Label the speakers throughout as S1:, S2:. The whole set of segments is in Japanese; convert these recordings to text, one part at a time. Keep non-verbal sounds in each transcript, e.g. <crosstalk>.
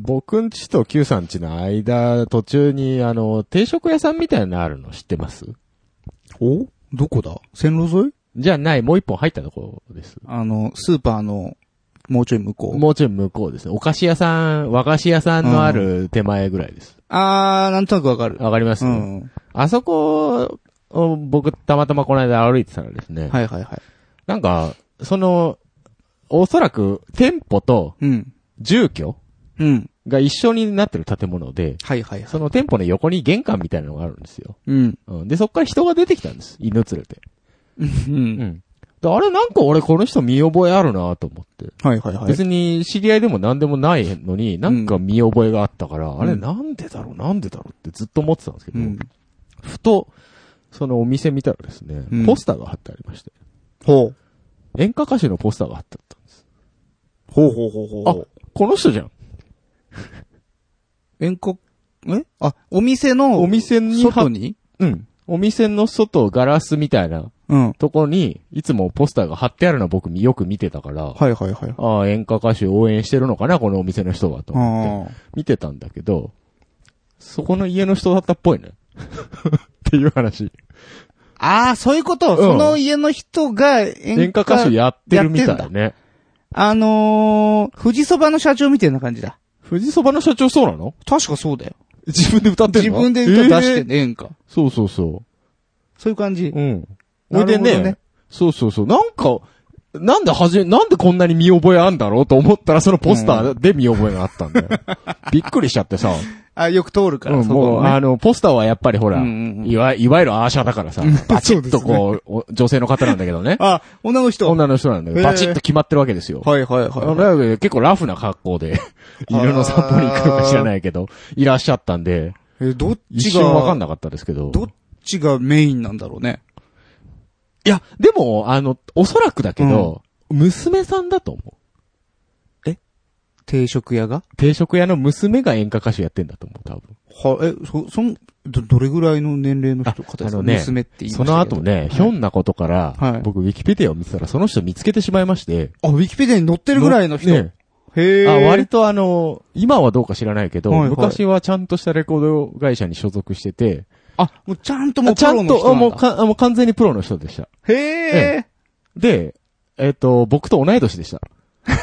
S1: 僕んちと Q さんちの間、途中に、あの、定食屋さんみたいなのあるの知ってます
S2: おどこだ線路沿い
S1: じゃない、もう一本入ったところです。
S2: あの、スーパーの、もうちょい向こう。
S1: もうちょい向こうですね。お菓子屋さん、和菓子屋さんのある手前ぐらいです。
S2: あー、なんとなくわかる。
S1: わかります、
S2: うん。
S1: あそこを僕たまたまこの間歩いてたらですね。
S2: はいはいはい。
S1: なんか、その、おそらく店舗と
S2: うん。
S1: 住居
S2: うん。
S1: が一緒になってる建物で、
S2: はいはいはい。
S1: その店舗の横に玄関みたいなのがあるんですよ。
S2: うん。
S1: うん、で、そっから人が出てきたんです。犬連れて。
S2: うん。
S1: ん。であれなんか俺この人見覚えあるなと思って。
S2: はいはいはい。
S1: 別に知り合いでも何でもないのに、なんか見覚えがあったから、あれなんでだろうなんでだろうってずっと思ってたんですけど、
S2: うん。
S1: ふと、そのお店見たらですね、
S2: うん
S1: ポスターが貼ってありまして、
S2: ほう。
S1: 演歌歌手のポスターが貼ってあったんです。
S2: ほうほうほうほうほう。
S1: この人じゃん。
S2: 遠隔、えあ、お店の、
S1: お店に貼っ
S2: 外に
S1: うん。お店の外、ガラスみたいな
S2: うん。
S1: とこに、いつもポスターが貼ってあるのは僕よく見てたから、
S2: はいはいはい。
S1: ああ、演歌歌手応援してるのかな、このお店の人は、と
S2: あ
S1: 思って。
S2: ー
S1: 見てたんだけど、そこの家の人だったっぽいね。 <laughs> っていう話。
S2: あー、そういうこと、
S1: ん
S2: その家の人が演
S1: 演歌歌手やってるみたいだね。
S2: あのー、富士そばの社長みたいな感じだ。
S1: 富士そばの社長そうなの
S2: 確かそうだよ。
S1: <laughs> 自分で歌って
S2: 自
S1: るの
S2: 分で歌出して
S1: えー
S2: ね、演歌。
S1: そうそうそ
S2: そういう感じ
S1: う。。うん。ほ
S2: ない
S1: で
S2: るほどね
S1: ね、そうそうそう。なんか、なんではじめ、なんでこんなに見覚えあんだろうと思ったら、そのポスターで見覚えがあったん <laughs> だよ。びっくりしちゃってさ。
S2: あ、よく通るから、
S1: うん
S2: そ
S1: も
S2: こ
S1: う、
S2: をね
S1: あの、ポスターはやっぱりほら、
S2: うんうんうん。
S1: いわいわゆるアーシャだからさ、バチッとこうお女性の方なんだけど <laughs> ね
S2: あ、女の人。
S1: 女の人なんだけど、
S2: へー
S1: バチッと決まってるわけですよ。
S2: はいはいはい。
S1: あのだけど結構ラフな格好 <laughs> で、犬の散歩に行くのか知らないけど、いらっしゃったんで、
S2: え、どっ
S1: 一
S2: ち
S1: 瞬
S2: が、
S1: わかんなかったですけど。
S2: どっちがメインなんだろうね。
S1: いや、でも、あの、おそらくだけど、娘さんだと思う。
S2: 定食屋が
S1: 定食屋の娘が演歌歌手やってんだと思う、多分。
S2: は、え、そ、そん、ど、どれぐらいの年齢の人方で
S1: あ
S2: すか
S1: のね
S2: 娘って言いま
S1: そ
S2: した
S1: の
S2: けど
S1: 後ね、ひょんなことから、
S2: はい
S1: 僕、ウィキペディアを見てたら、その人見つけてしまいまして。
S2: あ、ウィキペディアに載ってるぐらいの人。
S1: ね
S2: へえ。
S1: あ割とあの、今はどうか知らないけど、
S2: はいはい
S1: 昔はちゃんとしたレコード会社に所属してて、
S2: あ、もうちゃんともう
S1: ちゃん
S2: プ
S1: と、
S2: ロの
S1: あ
S2: 人な
S1: もうん
S2: だ。
S1: かもう完全にプロの人でした。
S2: へえ。
S1: で、えっ、と、僕と同い年でした。
S2: あ、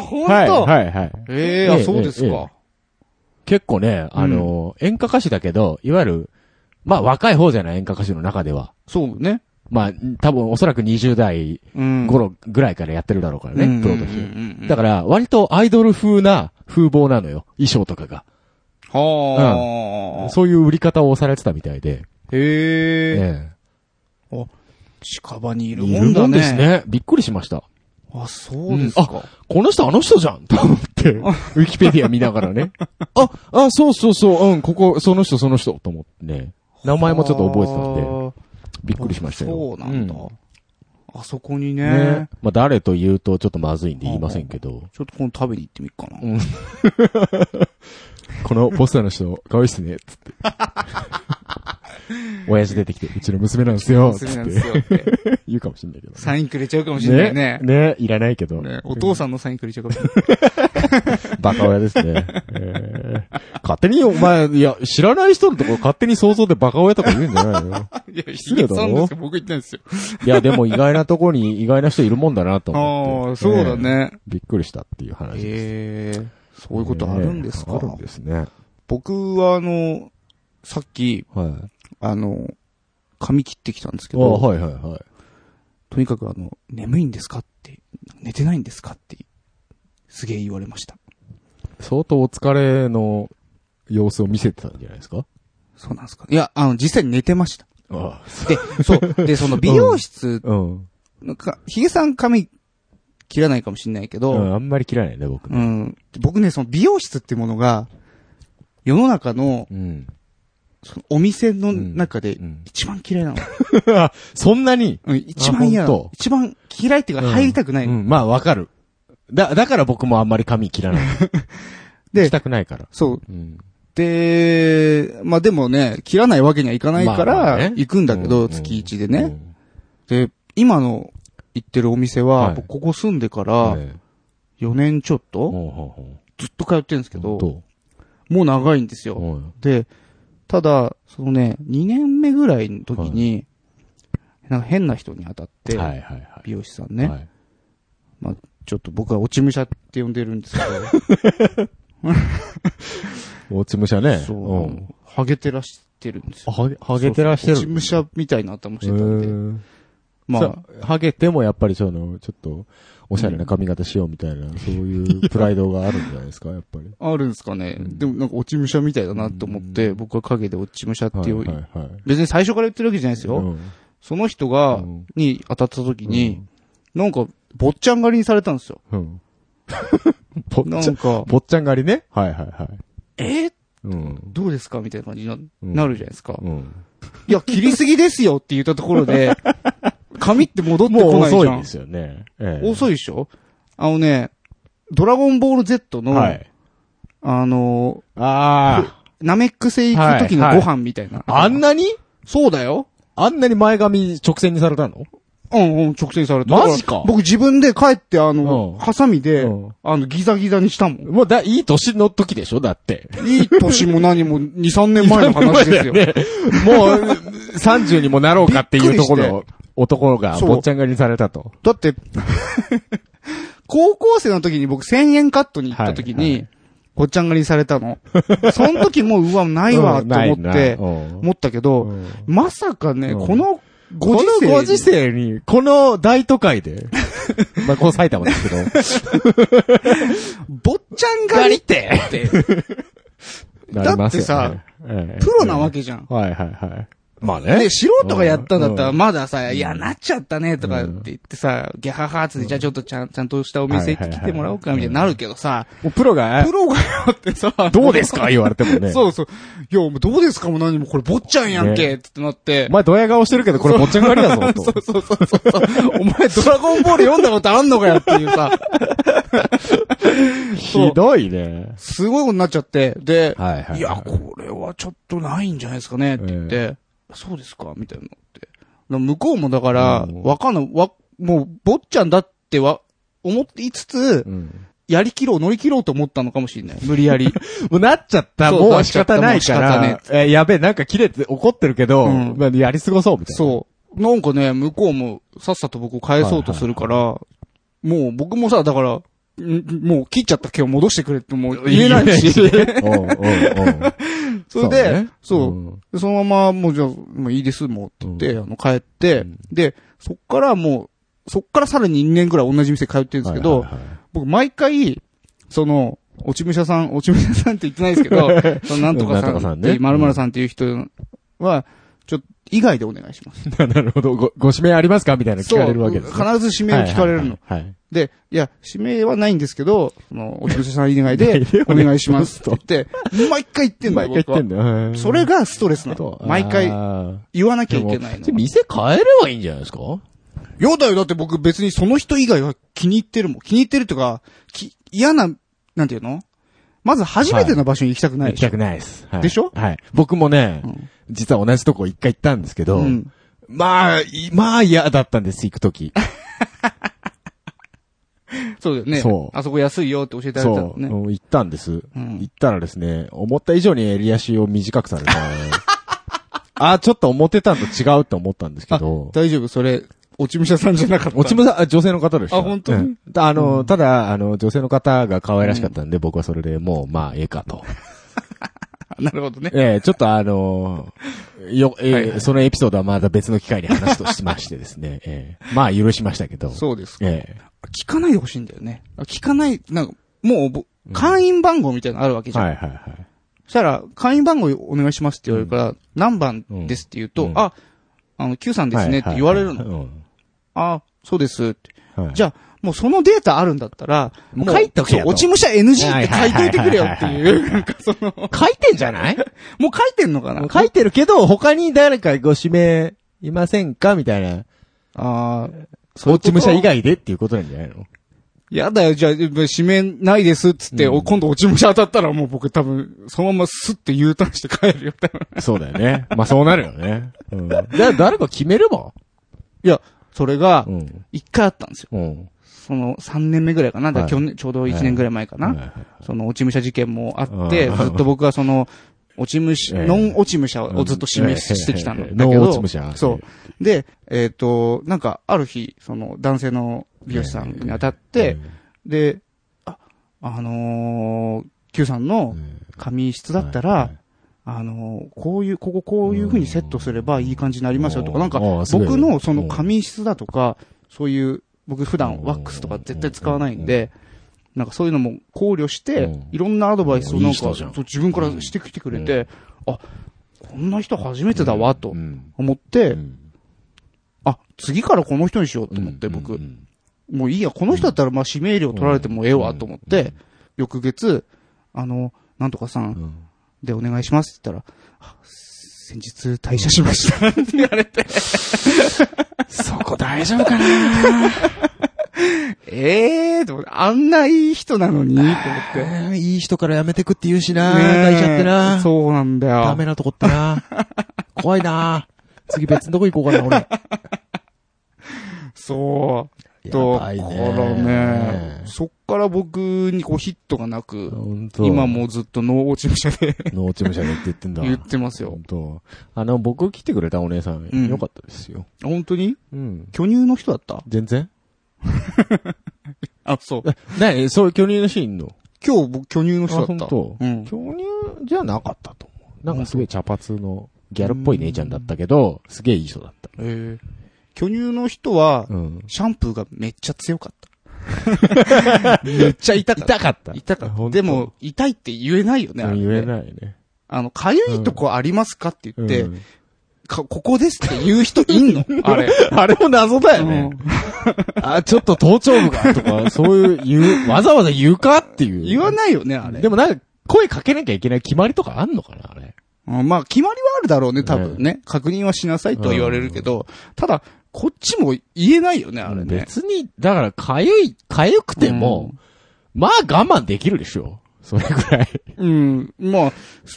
S2: ほんと
S1: はい、はい、はい。
S2: へえ、
S1: ええ
S2: あ、そうです
S1: え
S2: か。
S1: 結構ね、あの、演歌歌手だけど、いわゆる、まあ若い方じゃない演歌歌手の中では。
S2: そうね。
S1: まあ、多分おそらく20代
S2: うん。
S1: 頃ぐらいからやってるだろうから
S2: うん
S1: ね、プロと
S2: うんうん
S1: し
S2: うんう
S1: て。
S2: ん
S1: だから、割とアイドル風な風貌なのよ、衣装とかが。
S2: は
S1: そういう売り方をされてたみたいで。
S2: あ。へえ。
S1: え
S2: 近場にい
S1: え
S2: るもんだね。
S1: です。ね。びっくりしました。
S2: あ、そうですか。
S1: この人あの人じゃんと思って、ウィキペディア見ながら
S2: <laughs>
S1: ね。あ、あ、そうそうそう、うん、ここ、その人その人と思ってね。名前もちょっと覚えてたんで、
S2: んで。
S1: びっくりしましたよ。
S2: そうなんだ
S1: う。
S2: あそこに
S1: ね
S2: ね。。
S1: まあ、誰と言うとちょっとまずいんで言いませんけ
S2: <laughs>
S1: ど、
S2: ちょっと今度食べに行ってみっかな。
S1: このポスターの人、可愛いっすね、つ
S2: <laughs>
S1: って。親父出てきて、うちの娘なんですよ、つ
S2: そうな
S1: っ
S2: んで
S1: て
S2: すよ
S1: <laughs>
S2: って。
S1: 言うかもしんないけどね。
S2: サインくれちゃうかもしれないね。
S1: ね、いらないけど。
S2: ねお父さんのサインくれちゃうかもしれない。
S1: バカ親ですね。えー勝手に、お前、いや、知らない人のところ勝手に想像でバカ親とか言うんじゃないの <laughs>
S2: いや、ひ
S1: 失礼だ
S2: げ
S1: ろ
S2: さんですよ。僕言ってないですよ。
S1: いや、でも意外なところに意外な人いるもんだなと
S2: あ
S1: 思っ
S2: あ、
S1: て。
S2: そうだ
S1: ええ。
S2: ね。
S1: びっくりしたっていう話です。
S2: へえ。そういうことあるんです
S1: え
S2: か
S1: えあるんですね。
S2: 僕はあの、さっき、
S1: はい。
S2: あの、髪切ってきたんですけ
S1: あ
S2: ど、
S1: はいはいはい。
S2: とにかくあの、眠いんですかって、寝てないんですかって、すげえ言われました。
S1: 相当お疲れの様子を見せてたんじゃないですか
S2: そうなんですかいや、あの、実際に寝てました。
S1: ああ。
S2: <laughs> で、そう。で、その美容室、
S1: うん。
S2: か、ヒゲさん髪切らないかもしれないけ
S1: う
S2: ど、
S1: ん、あんまり嫌いね、僕
S2: う
S1: ね。
S2: ん。僕ね、その美容室ってものが、世の中の、
S1: うん。
S2: そのお店の中で
S1: うん
S2: 一番嫌いなの。
S1: そんなに
S2: うん、一番嫌
S1: あ
S2: な
S1: 本
S2: の
S1: 当。
S2: 一番嫌いっていうか入りたくないの。
S1: うん、まあわかる。だ、だから僕もあんまり髪切らない。
S2: <laughs> で
S1: したくないから。
S2: そう。
S1: うん。
S2: で、まあでもね、切らないわけにはいかないか
S1: まあ
S2: ら、
S1: ね
S2: 行くんだけ
S1: うんう
S2: ど、
S1: ん
S2: 月一で
S1: う
S2: ね。
S1: ん
S2: で、今の行ってるお店
S1: は
S2: は、
S1: い
S2: 僕ここ住んでから、
S1: え
S2: 4年ちょっと、
S1: ほうほうほう
S2: ずっと通ってるんですけど、
S1: ど
S2: もう長いんです
S1: う
S2: よ。
S1: はい
S2: で、ただ、そのね、2年目ぐらいの時に、なんか変な人に当たって、
S1: はいはいはい。
S2: 美容師さんね、
S1: はい
S2: ちょっと僕は落ち武者って呼んでるんですけ
S1: おつむしゃ <laughs> ね
S2: ど、。そう、
S1: うん
S2: ハゲてらしてるんですよ。
S1: ハゲ、ハゲてらっしゃる。
S2: そうそう落ち武者みたいな頭してたんで、
S1: んで。
S2: まあ、
S1: あ、ハゲてもやっぱりその、ちょっと、おしゃれな髪型しようみたいな、そういうプライドがあるんじゃないですか、やっぱり。
S2: あるんですかね。
S1: うん
S2: でもなんか落ち武者みたいだなと思って、僕は影で落ち武者 <laughs> っていう、
S1: はいはいはい。
S2: 別に最初から言ってるわけじゃないですよ。
S1: うん
S2: その人が、に当たった時に、、なんか、坊ちゃん狩りにされたんですよ。
S1: うん
S2: <laughs>
S1: うん。ぼ
S2: な
S1: っちゃん、
S2: んか、
S1: ぼっちゃん狩りね。はいはいはい。
S2: えー
S1: うん。
S2: どうですかみたいな感じにな
S1: うん
S2: なるじゃないですか。
S1: うん。
S2: いや、切りすぎですよって言ったところで、
S1: <laughs>
S2: 髪って戻って
S1: もう
S2: こないじゃん。
S1: 遅い
S2: 遅い
S1: で
S2: です
S1: よね。ええ
S2: 遅いでしょあのね、ドラゴンボール Z の、
S1: はい。
S2: あの、
S1: あ
S2: ナメック星行く時のご飯みたいな。
S1: あ。あんなに
S2: そうだよ。
S1: あんなに前髪直線にされたの
S2: うんうん、直線された。
S1: マジか
S2: だら僕自分で帰って、あの、
S1: うん
S2: ハサミで、
S1: うん
S2: あの、ギザギザにしたもん。
S1: もうだ、いい年の時でしょだって。
S2: いい年も何も2、3年前の話ですよ。
S1: ね、もう、30にもなろうかっていうところの男が、
S2: そう
S1: 坊ちゃん狩りにされたと。
S2: だって、 <laughs> 高校生の時に僕1000円カットに行った時
S1: はいは
S2: に、ごっちゃん狩りされたの。その時もう、うわ、ないわ、
S1: うん
S2: と思っ
S1: ない
S2: て
S1: な、うん
S2: 思ったけど、
S1: うん
S2: まさかね、
S1: うん
S2: この
S1: こ
S2: ご
S1: の
S2: 時世に。
S1: ご時世に、この大都会
S2: <laughs>
S1: で、まあ、この埼玉ですけど、
S2: 坊ちゃん狩りってって、
S1: なりますよ
S2: だって
S1: ね、ええ
S2: プロなわけじゃん。
S1: はいはいはい。まあ
S2: ね、
S1: ね。
S2: 素人がやったんだったら、
S1: う
S2: まださ、いや、なっちゃったね、とかって言ってさ、ギャハハーつって、じゃあちょっとちゃん、ちゃんとしたお店来てもらおうか、みたいになるけどさ、
S1: もうプロが、
S2: プロがやってさ、
S1: どうですか言われてもね。
S2: そうそう。いや、お前どうですかも何もこれ坊ちゃんやんけってなって
S1: お。前ドヤ顔してるけど、これ坊ちゃん狩りだぞ、と。
S2: そうそうそうそう。お前ドラゴンボール読んだことあんのかよっていうさ、
S1: ひどいね。
S2: すごいことになっちゃって。で、
S1: はいはい。
S2: いや、これはちょっとないんじゃないですかねって言って、そうですかみたいなのって。な向こうもだから
S1: う、ん
S2: わかんない、わ、もう、坊ちゃんだっては、思っていつつ
S1: う、ん。
S2: やりきろう、乗り切ろうと思ったのかもしれない。無理やり。
S1: もうなっちゃった、
S2: そう
S1: もう仕方ないか
S2: なっちゃったもう
S1: ら、えやべえ、なんか切れて怒ってるけど、
S2: うん
S1: まあやり過ごそう、みたいな。
S2: そう。なんかね、向こうもさっさと僕を返そうとするから、もう僕もさ、だから、んもう切っちゃった毛を戻してくれってもう言えない
S1: <laughs>
S2: し。
S1: うんうんうん
S2: それで、
S1: ね
S2: そう
S1: うん
S2: でそのままもうじゃあ、もういいです、もうって言って、あの、帰って、
S1: うん
S2: で、そっからもう、そっからさらに2年ぐらい同じ店通ってるんですけど、
S1: はいはいはい
S2: 僕毎回、その、落ち武者さん、落ち武者さんって言ってないです
S1: <laughs>
S2: けど、そのなんとか
S1: なんとか
S2: さ
S1: さ
S2: んっ
S1: ん
S2: て
S1: ね
S2: いう、まるまるさんっていう人は、ちょっと、以外でお願いします。
S1: <laughs> なるほど。ご、ご指名ありますかみたいな聞
S2: そう
S1: かれるわけです、ね。
S2: 必ず指名を聞かれるの。
S1: はいはいはい。、
S2: で、いや、指名はないんですけど、その、お仕事さん以外で
S1: <laughs>
S2: お願いしますって言って、毎回言ってんだ
S1: 毎回
S2: よ、
S1: 言っ
S2: 僕
S1: て
S2: は
S1: ん。だよ。
S2: それがストレスなの。毎
S1: い
S2: 回言わなきゃいけないの。い
S1: 店変えればいいんじゃないですか
S2: やだよ、だって僕別にその人以外は気に入ってるもん。気に入ってるとか、き嫌な、なんていうのまず初めての場所に行きたくない
S1: 行
S2: で
S1: き
S2: しょ
S1: たくないです。はい
S2: でしょ
S1: はい。僕もね
S2: うん、
S1: 実は同じとこ一回行ったんですけど
S2: う、ん。
S1: まあ、いまあ嫌だったんです、行くとき。
S2: そうだよね。
S1: そう
S2: あそこ安いよって教えてあげた
S1: そ
S2: の
S1: う、
S2: ね。
S1: うん行ったんです。
S2: うん
S1: 行ったらですね、思った以上に襟足を短くされた。 <laughs> あー、ちょっと思ってたんと違うって思ったんですけ
S2: あ
S1: ど、。
S2: 大丈夫、それ、落ち武者さんじゃなかった。
S1: 落ちむさん、あ女性の方でした。
S2: あ本当に
S1: うんだあの、ただ、あの、女性の方が可愛らしかったんで、僕はそれでもう、まあ、ええかと。
S2: <laughs>
S1: <laughs>
S2: なるほどね。
S1: ええ、ちょっとあの、よ、ええ
S2: はいはい
S1: そのエピソードはまた別の機会に話としましてですね、ええまあ、許しましたけど。う。
S2: そうですか。
S1: ええ
S2: 聞かないでほしいんだよね。聞かない、なんか、もうぼ、会員番号みたいなのあるわけじゃん。
S1: はいはいはい。
S2: そしたら、会員番号お願いしますって言われるから、何番ですって言うと、
S1: うん
S2: あ、あの、Q さんですねって言われるの。
S1: はいはいはい
S2: あ、そうですって。
S1: うんはい
S2: じゃあ、もうそのデータあるんだったら、
S1: もう
S2: もう
S1: 書いとけよと
S2: そう落ち武者 NG って書いといてくれよって
S1: はいはい
S2: いう、なんかその、
S1: 書いてんじゃない
S2: もう書いてんのかな
S1: 書いてるけど、他に誰かご指名いませんかみたいな。
S2: ああ、
S1: そっち武者以
S2: 外。
S1: 外でっていうことなんじゃないの
S2: やだよ、じゃあ、指名ないですっつって、お今度落ち武者当たったらもう僕多分、そのままスッて U ターンして帰るよ、多分。
S1: そうだよね。まあそうなるよね。うん。だ誰か決めれば
S2: いや、それが
S1: う、ん。
S2: 一回あったんですよ。
S1: うん。
S2: その3年目ぐらいかな。だから去年、ちょうど1年ぐらい前かな。
S1: はいはい
S2: その落ち武者事件もあって、ずっと僕はその、落ち武者、
S1: ええ
S2: ノン落ち武者をずっと示
S1: うん
S2: してきたんだけど。
S1: ノン落ち武者
S2: そう。で、えっ、と、なんか、ある日、その、男性の美容師さんに当たって、、で、あ、あのー、Q さんの髪質だったら、あのー、こういう、こここういう風にセットすればいい感じになりますよとか、
S1: うん
S2: なんか、
S1: あーすごい
S2: 僕のその髪質だとか、そういう、僕普段ワックスとか絶対使わないんで、なんかそういうのも考慮して
S1: うん、
S2: いろんなアドバイスを
S1: い
S2: ないん
S1: 人
S2: か、
S1: じゃん
S2: そう自分からしてきてくれて、あ、こんな人初めてだわ、と
S1: うん
S2: 思って
S1: う、ん
S2: あ、次からこの人にしようと思って、
S1: う
S2: 僕。
S1: ん
S2: もういいや、この人だったらまあ指名料取られてもええわ、と思って、翌月、あの、なんとかさん
S1: う、ん
S2: でお願いしますって言ったら、あ先日退社しましたって言われて、
S1: そこ大丈夫かな
S2: ええーと思って、あんないい人なのに、と思って。ね
S1: えーいい人からやめてくって言うしな
S2: え
S1: 泣いちゃってな
S2: そうなんだよ。
S1: ダメなとこってな怖いな次別のとこ行こうかな、俺。
S2: そう。と、からね、そっから僕にこうヒットがなく、今
S1: 今、
S2: もうずっとノー落ち武者で
S1: 農地武者でって言ってんだ。
S2: 言ってますよ
S1: 本。当あの、僕来てくれたお姉さん、
S2: うん
S1: よかったですよ。
S2: 本当に
S1: うん。
S2: 巨乳の人だった
S1: 全然
S2: あ、そう。
S1: なに、それ巨乳のシーンの
S2: 今日僕巨乳の人だった。
S1: あ本当
S2: うん。
S1: 巨乳じゃなかったと思う。なんかすごい茶髪のギャルっぽい姉ちゃんだったけど、すげえいい人だった。
S2: えー巨乳の人は、
S1: うん。
S2: シャンプーがめっちゃ強かった。めっちゃ痛かった。
S1: 痛かった。
S2: 痛かった。
S1: 本当
S2: でも、、痛いって言えないよね、あれ
S1: 言え
S2: い。
S1: ないね。
S2: あの、かゆいとこありますかって言って、
S1: うん
S2: かここですって言う人いんの <laughs> あれ。
S1: あれも謎だよ
S2: うん
S1: ね。あ、ちょっと頭頂部が、とか、 <laughs> そういう、言う、わざわざ言うかっていう。
S2: 言わないよね、あれ。
S1: でもなんか、声かけなきゃいけない決まりとかあんのかな、あれ。
S2: うんまあ、決まりはあるだろうね、多分ね。確認はしなさいとは言われるけど、ただ、こっちも言えないよね、あれね。
S1: 別に、だから、かゆい、かゆくても、まあ我慢できるでしょ。それぐらい。
S2: うん、まあ、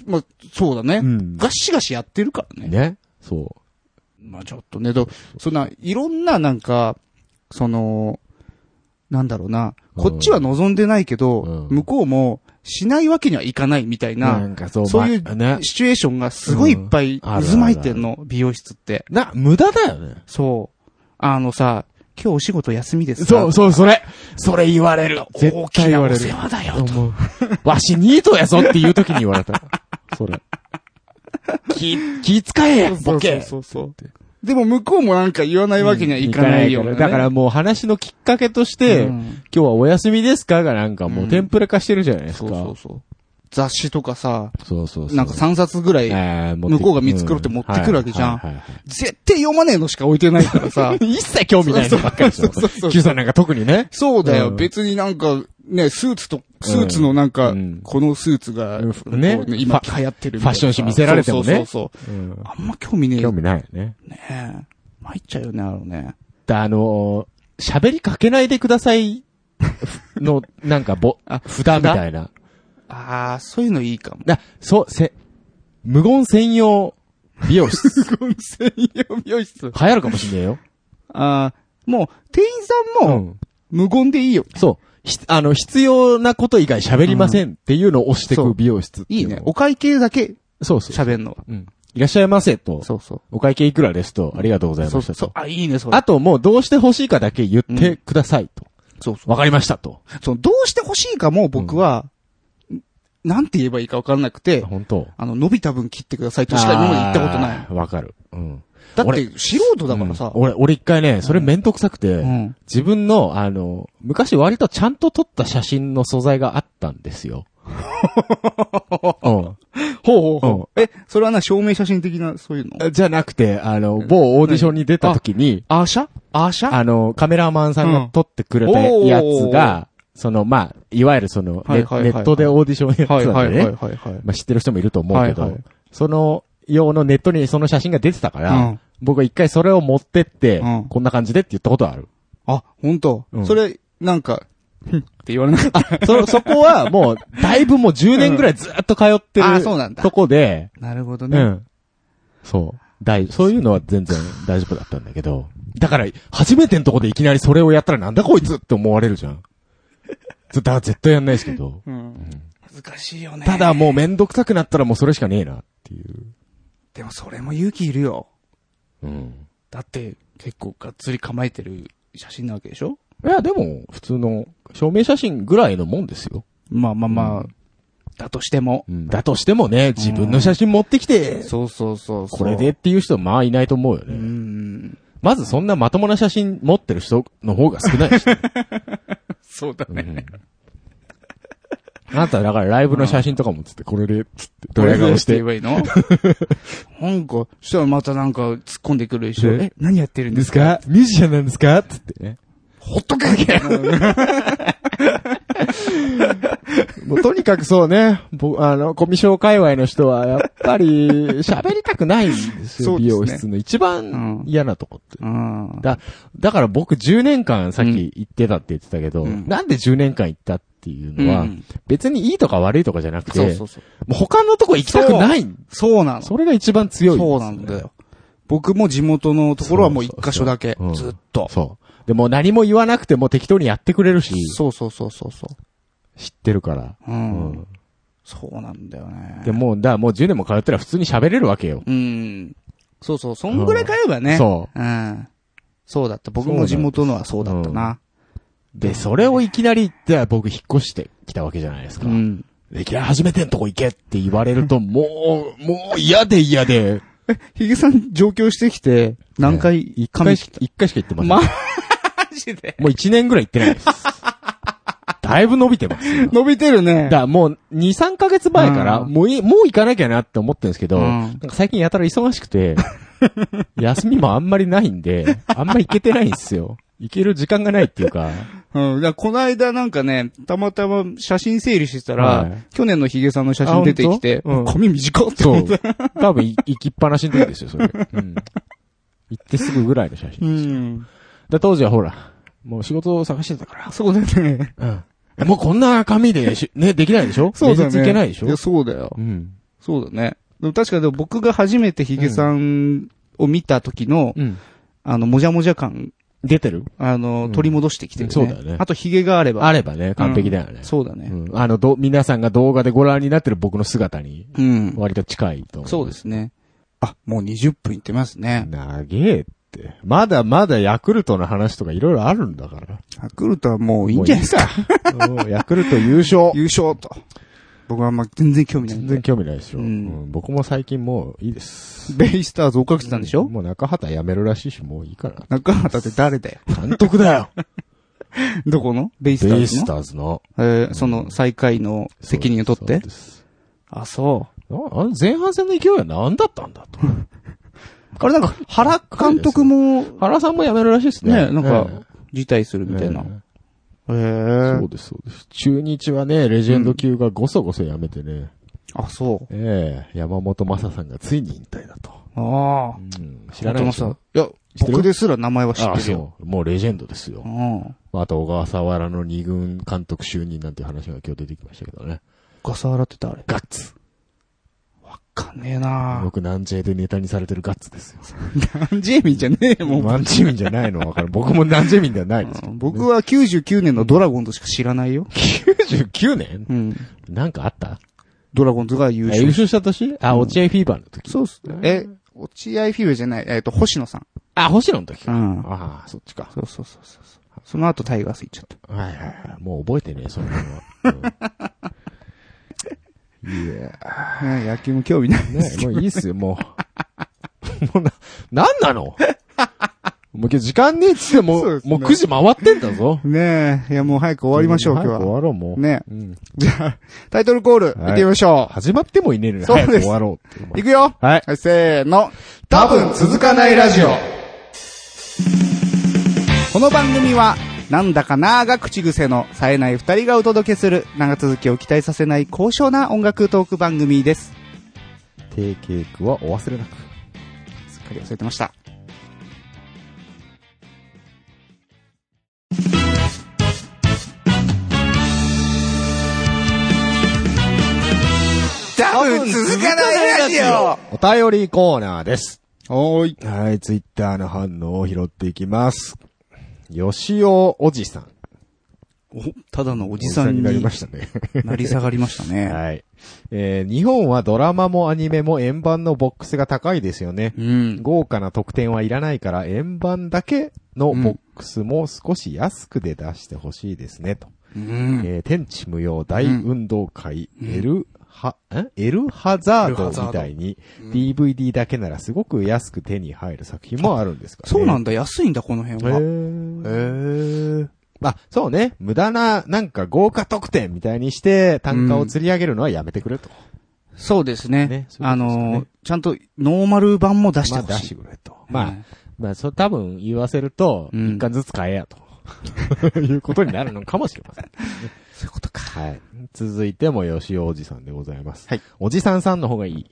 S2: まあ、そうだね。
S1: ん
S2: ガシガシやってるからね。
S1: ね。そ
S2: まあちょっとね、ど、そんな、いろんななんか、その、なんだろうな、
S1: うん
S2: こっちは望んでないけど、
S1: うん。
S2: 向こうもしないわけにはいかないみたいう
S1: な
S2: な、
S1: んかそう、
S2: そういう
S1: まね。
S2: シチュエーションがすごいいっぱ
S1: う
S2: い
S1: んある
S2: 渦巻いてんの、美容室って。
S1: な、無駄だよね。
S2: そう。あのさ、今日お仕事休みですか
S1: そう、そう、それ。それ言われる。絶
S2: 大
S1: 対
S2: き
S1: 言
S2: な
S1: われ
S2: お
S1: る
S2: 世。話だよ。
S1: 思うわしニートやぞっていう時に言われた。それ。気、気使えや、ボケ。
S2: そうそうそう。でも向こうもなんか言わないわけにはいかないよ、ね
S1: だからもう話のきっかけとして、
S2: うん
S1: 今日はお休みですかがなんかもううんテンプレ化してるじゃないです
S2: そ
S1: か。
S2: うそうそう。雑誌とかさ、
S1: そうそうそう。
S2: なんか3冊ぐらい
S1: えー持って
S2: 向こうが見つくろって持ってくるわけじゃん
S1: はいはいはい。
S2: 絶対読まねえのしか置いてないからさ
S1: <laughs> 一切興味ないのばっかりで <laughs> しょ。
S2: そうそうそう
S1: Q さんなんか特にね。
S2: そうだよ、
S1: うん
S2: 別になんか、ね、スーツと、スーツのなんか、
S1: うん
S2: このスーツが、
S1: うん
S2: こう
S1: ね
S2: 今
S1: フ
S2: 流行ってるみ
S1: ファ
S2: たいな
S1: ッション誌見せられてもね
S2: そうそうそうそうあんま興味ねえ
S1: 興
S2: よ
S1: 味ないよね。
S2: ね。参っちゃうよね、あのね。
S1: だあのー、喋りかけないでくださいの、なんかぼ、
S2: <laughs> あ
S1: 札みたいな。
S2: ああ、そういうのいいかも。
S1: だ、そう、せ、無言専用美容室。
S2: 温泉用美容室。
S1: 流行るかもしんねえよ。
S2: ああ、 <laughs> もう、店員さんも、
S1: ん。
S2: 無言でいいよ。
S1: そう。ひあの、必要なこと以外喋りませんっていうのを押して
S2: そ
S1: く
S2: う
S1: 美容室って
S2: い
S1: い
S2: いう
S1: のを
S2: ね。お会計だけ
S1: そうそう。
S2: 喋んのは。
S1: うん。いらっしゃいませと、
S2: そうそう。
S1: お会計いくらですと、ありがとうございま
S2: そう
S1: した
S2: そう
S1: と。。
S2: あ、いいね、それ。
S1: あともうどうして欲しいかだけ言ってくださいと。
S2: そうそう。
S1: わかりましたと。
S2: その、どうして欲しいかも僕は、なんて言えばいいか分からなくて、
S1: 本当。
S2: あの、伸びた分切ってくださいとしか今まで言ったことない。
S1: い。わかる。うん。
S2: だっ
S1: 俺
S2: て、素人だからさ
S1: うん。俺、俺一回ね、それめんどくさくて、
S2: うん。
S1: 自分の、あの、昔割とちゃんと撮った写真の素材があったんです
S2: <laughs>
S1: よ。うん
S2: ほう
S1: ほうほ
S2: う。え、それはな、証明写真的な、そういうの
S1: じゃなくて、あの、某オーディションに出た時に、
S2: アーシャアーシャ
S1: あの、カメラマンさんが撮ってくれた
S2: うん
S1: やつが、その、まあ、いわゆるその、
S2: はい
S1: ネ
S2: はいはい
S1: ネットでオーディションやってた
S2: はいは
S1: ん
S2: い
S1: で
S2: はい
S1: ね。
S2: はいはい。
S1: まあ、知ってる人もいると思うけ
S2: はい
S1: ど
S2: はい、
S1: その、用のネットにその写真が出てたか
S2: う
S1: ら
S2: ん、
S1: 僕は一回それを持ってって
S2: うん、
S1: こんな感じでって言ったことある。
S2: あ、ほんと
S1: うん。
S2: それ、なんか、ふんって言われなかった。
S1: そ、 <laughs> そこはもう、だいぶもう10年ぐらいずっと通って
S2: うんあそうなん
S1: る
S2: だ
S1: とこで、
S2: なるほど
S1: う。ん。そう。大丈夫。そういうのは全然大丈夫だったんだけど。だから、初めてのとこでいきなりそれをやったらなんだこいつって思われるじゃん。だから絶対やんないですけど。
S2: うん。難しいよね。
S1: ただもうめんどくさくなったらもうそれしかねえなっていう。
S2: でもそれも勇気いるよ。
S1: うん。
S2: だって、結構がっつり構えてる写真なわけでしょ
S1: いや、でも、普通の、証明写真ぐらいのもんですよ。
S2: まあまあまあ、だとしても。
S1: うん。だとしてもね、自分の写真持ってきて、
S2: そうそうそうそう。
S1: これでっ、ていう人まあいないと思うよ
S2: う
S1: ね。
S2: ん。
S1: まずそんなまともな写真持ってる人の方が少ないし。
S2: <laughs> そうだ
S1: う
S2: ね。
S1: んあなただからライブの写真とかもつって、これで、つって、ドヤ顔し <laughs> て
S2: どれ。ぐらい言えばいいの <laughs> なんか、そしたらまたなんか突っ込んでくるでしょ。
S1: で
S2: え、何やってるんですか
S1: かミュージシャンなんですかつってね。
S2: ほっとけ <laughs> け
S1: もうとにかくそうね、僕、あの、コミショ界隈の人は、やっぱり、喋りたくないんですよ、
S2: そう
S1: 美
S2: ですね
S1: 容室の一番
S2: うん
S1: 嫌なとこって。
S2: うん。
S1: だ、だから僕10年間さっき行ってたって言ってたけど、
S2: うん
S1: なんで10年間行ったっていうのは、
S2: うん
S1: 別にいいとか悪いとかじゃなくて、
S2: そうそうそう。
S1: もう他のとこ行きたくない
S2: そうなの。
S1: それが一番強いんです
S2: そ
S1: よ
S2: うなんだよ。僕も地元のところはもう一箇所だけ
S1: そう。そうそう
S2: ずっと。
S1: そう。でもう何も言わなくても適当にやってくれるし、
S2: そうそうそうそうそ
S1: 知ってるから。
S2: う。う。。
S1: うん
S2: そうなんだよね。
S1: で、もう、だ、もう10年も通ったら普通に喋れるわけよ。
S2: うん。そうそう、そんぐらい買えばね。。
S1: そう
S2: うん。そうだった。僕も地元のはそうだったな。
S1: う。で、それをいきなり言って、僕引っ越してきたわけじゃないですか。
S2: うん。
S1: でいきなり初めてのとこ行けって言われると、もう、もう嫌で嫌で。
S2: ヒゲさん上京してきて、何回、
S1: 一
S2: 髪
S1: 回
S2: 切
S1: し
S2: っ
S1: か、一回しか行ってま
S2: た
S1: せん。
S2: マジで
S1: もう一年ぐらい行ってない
S2: <laughs>
S1: です。だいぶ伸びてます。
S2: 伸びてるね <laughs>
S1: だか。らもう、2、3ヶ月前から、
S2: うん
S1: もうい、もう行かなきゃなって思ってるんですけど、
S2: うん
S1: なんか最近やたら忙しく
S2: <laughs>
S1: て、休みもあんまりないんで、あんまり行けてないんですよ。行ける時間がないっていうか、
S2: うん。だからこの間なんかね、たまたま写真整理してたら、
S1: はい
S2: 去年のヒゲさんの写真出てきて
S1: あ、本当うん
S2: 髪短って
S1: そ
S2: 思っ
S1: う
S2: た。。
S1: 多分い、行きっぱなしの時ですよ、それ。うん。行ってすぐぐらいの写真。
S2: うん。
S1: で、当時はほら、もう仕事を探してたか
S2: そうだね。
S1: ら。うん。もうこんな紙でし、ね、できないでしょ
S2: そうだ
S1: 連
S2: ね。
S1: 日行けないでしょ
S2: やそうだよ
S1: う。ん。
S2: そうだね。でも確かにでも僕が初めてヒゲさんを見た時の、
S1: うん。
S2: あの、もじゃもじゃ感、
S1: 出てる
S2: あの、
S1: うん
S2: 取り戻してきてるね。
S1: そうだよね
S2: あとヒゲがあれば。
S1: あればね、完璧だよね。
S2: そうだね。
S1: うんあの、ど、皆さんが動画でご覧になってる僕の姿に、
S2: うん。
S1: 割と近いと思う。
S2: そうですね。あ、もう20分いってますね。
S1: 長えって。まだまだヤクルトの話とかいろいろあるんだから。
S2: ヤクルトはもういいんじゃないですか。
S1: うんヤクルト優
S2: <laughs>
S1: 勝。
S2: 優勝と。僕はあんま全然興味ないん
S1: 全
S2: で。
S1: 然興味ないですよ。
S2: う
S1: うんん僕も最近もういいです。
S2: ベイスターズ追っかけてたんでしょ、
S1: もう中畑辞めるらしいし、もういいかな。
S2: 中畑って誰だよ。
S1: 監督だよ
S2: どこのベイス
S1: <laughs>
S2: タ
S1: ベ
S2: ー
S1: イ
S2: ズ
S1: ス
S2: の
S1: ターズの。
S2: えーその最下位の責任を取って
S1: そう。です
S2: あ、そう。
S1: そうですああの前半戦の勢いは何だったんだと。
S2: <laughs> あれなんか、原監督も、
S1: 原さんも辞めるらしいですね。
S2: ね、なん
S1: ええ
S2: か、辞退するみたいな。へえ
S1: そう。です、そうです。中日はね、レジェンド級がごそごそやめてね、
S2: あ、そ
S1: ええ山本正さんがついに引退だと。
S2: う。ああ。
S1: うん、知
S2: 知ら
S1: らない
S2: な
S1: で
S2: い
S1: しょ。
S2: いや、
S1: 知ってる
S2: 僕ですら名前は知
S1: あ
S2: っ
S1: あ、
S2: てるよ。
S1: そう。もうレジェンドですよ
S2: う。ん。
S1: あと、小笠原の二軍監督就任なんていう話が今日出てきましたけどね。
S2: ガサ洗ってたあれ。
S1: ガッツ。
S2: わかんねえな
S1: よく南 J でネタにされてるガッツですよ。
S2: ジェミーじゃねえ
S1: もう南ジェミンじゃないのはわかる。 <laughs> 僕も南ジェミンではないですけど。
S2: 僕は99年のドラゴンズしか知らないよ。
S1: 99年
S2: うん。
S1: なんかあった
S2: ドラゴンズが優
S1: あ優
S2: 勝。
S1: 勝した年あ、落合フィーバーの時。
S2: そうっすね。え、落合フィーベじゃない、えっと、星野さん。
S1: あ、星野の時
S2: う
S1: か。
S2: ん。
S1: ああ、そっちか。
S2: そうそうそうそう。その後タイガース行っちゃった。
S1: はいはいはい。もう覚えてねえ、そんなのは。うん、いや
S2: ね野球も興味ない。 <laughs>
S1: ねもういいっすよ、もう。もうな、なんなのもう今日時間ねえっつっても、
S2: そうですね
S1: もう9時回ってんだぞ。
S2: ねえ、いやもう早く終わりましょう、今
S1: ん
S2: 日
S1: 早く終
S2: は。
S1: わろう、もう。
S2: ね
S1: うん。
S2: <laughs> じゃあ、タイトルコール、行ってみましょ
S1: 始まってもいねえのに
S2: そうで
S1: 早
S2: す
S1: く終わろうっていう
S2: う。いくよ
S1: はい。
S2: はい、せーの。多分続かないラジオ。この番組は、なんだかなーが口癖の冴えない二人がお届けする、長続きを期待させない高尚な音楽トーク番組です。
S1: 定型句はお忘れなく。
S2: すっかり忘れてました。多分続かないラジオ
S1: お便りコーナーです。
S2: はーい。
S1: はい、ツイッターの反応を拾っていきます。吉尾おじさん。
S2: お、ただのおじさんに
S1: に
S2: な
S1: なり
S2: り
S1: ましたね。
S2: 下がりましたね。
S1: <laughs> はい。えー日本はドラマもアニメも円盤のボックスが高いですよね。
S2: うん。
S1: 豪華な特典はいらないから、円盤だけのボックスも少し安くで出してほしいですね、と。
S2: うん。
S1: えー天地無用大運動会、
S2: うん
S1: エルハ、んエルハザード
S2: エルハザード
S1: みたいに、
S2: うん
S1: DVD だけならすごく安く手に入る作品もあるんですから、ね。
S2: そうなん
S1: だ。
S2: だ、安いんだ、この辺
S1: へ
S2: は。
S1: ー。あ、そうね。無駄な、なんか豪華特典みたいにして、単価を釣り上げるのはやめてくれと。
S2: そうですね。
S1: ねそういうことですかね
S2: あのー、ちゃんとノーマル版も出して
S1: まあ
S2: ほ
S1: 出
S2: し
S1: して
S2: い。
S1: くれと。
S2: は
S1: まあ
S2: い、
S1: まあ、それ多分言わせると、
S2: うん
S1: 一巻ずつ買えやと。
S2: <laughs>
S1: いうことになるのかもしれません。
S2: そういうことか。
S1: はい。続いても、吉尾おじさんでございます。
S2: はい。
S1: おじさんさんの方がいい。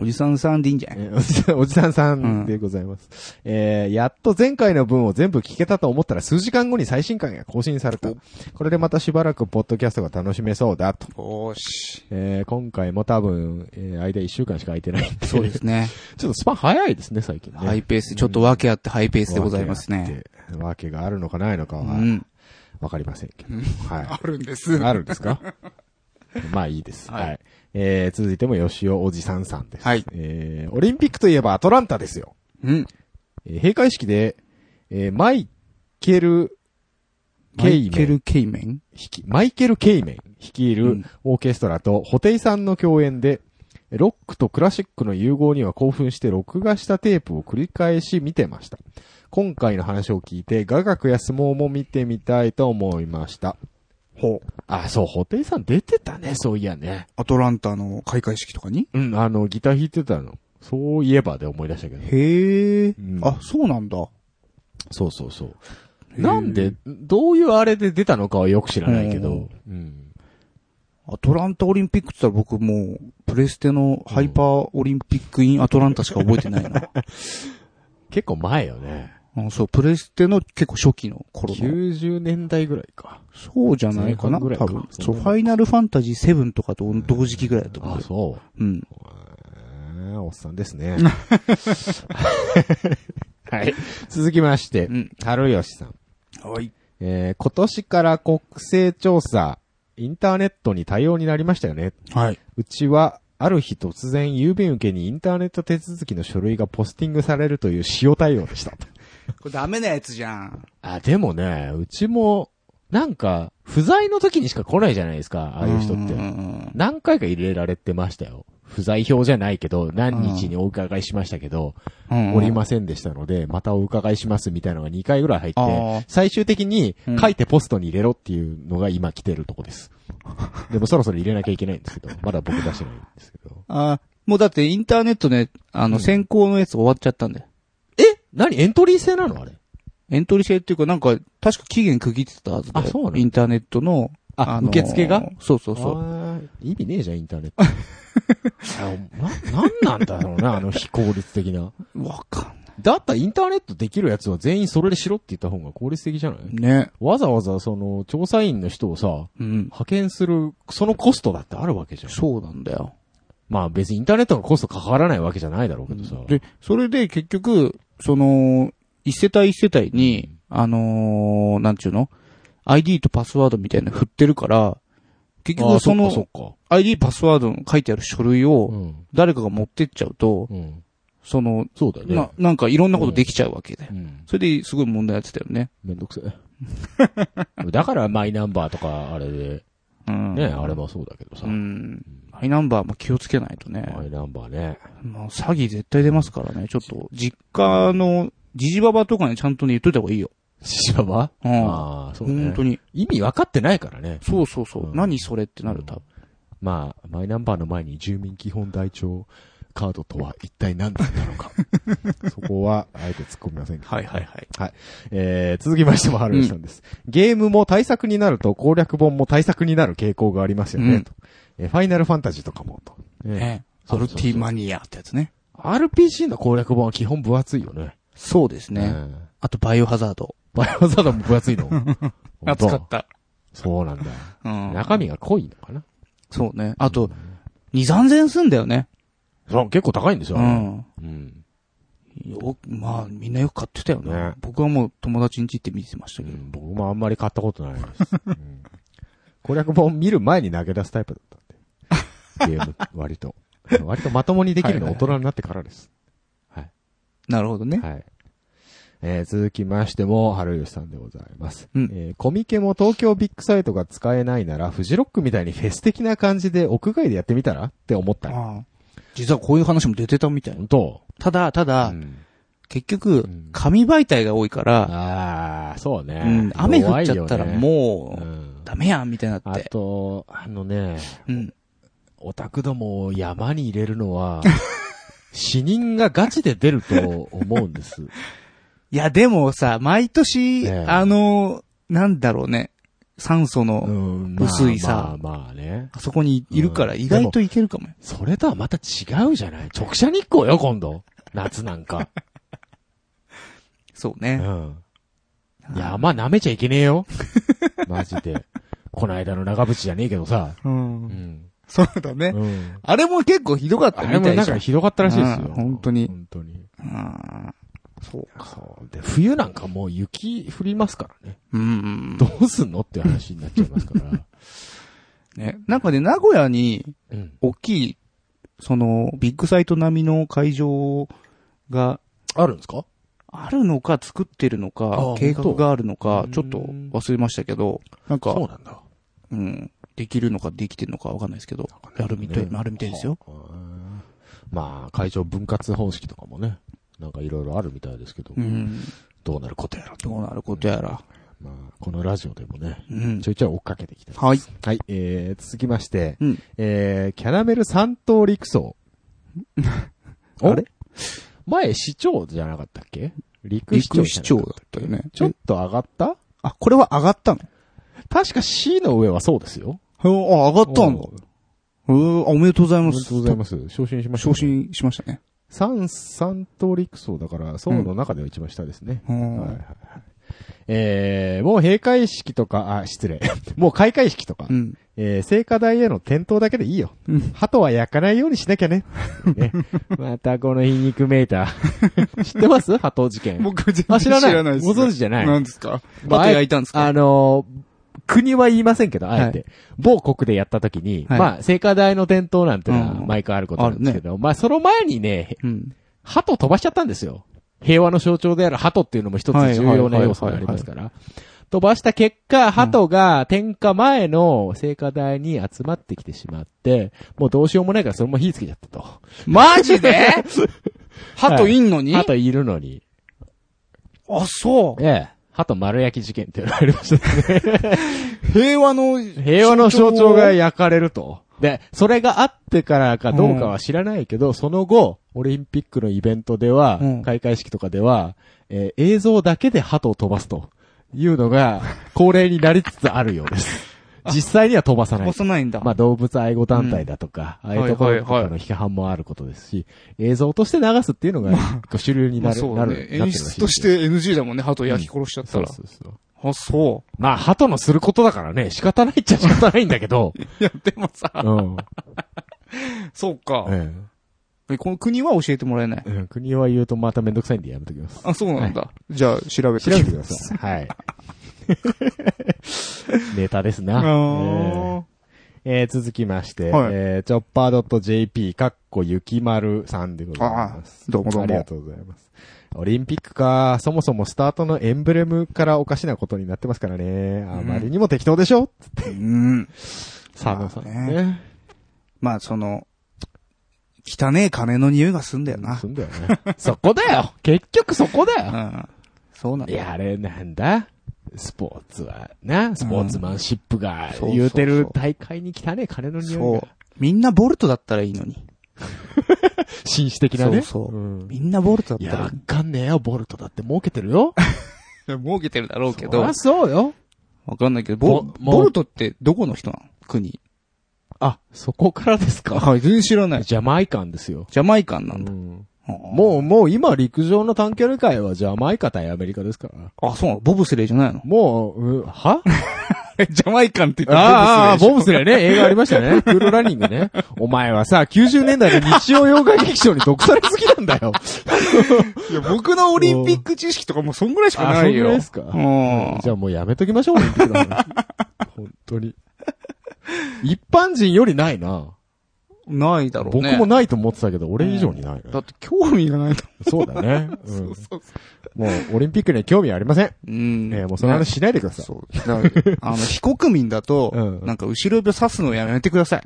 S2: おじさんさんでいいんじゃない
S1: えーおじ <laughs> さんおじさんさんでございます。えーやっと前回の分を全部聞けたと思ったら数時間後に最新回が更新された。これでまたしばらくポッドキャストが楽しめそうだと。
S2: おーし。
S1: えー今回も多分、えー間1週間しか空いてないんで。
S2: そうですね。
S1: <laughs> ちょっとスパン早いですね、最近ね。
S2: ハイペース、ちょっと訳あってハイペースでございますね。
S1: わけあって。わけがあるのかないのか
S2: う
S1: は、
S2: ん。
S1: わかりませんけど。は
S2: るんです
S1: い。あるんです
S2: <laughs>
S1: かまあいいです。
S2: は
S1: はいい。えー続いても吉尾おじさんさんです。
S2: はい
S1: えーオリンピックといえばアトランタですよ。
S2: うん。
S1: えー閉会式で、えーマイケル、
S2: マ
S1: ケ
S2: イ
S1: イメ
S2: ケ
S1: ン、
S2: ル・ケイメン
S1: 率マイケル・ケイメン率いうる
S2: ん
S1: オーケストラと、ホテイさんの共演で、ロックとクラシックの融合には興奮して録画したテープを繰り返し見てました。今回の話を聞いて、雅楽や相撲も見てみたいと思いました。ほう。あ、そう、ホテイさん出てたね、そういやね。
S2: アトランタの開会式とかに
S1: うん、あの、ギター弾いてたの。そういえばで思い出したけど。
S2: へえ
S1: うん。
S2: あ、そうなんだ。
S1: そうそうそう。
S2: へー
S1: なんで、どういうあれで出たのかはよく知らないけど。うん。
S2: アトランタオリンピックって言ったら僕もう、プレステのハイパーオリンピックインアトランタしか覚えてない <laughs> な。
S1: 結構前よね。
S2: うん、そう、プレステの結構初期の頃の。
S1: 90年代ぐらいか。
S2: そうじゃないか
S1: 前半
S2: な、
S1: ぐらいか
S2: 多分。
S1: そ
S2: そうう、ファイナルファンタジー7とかと同時期ぐらいだと思
S1: あ
S2: う、。
S1: そ
S2: うん。
S1: う。えーおっさんですね。 <laughs> はい。続きまして
S2: う、ん。
S1: 春吉さん。
S2: はい。
S1: えー今年から国勢調査、インターネットに対応になりましたよね。
S2: はい。
S1: うちは、ある日突然郵便受けにインターネット手続きの書類がポスティングされるという塩対応でした。
S2: これダメなやつじゃん。
S1: あ、でもね、うちも、なんか、不在の時にしか来ないじゃないですか、ああいう人って。
S2: んうん
S1: 何回か入れられてましたよ。不在表じゃないけど、何日にお伺いしましたけど、
S2: うん。
S1: おりませんでしたので、またお伺いしますみたいなのが2回ぐらい入
S2: あ
S1: って
S2: ー、
S1: 最終的に
S2: うん
S1: 書いてポストに入れろっていうのが今来てるとこ <laughs> です。でもそろそろ入れなきゃいけないんですけど、まだ僕出してないんですけど。
S2: あもうだってインターネットね、あの、先行のやつ終わっちゃったんで。
S1: え何エントリー制なのあれ。
S2: エントリー制っていうか、なんか、確か期限区切ってたはずで。
S1: あそうなの
S2: インターネットの、
S1: あ
S2: の
S1: 受付が
S2: そうそうそう。
S1: う。意味ねえじゃん、インターネット。 <laughs> あな、なんなんだろうな、あの非効率的な。
S2: わかん
S1: だったらインターネットできるやつは全員それでしろって言った方が効率的じゃない
S2: ない。ね。
S1: わざわざその調査員の人をさ、
S2: うん。
S1: 派遣する、そのコストだってあるわけじゃん。
S2: そうなんだよ。
S1: まあ別にインターネットのコストかからないわけじゃないだろうけどさ。
S2: で、それで結局、その、一世帯一世帯に、あのー、なんちゅうの ?ID とパスワードみたいなの振ってるから、結
S1: ああ
S2: 局そ
S1: そっ
S2: の、
S1: かそっか。
S2: ID パスワードの書いてある書類
S1: う
S2: を、
S1: ん。
S2: 誰かが持ってっちゃうと、
S1: うん。
S2: その、
S1: そうだよね。
S2: な、なんかいろんなことできちゃうわけで。
S1: うん。
S2: それですごい問題やってたよね。
S1: めんどくせえ。 <laughs> だからマイナンバーとかあれで、
S2: うん。
S1: ね、あれもそうだけどさ。
S2: うん。マイナンバーも気をつけないとね。
S1: マイナンバーね。
S2: まあ、詐欺絶対出ますからね。ちょっと、実家の、じじばばとかにちゃんとね、言っといた方がいいよ。
S1: シャバ
S2: うん。
S1: ああ、そうね
S2: 本。当に。
S1: 意味分かってないからね。
S2: そうそうそう。
S1: うん
S2: 何それってなる、多分。
S1: まあ、マイナンバーの前に住民基本台帳カードとは一体何だったの
S2: <laughs>
S1: か。そこは、あえて突っ込みませんけど。
S2: はいはいはい。
S1: えー、続きましても、はるさんです、ゲームも対策になると攻略本も対策になる傾向がありますよね、
S2: うん
S1: と。えーファイナルファンタジーとかも、と。えー
S2: ね。
S1: そ
S2: ア
S1: うそう
S2: ル
S1: そう
S2: ティマニアってやつね。
S1: RPG の攻略本は基本分厚いよね。
S2: そうです
S1: え
S2: ね。
S1: ー
S2: あと、バイオハザード。
S1: バイオハザードも分厚い
S2: <laughs>
S1: の。本当
S2: 扱った。
S1: そうなんだ。
S2: うん。
S1: 中身が濃いのかな。
S2: そうね。あと、二三千すんだよね。
S1: そう、結構高いんですよ。
S2: うん。
S1: うん。
S2: よ、まあ、みんなよく買ってたよね。
S1: ね
S2: 僕はもう友達ん家行って見てましたけど。
S1: 僕もあんまり買ったことないです。
S2: <laughs>
S1: うん攻略本見る前に投げ出すタイプだったんで。ゲーム、割と。割とまともにできるのは大人になってからです。
S2: なるほどね。
S1: はい。えー続きましても、春吉さんでございます。
S2: うん
S1: えーコミケも東京ビッグサイトが使えないなら、フジロックみたいにフェス的な感じで屋外でやってみたらって思ったり。
S2: ああ実はこういう話も出てたみたい。
S1: 本当
S2: ただ、ただ、
S1: うん
S2: 結局
S1: うん、
S2: 紙媒体が多いから、
S1: ああ、そうね。
S2: うん、雨降っちゃったら
S1: う、
S2: も
S1: う
S2: う、
S1: ん
S2: ダメやん、みたいになっ
S1: あ
S2: て。
S1: と、あのね、
S2: うん。
S1: オタクどもを山に入れるの
S2: <laughs>
S1: は、死人がガチで出ると思うん
S2: <laughs>
S1: です。
S2: いや、でもさ、毎年、
S1: ええ
S2: あの、なんだろうね、酸素の、
S1: ん
S2: 薄いさ
S1: まあまあまあね。
S2: あそこにいるから、
S1: うん
S2: 意外といけるかもよ。
S1: それとはまた違うじゃない直射日光よ、今度。夏なん
S2: <laughs>
S1: か。
S2: そう
S1: う
S2: ね。
S1: ん。山舐めちゃいけねえよ。 <laughs> マジで。こないだの長渕じゃねえけどさ。
S2: う。
S1: うんん。
S2: そうだね。
S1: うん。
S2: あれも結構ひどかった
S1: あ
S2: み
S1: れ
S2: た
S1: も
S2: い
S1: な
S2: で
S1: ん
S2: す
S1: かひどかったらしいです
S2: う
S1: よ。
S2: ん本当に
S1: 本当に。
S2: うん。そう。
S1: そう。で、冬なんかもう雪降りますからね。
S2: うん。
S1: どうすんのっていう話になっちゃいます
S2: <laughs>
S1: から。
S2: ね。なんかね、名古屋に、
S1: うん。
S2: 大きい、その、ビッグサイト並みの会場が
S1: あるんですか
S2: あるのか作ってるの
S1: あ
S2: か
S1: あ、
S2: 計画があるの
S1: 本
S2: か
S1: 当、
S2: ちょっと忘れましたけど、なんか、
S1: そうなんだ。
S2: うん、できるのかできてるのかわかんないですけど、やるみたい、
S1: ね
S2: あるみたいですよ。。
S1: はあまあ、会場分割方式とかもね、なんかいろいろあるみたいですけど、
S2: うん、
S1: どうなることやらと。
S2: どうなることやら。
S1: まあ、このラジオでもね、
S2: うん
S1: ち。ょいちょい追っかけてきた。
S2: はい。
S1: はい、えー、続きまして、
S2: うん。
S1: えー、キャラメル三等陸層。
S2: <laughs> あれ
S1: 前、市長じゃなかったっけ陸市長
S2: 陸
S1: じ
S2: 市
S1: ゃなかっ
S2: 長
S1: た。
S2: だったよね。
S1: ちょっと上がった
S2: あ、これは上がったの
S1: 確か C の上はそうですよ。
S2: あ、上がったんだ。
S1: おー
S2: へーあおめでとうござい
S1: おめ
S2: ま。
S1: ですとうございます。昇進しました、
S2: 昇。進しましたね。
S1: 三、三等陸層だから、層の中では一番下ですね。
S2: うん
S1: はいはいはい。えー、もう閉会式とか、あ、失礼。 <laughs> もう開会式とか、
S2: うん。
S1: えー、聖火台への点灯だけでいいよ。
S2: うん
S1: 鳩は焼かないようにしなき <laughs> ゃね。ねまたこの皮肉メータ <laughs> ー。知ってます鳩事件。
S2: 僕全
S1: あ、知らない。
S2: です
S1: ご存知じゃない。
S2: 何ですか
S1: まあ
S2: バテがいたんですか
S1: あのー国は言いませんけど、あえて。某国でやった時に、
S2: はい
S1: まあ、聖火台の点灯なんてのは
S2: うん
S1: 毎回あることなんですけど、まあ、その前にね、
S2: うん。
S1: 鳩飛ばしちゃったんですよ。平和の象徴である鳩っていうのも一つ重要な要素がありますから。飛ばした結果、鳩が点火前の聖火台に集まってきてしまって、もうどうしようもないからそれも火つけちゃったと。
S2: マジ <laughs> で鳩いんのに
S1: 鳩いるのに。
S2: あ、そ
S1: ええ。鳩丸焼き事件って言われましたね。
S2: う。平和の、
S1: 平和の象徴が焼かれると。で、それがあってからかどうかは知らないけど、その後、オリンピックのイベントでは、
S2: うん
S1: 開会式とかでは、えー映像だけで鳩を飛ばすというのが恒例になりつつあるようです。実際には飛ばさない
S2: 押。さないんだ。
S1: まあ動物愛護団体だとか、ああいうところと
S2: はい
S1: か
S2: はいは
S1: の批判もあることですし、映像として流すっていうのが一個主流にな
S2: まあ
S1: る、
S2: そう
S1: なる、
S2: だね。
S1: なってるら
S2: 演
S1: しいです
S2: 出として NG だもんね、鳩焼き殺しちゃった
S1: そう
S2: ら。
S1: そうそう。
S2: あ、そ
S1: まあ、鳩のすることだからね、仕方ないっちゃ仕方ないんだけど。
S2: <laughs> う。い
S1: <laughs>
S2: や、でもさ、
S1: うん。
S2: そうか。
S1: ええ
S2: えこの国は教えてもらえない。
S1: うん国は言うとまためんどくさいんでやめときます。
S2: あ、そうなんだ。じゃあ、調べて
S1: 調べてください。はい。 <laughs> ネタですな。
S2: あー
S1: えーえー続きまして、
S2: はい
S1: えー、チョッパー .jp、かっこゆきまるさんでござい
S2: あ
S1: ま
S2: ー
S1: す。
S2: どうもどう
S1: ありが
S2: も。
S1: とうございます。オリンピックか、そもそもスタートのエンブレムからおかしなことになってますからね。あまりにも適当でしょ
S2: うん。
S1: 佐野さん
S2: まあ
S1: ね。
S2: まあ、その、汚ねえ金の匂いがすんだよな
S1: す。んだよね。そこだよ結局そこだよ
S2: うん。そうなん
S1: い
S2: だ。
S1: や、あれなんだスポーツは、な、スポーツマンシップが
S2: そうそうそう
S1: 言うてる大会に来たね、金の匂
S2: そ
S1: いうが。。
S2: みんなボルトだったらいいのに。
S1: 紳士的なね。
S2: そうそうんみんなボルト
S1: いや、
S2: だったら
S1: わ
S2: い
S1: かんねえよ、ボルトだって儲けてるよ。
S2: いのに。儲けてるだろうけ
S1: そりゃそうよ。
S2: わかんないけど、ボ、
S1: ももう
S2: ボルトってどこの人なの国。
S1: あ、そこからですか。
S2: はい、全然知らな。
S1: ジャマイカンですよ。
S2: ジャマイカンなん
S1: う
S2: だ。
S1: ん
S2: も
S1: もう、もう今陸上の短距離界はジャマイカ対アメリカですから。
S2: <laughs> う、あ、そうなのボブスレーじゃないの
S1: もう、うは
S2: <laughs> ジャマイカンって言った
S1: ああ、
S2: らボ
S1: ボブスレー <laughs> ね。映画ありましたね。クールランニングね。お前はさ、90年代の日曜洋画劇場に毒されすぎなんだよ。
S2: ブスレーでしょいや、僕のオリンピック知識とかもうそんぐらいしか
S1: あ、
S2: な
S1: そう
S2: い
S1: ぐ
S2: よ。
S1: らいですか。
S2: うん
S1: じゃあもうやめときましょう、オリ
S2: <laughs>
S1: ンピックの話本当に。一般人よりないな。
S2: ないだろう
S1: 僕
S2: ね。
S1: もないと思ってたけど、俺以上にないね。
S2: だって興味がないと。
S1: そうだ
S2: <laughs>
S1: ね。うん
S2: そうそうそ
S1: もう、オリンピックには興味ありません。
S2: う。うん
S1: えーもうその話しないでください。
S2: そう。だからあの、 <laughs> 非国民だと、
S1: うん
S2: なんか後ろ指刺すのやめてください。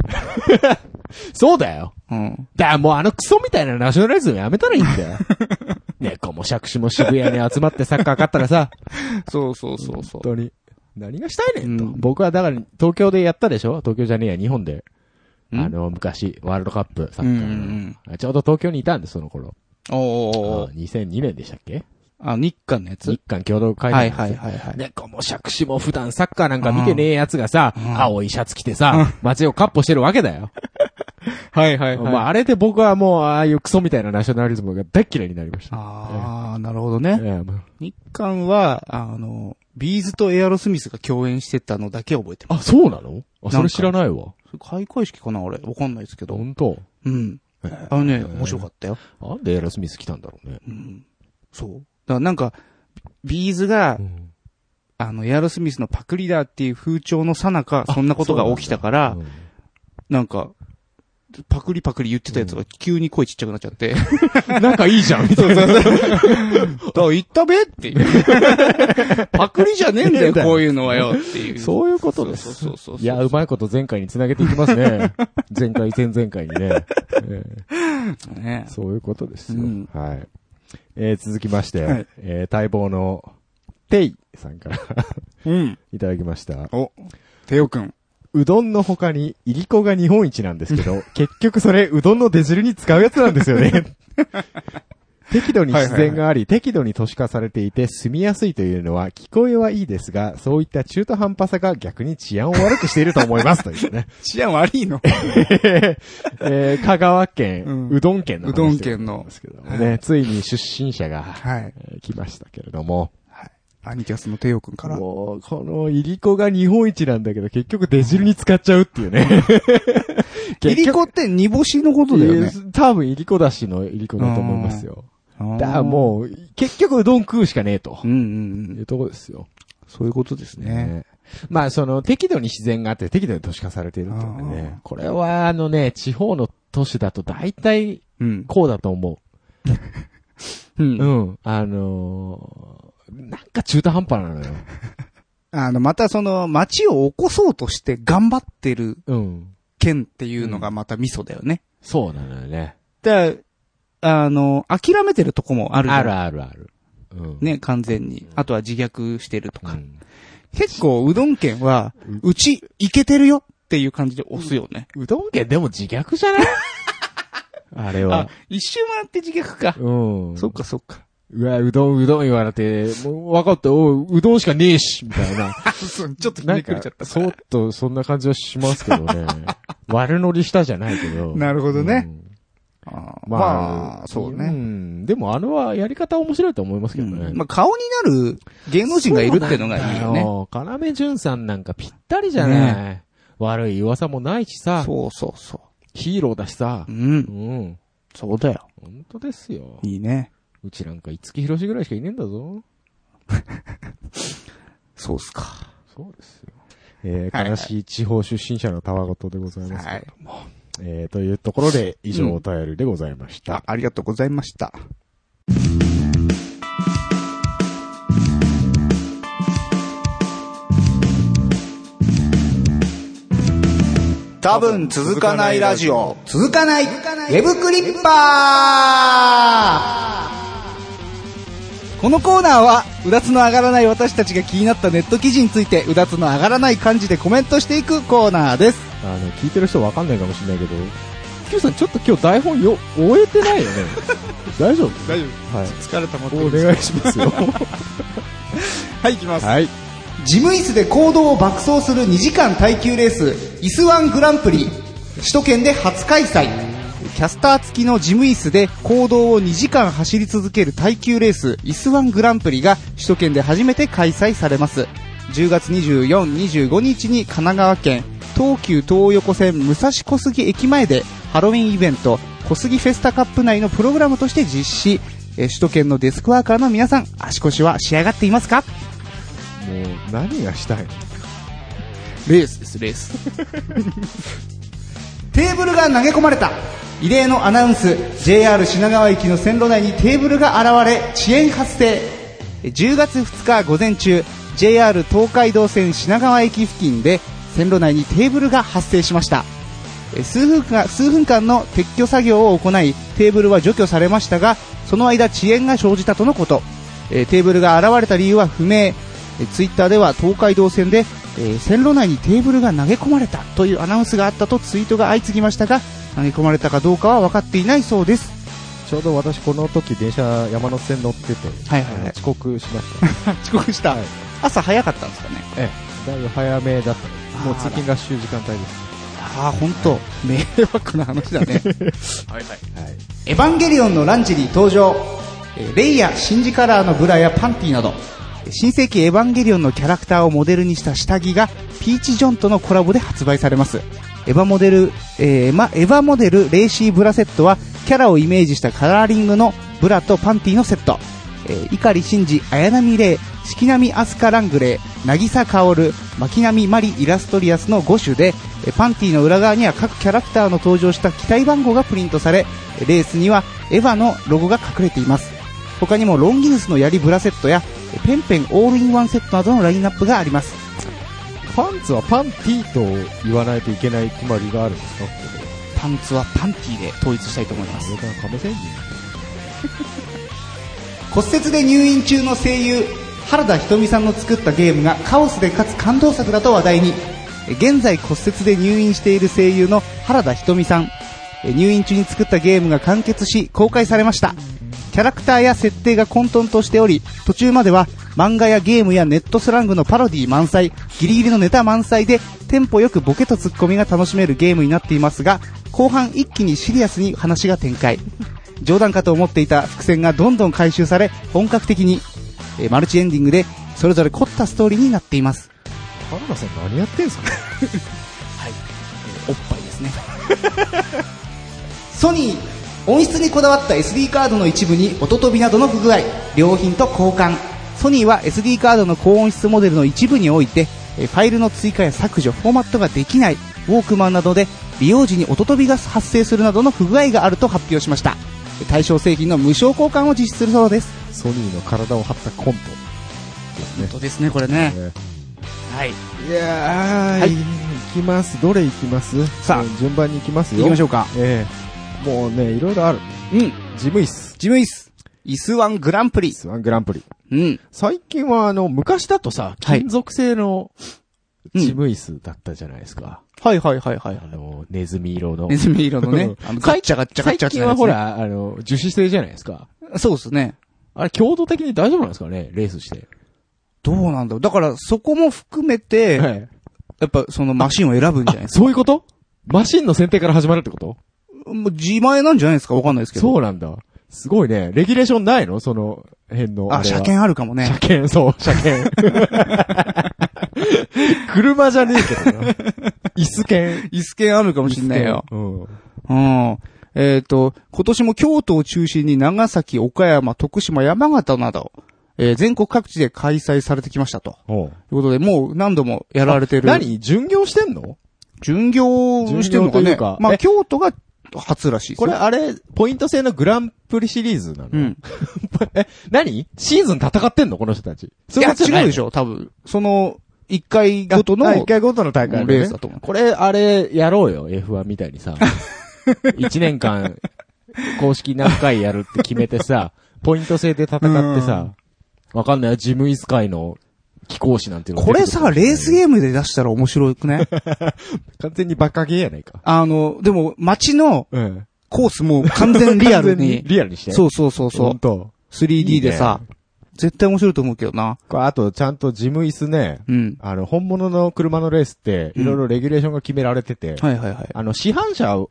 S1: そうだよ。
S2: うん。
S1: だからもうあのクソみたいなナショナリズムやめたらいいん
S2: <laughs>
S1: だよ。猫も杓子も渋谷に集まってサッカー勝ったら
S2: <laughs>
S1: さ、
S2: そうそうそうそ
S1: 本当に。何がしたいねんと。
S2: うん
S1: 僕はだから東京でやったでしょ東京じゃねえや、日本で。
S2: ん
S1: あの、昔、ワールドカップ、サ
S2: う。うんう
S1: ッ
S2: ん
S1: カ
S2: う
S1: ーの
S2: ん。
S1: あちょうど東京にいたんです、その頃。
S2: おーおーお
S1: あ
S2: ー
S1: 2002年でしたっけ
S2: あ、日韓のやつ
S1: 日韓共同会談。
S2: はいはいはいはい。
S1: 猫も杓子も普段サッカーなんか見てねえやつがさ、
S2: ん
S1: 青いシャツ着てさ、街をカッポしてるわけだよ。 <laughs>
S2: はいはい
S1: まあ、あれで僕はもう、ああいうクソみたいなナショナリズムが大っ嫌いになりました。
S2: ああ、なるほど
S1: え
S2: ね。
S1: えまあ
S2: 日韓は、あの、ビーズとエアロスミスが共演してたのだけ覚えてま
S1: あ、そうなのあ、
S2: なんか
S1: それ知らないわ。
S2: す。開会式かな俺。わかんないですけど。
S1: 本当
S2: うん。あのね、面白かったよ。
S1: なんでエアロスミス来たんだろうね。
S2: うん。そう。だからなんか、ビーズが、あの、エアロスミスのパクリだっていう風潮のさなか、そんなことが起きたから、
S1: うん
S2: なんか、パクリパクリ言ってたやつが急に声ちっちゃくなっちゃ <laughs> って。
S1: 仲いいじゃん、みた
S2: <laughs>
S1: いな。
S2: だ、言ったべっていう。 <laughs> パクリじゃねえんだよ、こういうのはよ、っていう。
S1: そういうことです。
S2: そうそうそうそう
S1: いや、うまいこと前回に繋げていきます <laughs> ね。前回、前々回にね。ええ
S2: うね。
S1: そういうことですよ。
S2: うん
S1: はい。えー続きまして、
S2: はい
S1: えー待望の、ていさんから <laughs>
S2: うん。
S1: いただきました。
S2: お、てよくん。
S1: うどんの他に、いりこが日本一なんですけ
S2: <laughs>
S1: ど、結局それ、うどんの出汁に使うやつなんですよね。適度に自然があり、適度に都市化されていて住みやすいというのは聞こえはいいですが、そういった中途半端さが逆に治安を悪くしていると思います。という
S2: <laughs>
S1: ね。
S2: 治安悪いの
S1: えー香川県、う
S2: うん
S1: どん県の話
S2: うどん県の
S1: ですけどもね、ついに出身者が、
S2: はい。
S1: えー来ましたけれども。
S2: アニキャスのてよくんから。
S1: もう、この、いりこが日本一なんだけど、結局出汁に使っちゃうっていうね。
S2: いりこって煮干しのことだよね。
S1: ね。多分、いりこだしのいりこだと思いますよ。だからもう、結局うどん食うしかねえと
S2: う。んうんう
S1: い
S2: ん。
S1: うとこですよ。
S2: そういうことですね。
S1: ねまあ、その、適度に自然があって、適度に都市化されているっていう
S2: うんうん
S1: ね。これは、あのね、地方の都市だと大体、
S2: うん。
S1: こうだと思
S2: う。
S1: う。うんん。あのー、なんか中途半端なのよ。
S2: あの、またその、街を起こそうとして頑張ってる
S1: うん。
S2: 県っていうのがまたミソだよね。
S1: そうなのよね。
S2: だからあの、諦めてるとこもあるじゃん
S1: あるあるある。うん。
S2: ね、完全に。あとは自虐してると
S1: う
S2: か。
S1: ん。
S2: 結構、うどん県は、うち、いけてるよっていう感じで押すよね。
S1: うどん県でも自虐じゃ
S2: <laughs>
S1: ないあれ
S2: あ
S1: は。、
S2: 一周回って自虐か。
S1: うん。
S2: そっかそっか。
S1: うわ、うどん、うどん言われて、もう分かった、おう、うどんしかねえし、みたいな。
S2: そうちょっとひ
S1: な
S2: ね
S1: ん
S2: くれ
S1: か
S2: ちゃっ、た。
S1: そうっと、そんな感じはしますけどね。悪乗りしたじゃないけど。
S2: なるほどね
S1: うん
S2: あー
S1: まあ、
S2: まあ、そう
S1: う
S2: ね。
S1: ん。でも、あのはやり方面白いと思いますけどね。
S2: うんまあ、顔になる芸能人がいるっていうのがいいよね。
S1: そうなんだよ。要潤さんなんかぴったりじゃない。悪い噂もないしさ、
S2: そうそうそ
S1: ヒーローだしさ
S2: う。う。。
S1: うんん。
S2: そうだよ。
S1: 本当ですよ。
S2: いいね。
S1: うちなんか五木ひろしぐらいしかいねえんだぞ。
S2: そうっすか。
S1: そうですよ。え
S2: は
S1: ー、
S2: いはい
S1: 悲しい地方出身者のたわごとでございますけ
S2: は
S1: れ
S2: い
S1: ども。えー、というところで、以上お便りでございました。
S2: あありがとうございました。多分続かないラジオ。続かない、ウェブクリッパーこのコーナーは、うだつの上がらない私たちが気になったネット記事について、うだつの上がらない感じでコメントしていくコーナーです。
S1: あの、聞いてる人わかんないかもしれないけど、Q さんちょっと今日台本よ、終えて <laughs> ないよね。大丈夫
S2: 大丈
S1: はい。
S2: 夫。疲れたま
S1: お願いしますよ。
S2: はい、行きます。
S1: はい。
S2: 事務椅子で行動を爆走する2時間耐久レース、椅子ワングランプリ、首都圏で初開催。キャスター付きの事務椅子で行動を2時間走り続ける耐久レース、椅子ワングランプリが首都圏で初めて開催されます。 10月24、25日に神奈川県東急東横線武蔵小杉駅前でハロウィンイベント小杉フェスタカップ内のプログラムとして実施。えー首都圏のデスクワーカーの皆さん、足腰は仕上がっていますか
S1: もう、何がしたいの
S2: レースです、レース。 <laughs> テーブルが投げ込まれた異例のアナウンス、JR 品川駅の線路内にテーブルが現れ、遅延発生。10月2日午前中、JR 東海道線品川駅付近で、線路内にテーブルが発生しました。え数分間数分間の撤去作業を行いテーブルは除去されましたがその間遅延が生じたとのことえーテーブルが現れた理由は不明ツイッター Twitter では東海道線で、えー線路内にテーブルが投げ込まれたというアナウンスがあったとツイートが相次ぎましたが投げ込まれたかどうかは分かっていないそうです
S1: ちょうど私この時電車山手線乗ってて、
S2: はいはいはい
S1: 遅刻しました。
S2: <laughs> 遅刻した、
S1: はい
S2: 朝早かったんですかね
S1: <laughs> ええ、だいぶ早めだった
S2: あ
S1: です。
S2: ー
S1: もう通勤ラッシュ時間帯です。
S2: ああ本当、迷惑な話だね
S3: はいはい。
S1: はい。
S2: エヴァンゲリオンのランジェリー登場。えーレイやシンジカラーのブラやパンティなど、えー新世紀エヴァンゲリオンのキャラクターをモデルにした下着が、ピーチ・ジョンとのコラボで発売されます。エヴァモデル、えーま、エヴァモデルレーシーブラセットは、キャラをイメージしたカラーリングのブラとパンティのセット。えー、碇シンジ、綾波レイ、四季並みアスカラングレー、渚薫、巻波マリイラストリアスの5種で、えーパンティの裏側には各キャラクターの登場した機体番号がプリントされ、えーレースにはエヴァのロゴが隠れています。他にもロンギヌスの槍ブラセットや、えーペンペンオールインワンセットなどのラインナップがあります。
S1: パンツはパンティーと言わないといけない決まりがあるんですかこ
S2: パンツはパンティで統一したいと思いま
S1: こ
S2: す
S1: で。。あれだ、亀仙人。
S2: 骨折で入院中の声優原田瞳さんの作ったゲームがカオスでかつ感動作だと話題にえ現在骨折で入院している声優の原田瞳さんえ入院中に作ったゲームが完結し公開されましたキャラクターや設定が混沌としており途中までは漫画やゲームやネットスラングのパロディ満載ギリギリのネタ満載でテンポよくボケとツッコミが楽しめるゲームになっていますが後半一気にシリアスに話が展開冗談かと思っていた伏線がどんどん回収され本格的に、えーマルチエンディングでそれぞれ凝ったストーリーになっています
S1: 原田さん何やってんすか
S2: おっぱいですねソニー音質にこだわった SD カードの一部に音飛びなどの不具合良品と交換ソニーは SD カードの高音質モデルの一部においてえーファイルの追加や削除フォーマットができないウォークマンなどで利用時に音飛びが発生するなどの不具合があると発表しました対象製品の無償交換を実施するそうです
S1: <laughs> ソニーの体を張ったコントですね
S2: 本。当ですね、これね。
S1: ね
S2: はい。
S1: いやー、
S2: はい
S1: い、きます。どれいきます
S2: さあ
S1: うん順番にいきますよ。
S2: 行きまし
S1: ょう。
S2: ょうか。
S1: ええもうね、いろいろある。
S2: うん。
S1: ジ
S2: 事
S1: ムイス。
S2: 務椅子。椅子ワングランプリ。
S1: スワングランプリ。
S2: うん。
S1: 最近はあの、昔だとさ、
S2: はい
S1: 金属製の
S2: うん
S1: ジムイスだったじゃないですか。
S2: はいはいはいはい
S1: あ。の、ネズミ色の。
S2: ネ。ズミ色のね <laughs> あの、ガッチャガッチャガッ
S1: 最
S2: チャって
S1: 近
S2: なる
S1: は
S2: やつね
S1: ほ。ら、あの、樹脂製じゃないですか。
S2: そうですね。
S1: あれ、強度的に大丈夫なんですかねレースして。
S2: どうなんだろう。だから、そこも含めて、や
S1: い。
S2: っぱそのマシンを選ぶんじゃないですか。
S1: そういうことマシンの選定から始まるってこと
S2: もう自前なんじゃないですかわかんないですけど。
S1: そうなんだ。すごいね。レギュレーションないのその辺の。
S2: あ、
S1: れは
S2: 車検あるかもね
S1: 車。検、そう、車
S2: <laughs>
S1: 検。車じゃねえけどな。椅子券。
S2: 椅子券あるかもしんないよ。
S1: うん。
S2: うん。えっ、と、今年も京都を中心に長崎、岡山、徳島、山形など、えー全国各地で開催されてきましたと。
S1: お
S2: ということで、もう何度もやられてる。
S1: 何巡業してんの
S2: 巡業してる
S1: 巡業
S2: のか
S1: とい
S2: ね
S1: うか
S2: ま
S1: え
S2: あ、京都が初らしいです
S1: こ
S2: よ
S1: れあれ、ポイント制のグランプリシリーズなの、
S2: うん。
S1: <laughs> え、何シーズン戦ってんのこの人たち。
S2: い
S1: そ
S2: や、
S1: じゃな
S2: 違うでし
S1: ょ
S2: ょ、多分。その、一回ごとの、
S1: 一回ごとの大会、ね、
S2: レースだと思う
S1: これ、あれ、やろうよ。F1 みたいに <laughs> さ。一年間、公式何回やるって決めてさ、ポイント制で戦ってさ、わかんないよ。ジムイス界の貴公子なんていうの
S2: これさ、レースゲームで出したら面白く <laughs> ね
S1: 完全にバカゲーやないか。
S2: あの、でも、街の
S1: うん。
S2: コースも完全 <laughs> リアルに。
S1: リアルにして。
S2: そううそうそうそう。
S1: と。いい
S2: 3D
S1: ね
S2: でさ絶対面白いと思うけどな。
S1: これあと、ちゃんとジムイスね、
S2: うん。
S1: あの、本物の車のレースって、いろいろレギュレーションが決められてて、
S2: はいはいはい。
S1: あの、市販車を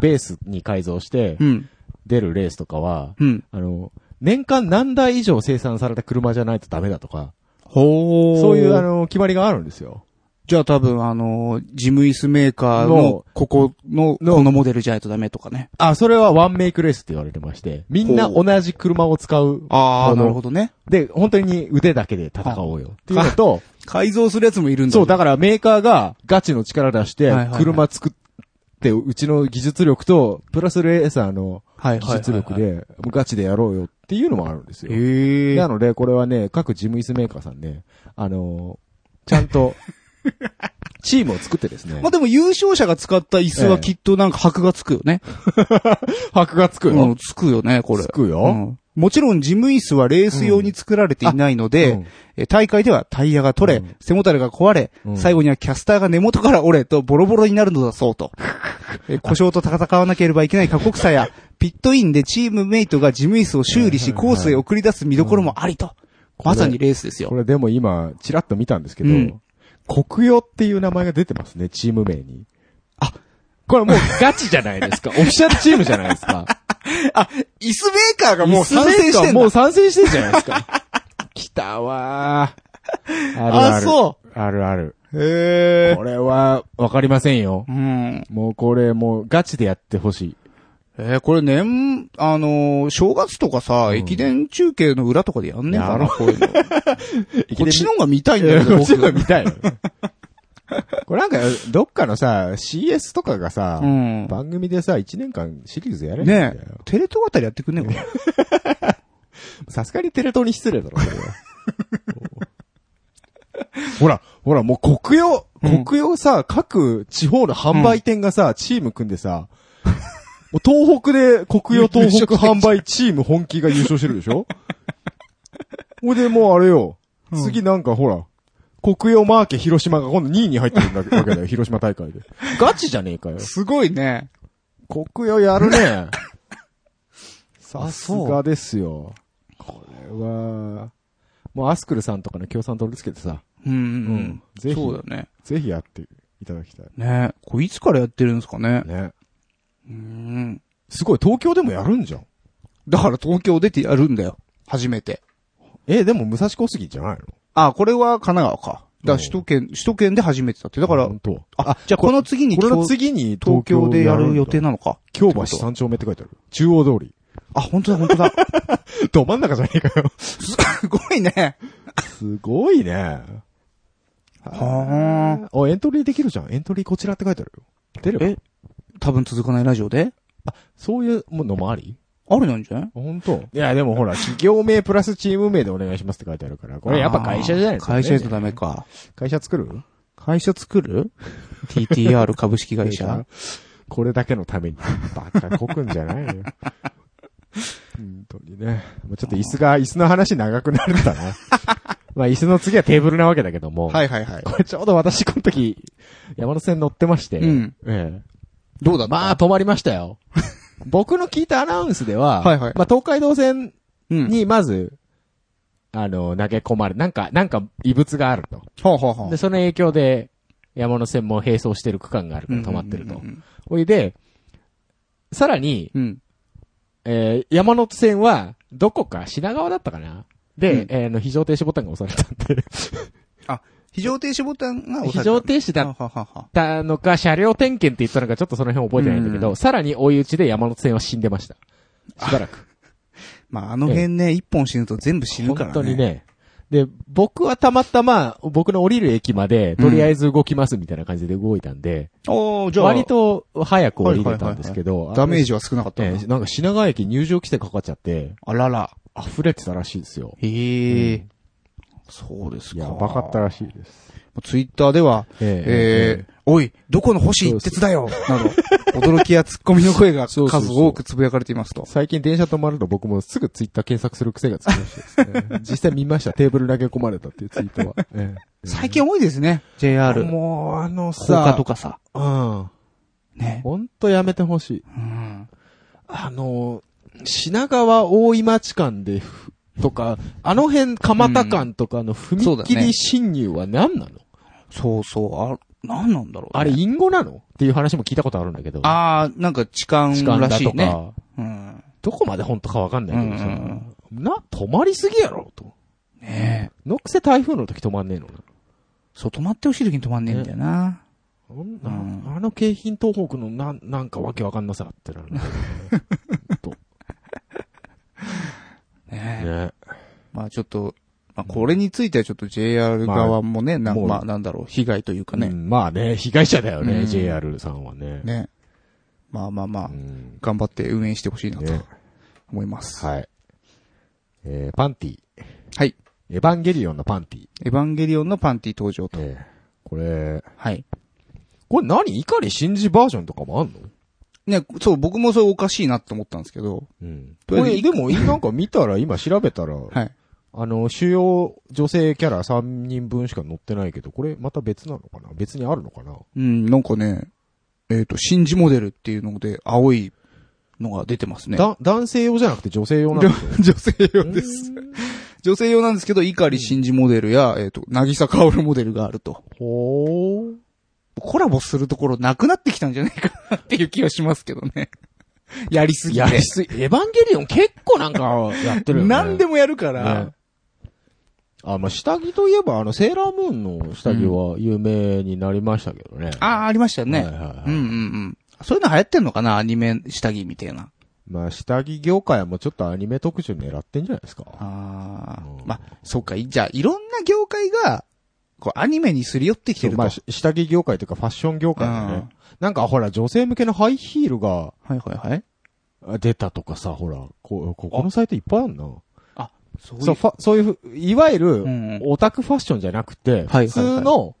S1: ベースに改造して
S2: う、ん。
S1: 出るレースとかは、
S2: うん。
S1: あの、年間何台以上生産された車じゃないとダメだとか、
S2: ほ
S1: そういう、あ、の、決まりがあるんですよ。
S2: じゃあ多分、あのー、事務椅子メーカーの
S1: の、
S2: ここの、
S1: の
S2: このモデルじゃないとダメとかね。
S1: あ、それはワンメイクレースって言われてまして、みんな
S2: ほ
S1: 同じ車を使う。
S2: ああ、
S1: この
S2: なるほどね。
S1: で、本当に腕だけで戦おうよ。っていうのと、
S2: 改造するやつもいるんだ。
S1: <laughs> そう、だからメーカーがガチの力出して
S2: はいはいは、い
S1: 車作って、うちの技術力と、プラスレーサーの
S2: はいはいは
S1: 技
S2: い
S1: 術力。で、ガチでやろうよっていうのもあるんですよ。
S2: へえ。
S1: なので、これはね、各事務椅子メーカーさんね、あのーちゃん <laughs> と、チームを作ってですね
S2: まあ、、でも優勝者が使った椅子はきっとなんか箔がつくよね。
S1: 箔がつく
S2: うん、
S1: よ。
S2: つくよね、これ。
S1: つくよ
S2: うんもちろん、事務椅子はレース用に作られていないので、
S1: うん
S2: え大会ではタイヤが取れ、
S1: うん
S2: 背もたれが壊れ、
S1: うん
S2: 最後にはキャスターが根元から折れとボロボロになるの
S1: <laughs>
S2: だそうと。え故障と戦わなければいけない過酷さや、ピットインでチームメイトが事務椅子を修理
S1: は
S2: し、
S1: いはい
S2: コ
S1: はい
S2: ースへ送り出す見どころもありと。
S1: これ
S2: まさにレースです
S1: こ
S2: よ。
S1: れでも今、チラッと見たんですけど、
S2: うん
S1: 国用っていう名前が出てますね、チーム名に。
S2: あ、
S1: これもうガチじゃない <laughs> ですか。オフィシャルチームじゃないですか。
S2: 椅子メーカーが
S1: 椅子メーカーもう参戦してんじゃないですか。 <laughs> 来たわー。あるある。
S2: あ、そ
S1: あるある。
S2: う。へ
S1: これは、わかりませんよ。
S2: うん。
S1: もうこれ、もうガチでやってほしい。
S2: えーこれ年、あのー正月とかさ、
S1: うん
S2: 駅伝中継の裏とかでやんねえか
S1: や
S2: な、
S1: ろ
S2: こういう <laughs> の。こっちの方が見たいんだ
S1: え
S2: よ、
S1: ーこっち
S2: 僕
S1: のが見たい
S2: <laughs>
S1: よ。これなんか、どっかのさ、CS とかがさ、
S2: うん。
S1: 番組でさ、1年間シリーズやれないん
S2: ね
S1: だよ。
S2: え、テレ東あたりやってくんねえかな
S1: さすがにテレ東に失礼だろ、それは <laughs> ほら、ほら、もう国用、
S2: うん
S1: 国用さ、各地方の販売店がさ、チーム組んでさ、もう東北で国用東北販売チーム本気が優勝してるでしょほいで、もうあれよ、
S2: うん
S1: 次なんかほら、国用マーケ広島が今度2位に入ってるんだわけだよ、広島大会で。ガチじゃねえかよ。
S2: すごいね。
S1: 国用やる <laughs> ね。さす
S2: あそ
S1: がですよ。これは、もうアスクルさんとかの共産取り付けてさ、
S2: うん
S1: う
S2: うんん。
S1: ぜひ
S2: そうだね。
S1: ぜひやっていただきたい。
S2: ねえ、これいつからやってるんですかね。
S1: ね。
S2: うん。
S1: すごい、東京でもやるんじゃん。
S2: だから東京出てやるんだよ。初めて。
S1: え、でも武蔵小杉じゃないの
S2: あ、これは神奈川か。だから首都圏、首都圏で初めてだって。だから、
S1: 本当。こ
S2: あ、じゃあこの次に
S1: れの
S2: 東
S1: 次に
S2: 東京でやる予定
S1: な。
S2: なのか。
S1: 京橋三丁目って書いてある。中央通り。
S2: あ、本当だ、本 <laughs> 当だ。
S1: <laughs> ど真ん中じゃねえかよ。
S2: すごいね。
S1: すごいね。
S2: はあ。
S1: あ、エントリーできるじゃん。エントリーこちらって書いてあるよ。出る
S2: え多分続かないラジオで
S1: そういうものもあり
S2: あるなんじゃない
S1: 本当いや、でもほら、企業名プラスチーム名でお願いしますって書いてあるから、これやっぱ会社じゃないですか、
S2: あー
S1: ね。
S2: 会社じゃダメか。
S1: 会社作る
S2: 会社
S1: <laughs>
S2: 作る ?TTR 株式会 <laughs> 社。
S1: これだけのために。バカこくんじゃない <laughs> よ。本当にね。もうちょっと椅子が、椅子の話長くなる <laughs> んだな。まあ椅子の次はテーブルなわけだけども。
S2: いはいはい。
S1: これちょうど私この時、山手線乗ってまして。
S2: うん。
S1: ええ
S2: どうだった
S1: まあ、止まりましたよ。僕の聞いたアナウンスでは、
S2: はいはい
S1: まあ東海道線
S2: うん。
S1: に、まず、あの、投げ込まれ、なんか、なんか異物があると。
S2: ほうほうほ
S1: で、その影響で、山の線も並走してる区間があるから止まってると。おいで、さらに、
S2: うん。
S1: えー山手線は、どこか、品川だったかなで、
S2: うん
S1: えーあの、非常停止ボタンが押されたんで、 <laughs>
S2: 非常停止ボタンが押さ
S1: 非
S2: れた。
S1: 常停止だっ
S2: はははは。
S1: たのか、車両点検って言ったのか、ちょっとその辺覚えてないんだけど、
S2: うん
S1: さらに追い打ちで山手線は死んでました。しばらく。
S2: まあ、あの辺ね、一本死ぬと全部死ぬからね。
S1: 本当に。ね。で、僕はたまたま、僕の降りる駅まで、とりあえず動きますみたいな感じで動いたんで、
S2: おー、じゃあ、
S1: 割と早く降りれたんですけど、
S2: ダメー
S1: ジ
S2: ジは少なかった
S1: え
S2: な
S1: えなんか品川駅入場規制かかっちゃって、
S2: あらら。
S1: 溢れてたらしいですよ。
S2: へ
S1: う
S2: え。そうです
S1: い
S2: か。
S1: や、バカった。らしいです。
S2: ツイッターでは、
S1: ええ
S2: えー、おい、どこの星一徹だよなど、 <laughs> 驚きや突っ込みの声が数
S1: そうそうそう
S2: 多くつぶやかれていますと。
S1: 最近電車止まると僕もすぐツイッター検索する癖がつきまして <laughs> ですね。実際見ました。テーブル投げ込まれたっていうツイートは。 <laughs> え
S2: 最近多いですね。JR。
S1: もう、あの
S2: 放火とかさ。
S1: うん。
S2: ね。
S1: ほんとやめてほしい。
S2: うん。
S1: あの、品川大井町間でふ、とか、あの辺蒲田間とかの
S2: そうだ
S1: 踏
S2: ね
S1: 切侵入は何なの、
S2: そうそう。あ、なんなんだろう、
S1: あれ、隠語なのっていう話も聞いたことあるんだけど。
S2: あー、なんか痴漢
S1: 時間
S2: ら
S1: だ
S2: し
S1: とか、
S2: いね。うん。
S1: どこまで本当かわかんないけどさ、
S2: うんうん
S1: な、止まりすぎやろ、と。
S2: ねえ。
S1: のくせ台風の時止まんねえのな。
S2: そう、止まってほしい時に止まんねえんだよな。
S1: あんな
S2: うん
S1: あの京浜東北のなん、なんかわけわかんなさってなるんだよね。
S2: ねえ。
S1: ね
S2: まあちょっと、まあこれについてはちょっと JR 側もね、なん
S1: もう
S2: まあなんだろう、被害というか
S1: う
S2: ね。
S1: んまあね、被害者だよね、
S2: うん
S1: JR さんはね。
S2: ね。まあまあまあ
S1: う、ん
S2: 頑張って運営してほしいなと
S1: ね
S2: 思います。
S1: はい。えーパンティ。
S2: はい。
S1: エヴァンゲリオンのパンティ。
S2: エヴァンゲリオンのパンティ登場と。
S1: えーこれ、
S2: はい。
S1: これ何怒り信じバージョンとかもあんの
S2: ね、そう、僕もそれおかしいなと思ったんですけど、
S1: うん。
S2: と
S1: こ
S2: りあえ
S1: れ、
S2: ず
S1: でも、なんか見たら、今調べ <laughs> たら、
S2: はい。
S1: あの、主要女性キャラ3人分しか載ってないけど、これまた別なのかな別にあるのかな
S2: うん、なんかね、えっ、と、新次モデルっていうので、青いのが出てますね。
S1: だ男性用じゃなくて女性用なん
S2: で
S1: で
S2: も
S1: すよ。
S2: 女性用です。女性用なんですけど、碇新次モデルや、えっ、と、なぎさかおるモデルがあると。
S1: ほー。
S2: コラボするところなくなってきたんじゃないかなっていう気はしますけどね。やりすぎて。
S1: やりすぎ。エヴァンゲリオン結構なんかやってるよね。
S2: 何でもやるか
S1: ね
S2: ら、
S1: あ、まあ、下着といえば、あの、セーラームーンの下着は有名になりましたけどね。
S2: ああ、ありましたよね。
S1: はいはいはい
S2: うんうんうん。そういうの流行ってんのかなアニメ下着みたいな。
S1: まあ、下着業界はもうちょっとアニメ特集狙ってんじゃないですか。
S2: ああ
S1: う。ん
S2: まあ、そうか。いじゃあ、いろんな業界が、こう、アニメにすり寄ってきて
S1: そう
S2: ると。
S1: まあ、し下着業界というかファッション業界だ
S2: うん
S1: ね。なんかほら、女性向けのハイヒールが
S2: はいはいはい。
S1: あ出たとかさ、ほら、こここのサイトいっぱいあるな。
S2: そ
S1: そう、ファそういうふ、いわゆ
S2: う
S1: る、
S2: んうん。
S1: オタクファッションじゃなくて、
S2: はい
S1: 普通の、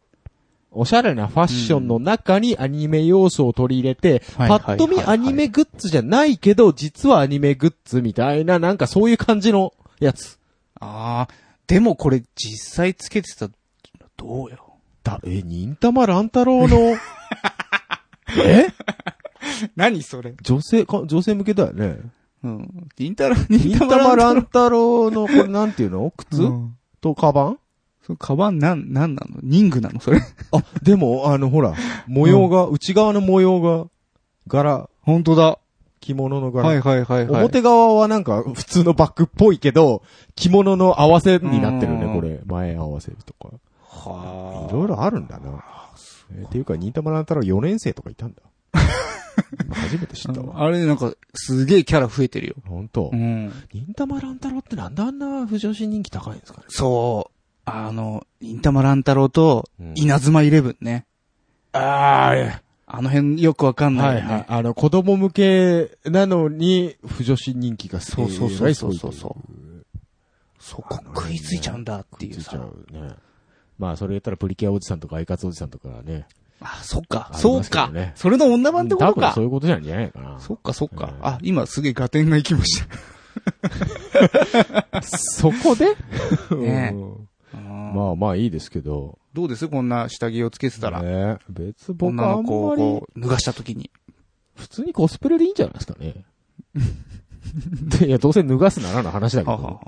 S1: おしゃれなファッションの中にアニメ要素を取り入れて、
S2: はい
S1: パッと見アニメグッズじゃないけど、実はアニメグッズみたいな、なんかそういう感じのやつ。
S2: ああ。でもこれ、実際つけてたら、どうよ。
S1: だ、え、忍たま乱太郎
S2: <laughs>
S1: の、え
S2: 何それ。
S1: 女性か、女性向けだよね。
S2: うん。忍たま、
S1: 忍たま乱太郎の、これなんていうの靴、
S2: うん
S1: とカバン
S2: そのカバンなん、なんなのリングなのそれ。
S1: あ、でも、あの、ほら、模様が、内側の模様が、柄、
S2: 本当だ。
S1: 着物の柄。
S2: はいはいはいはい。
S1: 表側はなんか、普通のバッグっぽいけど、着物の合わせになってる
S2: う
S1: ね、
S2: ん
S1: これ。前合わせるとか。
S2: はい
S1: ろいろあるんだな。えーっていうか、忍たま乱太郎4年生とかいたんだ。今初めて知った
S2: うん
S1: わ。
S2: あれなんか、すげえキャラ増えてるよ。
S1: ほんと
S2: う。ん。
S1: 忍たま乱太郎ってなんであんな不女子人気高いんですかね。
S2: そう。あの、忍たま乱太郎と
S1: うん、
S2: 稲妻イレブンね。
S1: ああ、
S2: あの辺よくわかんない
S1: は
S2: よ
S1: い
S2: ね。
S1: はい。あの、子供向けなのに、不女子人気がす
S2: そ
S1: ご
S2: う
S1: い。
S2: そうそうそうそう
S1: そ
S2: そう。そこ食いついちゃうんだっていうさ。
S1: うね。まあ、それ言ったらプリキュアおじさんとかアイカツおじさんとかね。
S2: あ、そっか
S1: あ。り
S2: そ
S1: ま
S2: う
S1: すけど
S2: か
S1: ね。
S2: それの女版ってこと
S1: 多分
S2: か
S1: そう。いうことなんじゃないかな。
S2: そっかそっか
S1: う。ん
S2: あ、今すげえ合点がいきました。
S1: そこで <laughs>
S2: ね
S1: うん
S2: まあ、
S1: まあまあいいですけど。
S2: どうですこんな下着をつけてたら。
S1: ね別僕
S2: 女
S1: あ
S2: の
S1: ん
S2: 子
S1: ま
S2: を
S1: り
S2: こ、う、脱がした時に。
S1: 普通にコスプレでいいんじゃないですか
S2: <laughs>
S1: ね。でいや、どうせ脱がすならの話だけ
S2: は
S1: ど。
S2: はは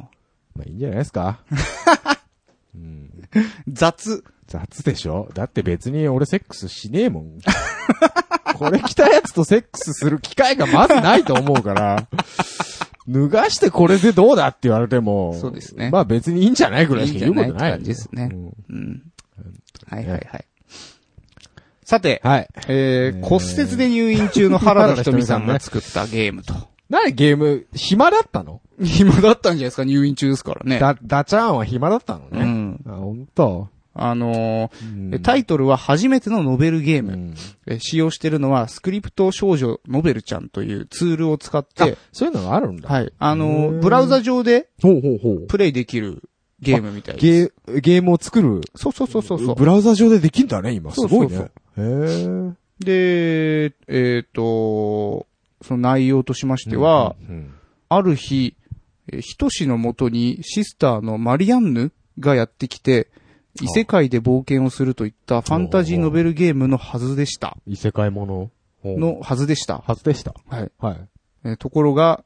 S1: まあいいんじゃないですか。うん
S2: 雑。
S1: 雑でしょだって別に俺セックスしねえもん。 <laughs> これ着たやつとセックスする機会がまずないと思うから、脱がしてこれでどうだって言われても、
S2: そうですね
S1: まあ別にいいんじゃないぐらいしか言うことない
S2: いいんじゃないって感じですね
S1: うん
S2: うん。はいはいはい。さて、
S1: はい。
S2: え
S1: ね
S2: ー、
S1: え
S2: 骨折で入院中の原田瞳さんが作ったゲームと。
S1: なんでゲーム、暇だったの
S2: 暇だったんじゃないですか入院中ですからね。
S1: だ、ダチャーンは暇だったの
S2: う
S1: ね。
S2: ん。
S1: あ、ほんと。
S2: あのー
S1: うん
S2: えタイトルは初めてのノベルゲーム。
S1: うん
S2: え使用してるのはスクリプト少女ノベルちゃんというツールを使って、
S1: そういうのがあるんだ。
S2: はい。あの
S1: う
S2: ー
S1: ん
S2: ブラウザ上で
S1: ほうほうほう。
S2: プレイできるゲームみたいです。
S1: ゲー、ゲームを作る。
S2: そうそうそうそうそう。
S1: ブラウザ上でできんだね、今。す
S2: そう
S1: ご
S2: そ
S1: いう
S2: そ
S1: ね
S2: う。
S1: へえ。
S2: で、えっ、と、その内容としましては、
S1: うん、
S2: ある日、えーヒトシのもとにシスターのマリアンヌがやってきて、異世界で冒険をするといったファンタジーノベルゲームのはずでした。
S1: 異世界ものの
S2: のはずでした。
S1: はずでした。
S2: はい。
S1: はい。
S2: えーところが、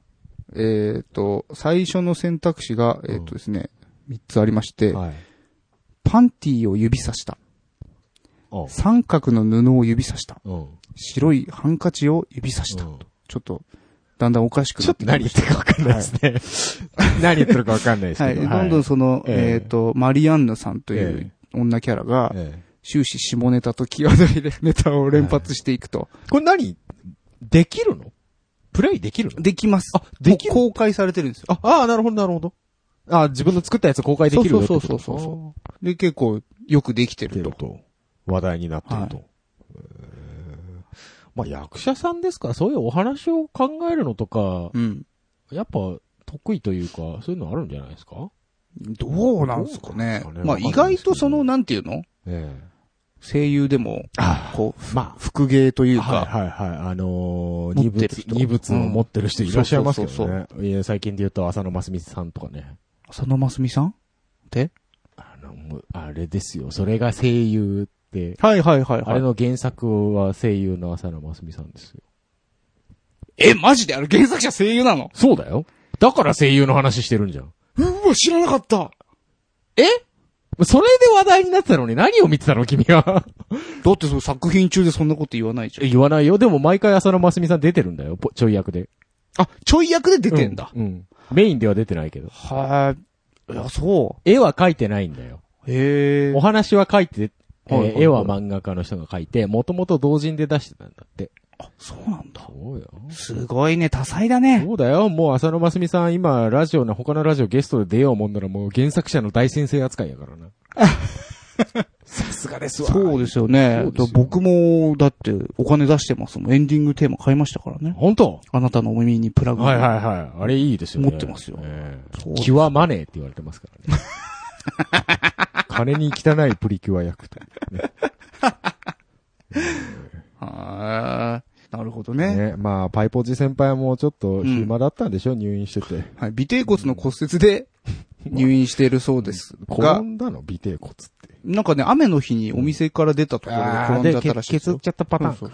S2: えっ、と、最初の選択肢が、えっ、とですね、3つありまして、
S1: はい。
S2: パンティーを指さした。
S1: あ
S2: 三角の布を指さした。
S1: うん。
S2: 白いハンカチを指さした。
S1: うん
S2: ちょっと、だんだんおかしく
S1: ちょ
S2: な
S1: っと何言ってるかわかんないですね。何言ってるかわかんないです
S2: は
S1: け
S2: い。
S1: ど。
S2: どんどんその、
S1: ええ
S2: えっと、マリアンヌさんとい
S1: え
S2: う女キャラが、
S1: ええ
S2: 終始下ネタと際どいネタを連発していくと。
S1: これ何できるのプレイできるの
S2: できます。
S1: あできる
S2: もう公開されてるんですよ。
S1: あ、ああ、なるほど、なるほど。ああ自分の作ったやつ公開できるよってこと
S2: そうそうそうそうそで、結構よくできて
S1: 出て
S2: る
S1: る
S2: と。
S1: と。話題になってると。えーまあ役者さんですから、そういうお話を考えるのとか、
S2: うん。
S1: やっぱ得意というか、そういうのあるんじゃないですか
S2: どうなんですかね
S1: どうなんですかね。
S2: まあ意外とその、なんていうの
S1: ええ
S2: 声優でも、
S1: あ
S2: こ
S1: ま
S2: う、副芸というう
S1: はい
S2: か、
S1: はいはい。あのー、
S2: 持
S1: 二物
S2: ってる人、
S1: 二物を持ってる人いらっしゃいますけ
S2: そ
S1: ど
S2: うそう
S1: ね。いや最近で言うと、浅野真澄さんとかね。
S2: 佐野真澄さん
S1: あの、もうあれですよ。それが声優って、
S2: はいはいはい
S1: あれ。の原作は声優の浅野真澄さんですよ。
S2: え、マジであれ原作者声優なの
S1: そうだよ。だから声優の話してるんじゃん。
S2: うわ、知らなかった。
S1: それで話題になってたのに何を見てたの君は。
S2: だってその作品中でそんなこと言わないじゃん。
S1: 言わないよ。でも毎回浅野真澄さん出てるんだよ。ぽちょい役で。
S2: あ、ちょい役で出てんだ。
S1: うん。うんメインでは出てないけど。
S2: はい。いや、そ
S1: 絵は描いてないんだよ。
S2: う。へ
S1: お
S2: え。
S1: 話は書いて、えー
S2: はいはいはい
S1: 絵は漫画家の人が書いて、もともと同人で出してたんだって。
S2: そうなんだ。
S1: そうよ。
S2: すごいね、多彩だね。
S1: そうだよ。もう浅野真澄さん、今、ラジオの、他のラジオゲストで出ようもんなら、もう原作者の大先生扱いやから
S2: <laughs>
S1: な。さすがですわ。
S2: そうですよね
S1: そうですよ
S2: 僕も、だって、お金出してますもん。エンディングテーマ買いましたからね。
S1: 本当
S2: あなたのお耳にプラグ。
S1: はいはいはい。あれいいですよね。
S2: 持ってますよ
S1: ええ
S2: そう
S1: キュアマネーって言われてますから
S2: <laughs>
S1: ね。金に汚いプリキュア役というね。
S2: はーいなるほどね。
S1: ね。まあ、パイポジ先輩もちょっと暇だったんでしょ、入院してて。
S2: はい。尾低骨の骨折で入院しているそうです
S1: 転
S2: <laughs> が、
S1: んだの尾低骨って。
S2: なんかね、雨の日にお店から出たところで転んじゃったらしいです
S1: 削っ
S2: よ。
S1: ちゃったパタ
S2: タ
S1: ーン。
S2: ーン
S1: う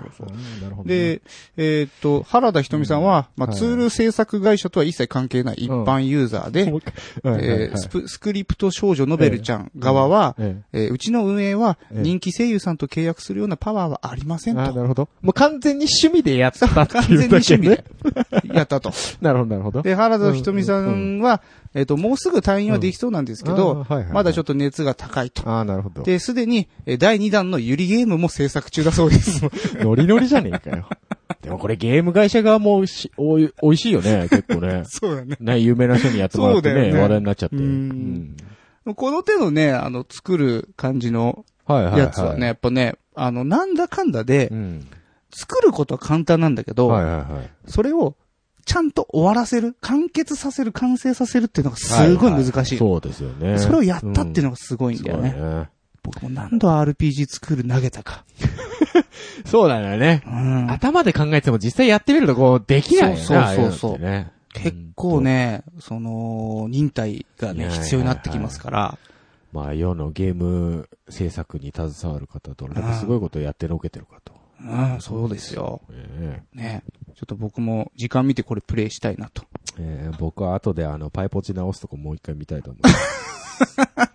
S1: んなるほどね、
S2: で、えーっと、原田ひとみさんは、まあ、
S1: はい
S2: ツール制作会社とは一切関係ない一般ユーザーで、
S1: もう一回はいはいは
S2: えー
S1: い
S2: スプスクリプト少女ノベルちゃん側は、
S1: え
S2: えーうちの運営は
S1: ええ
S2: 人気声優さんと契約するようなパワーはありませ
S1: え
S2: ん
S1: あーな
S2: と。
S1: るほど。もう完全に趣味でやったって
S2: 完全
S1: い
S2: に
S1: うだ
S2: 趣
S1: け
S2: 味
S1: ね
S2: で。 <laughs> やったと。
S1: なるほど、なるほど。
S2: で、原田ひとみさんは、えーっと、もうすぐ退院はできそうなんですけ
S1: あーは
S2: ど、
S1: いはいはい
S2: まだちょっと熱が高いと。
S1: ああ、なるほど。
S2: で、すでに、えー第2弾のゆりゲームも制作中だそ
S1: <laughs>
S2: うです。。
S1: ノリノリじゃねえかよ。でもこれゲーム会社側もしおい、美味しいよね、結構ね
S2: <laughs> そうだね。
S1: ね、有名な人にやってもらって
S2: そうだ
S1: ね、
S2: よね
S1: 話題になっちゃって。
S2: うん
S1: うん
S2: この手のね、あの、作る感じの
S1: はいはいはい。
S2: やつはね、やっぱね、あの、なんだかんだで
S1: う、ん。
S2: 作ることは簡単なんだけど、
S1: はいはいはい。
S2: それを、ちゃんと終わらせる、完結させる、完成させるっていうのがすごい難しい。
S1: そうですよね。
S2: それをやったっていう
S1: の
S2: のがすごいんだよね。
S1: ね。
S2: 僕も何度 RPG 作る投げたか。
S1: そうだよね
S2: う。ん。
S1: 頭で考えても実際やってみるとこう、できないよね。
S2: そうそうそうそう
S1: ああいのってね
S2: 結構。ね、その、忍耐が
S1: いや
S2: ね、
S1: いやいや
S2: 必要になってきますから。
S1: まあ、世のゲーム制作に携わる方、どれだけすごいことをやってのけてるかと。
S2: うん、そうですよ。
S1: え
S2: ね。ちょっと僕も時間見てこれプレイしたいなと。
S1: えええ僕は後であの、パイポチ直すとこもう一回見たいと思い <laughs> ます。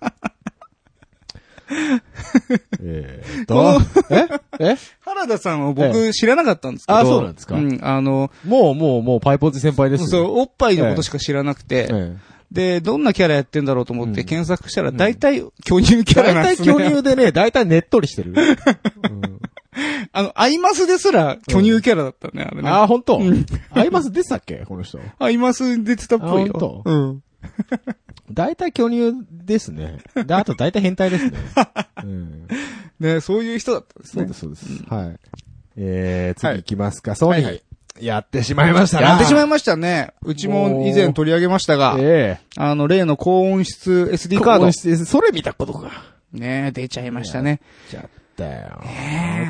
S1: ええと、ええ
S2: 原田さんは
S1: え
S2: 僕知らなかったんですけど。
S1: あそうなんですか
S2: うん、あの、
S1: もうもうもうパイポチ先輩ですよ。
S2: そう、おっぱいのことしか知らなくて、
S1: ええ
S2: で、どんなキャラやってんだろうと思っ
S1: う
S2: て
S1: ん
S2: 検索したら、大体、巨乳キャ
S1: 大
S2: ラなんで
S1: 体
S2: すね。
S1: 巨乳でね、大体ねっとりして <laughs> る。
S2: <laughs> あの、アイマスですら巨乳キャラだったね、あれね。
S1: ああ、本当。アイマスでしたっけこの人。
S2: アイマス出てたっぽい
S1: あ本
S2: よ。
S1: 当
S2: うん。
S1: 大体巨乳ですね。で、あと大体変態ですね。 <laughs> うん
S2: ね、そういう人だったんです
S1: そう
S2: ね。
S1: です、そうです。はい。えー、
S2: は
S1: 次
S2: い
S1: 行きますか。ソニー、
S2: はいは
S1: やってしまいましたな。
S2: やってしまい
S1: い
S2: ましたね。うち
S1: も
S2: も
S1: う
S2: 以前取り上げましたが、
S1: え
S2: あの、例の高音質
S1: え
S2: SD カード。
S1: それ見たことか。
S2: ね出ちゃいましたね。
S1: ちゃったよ。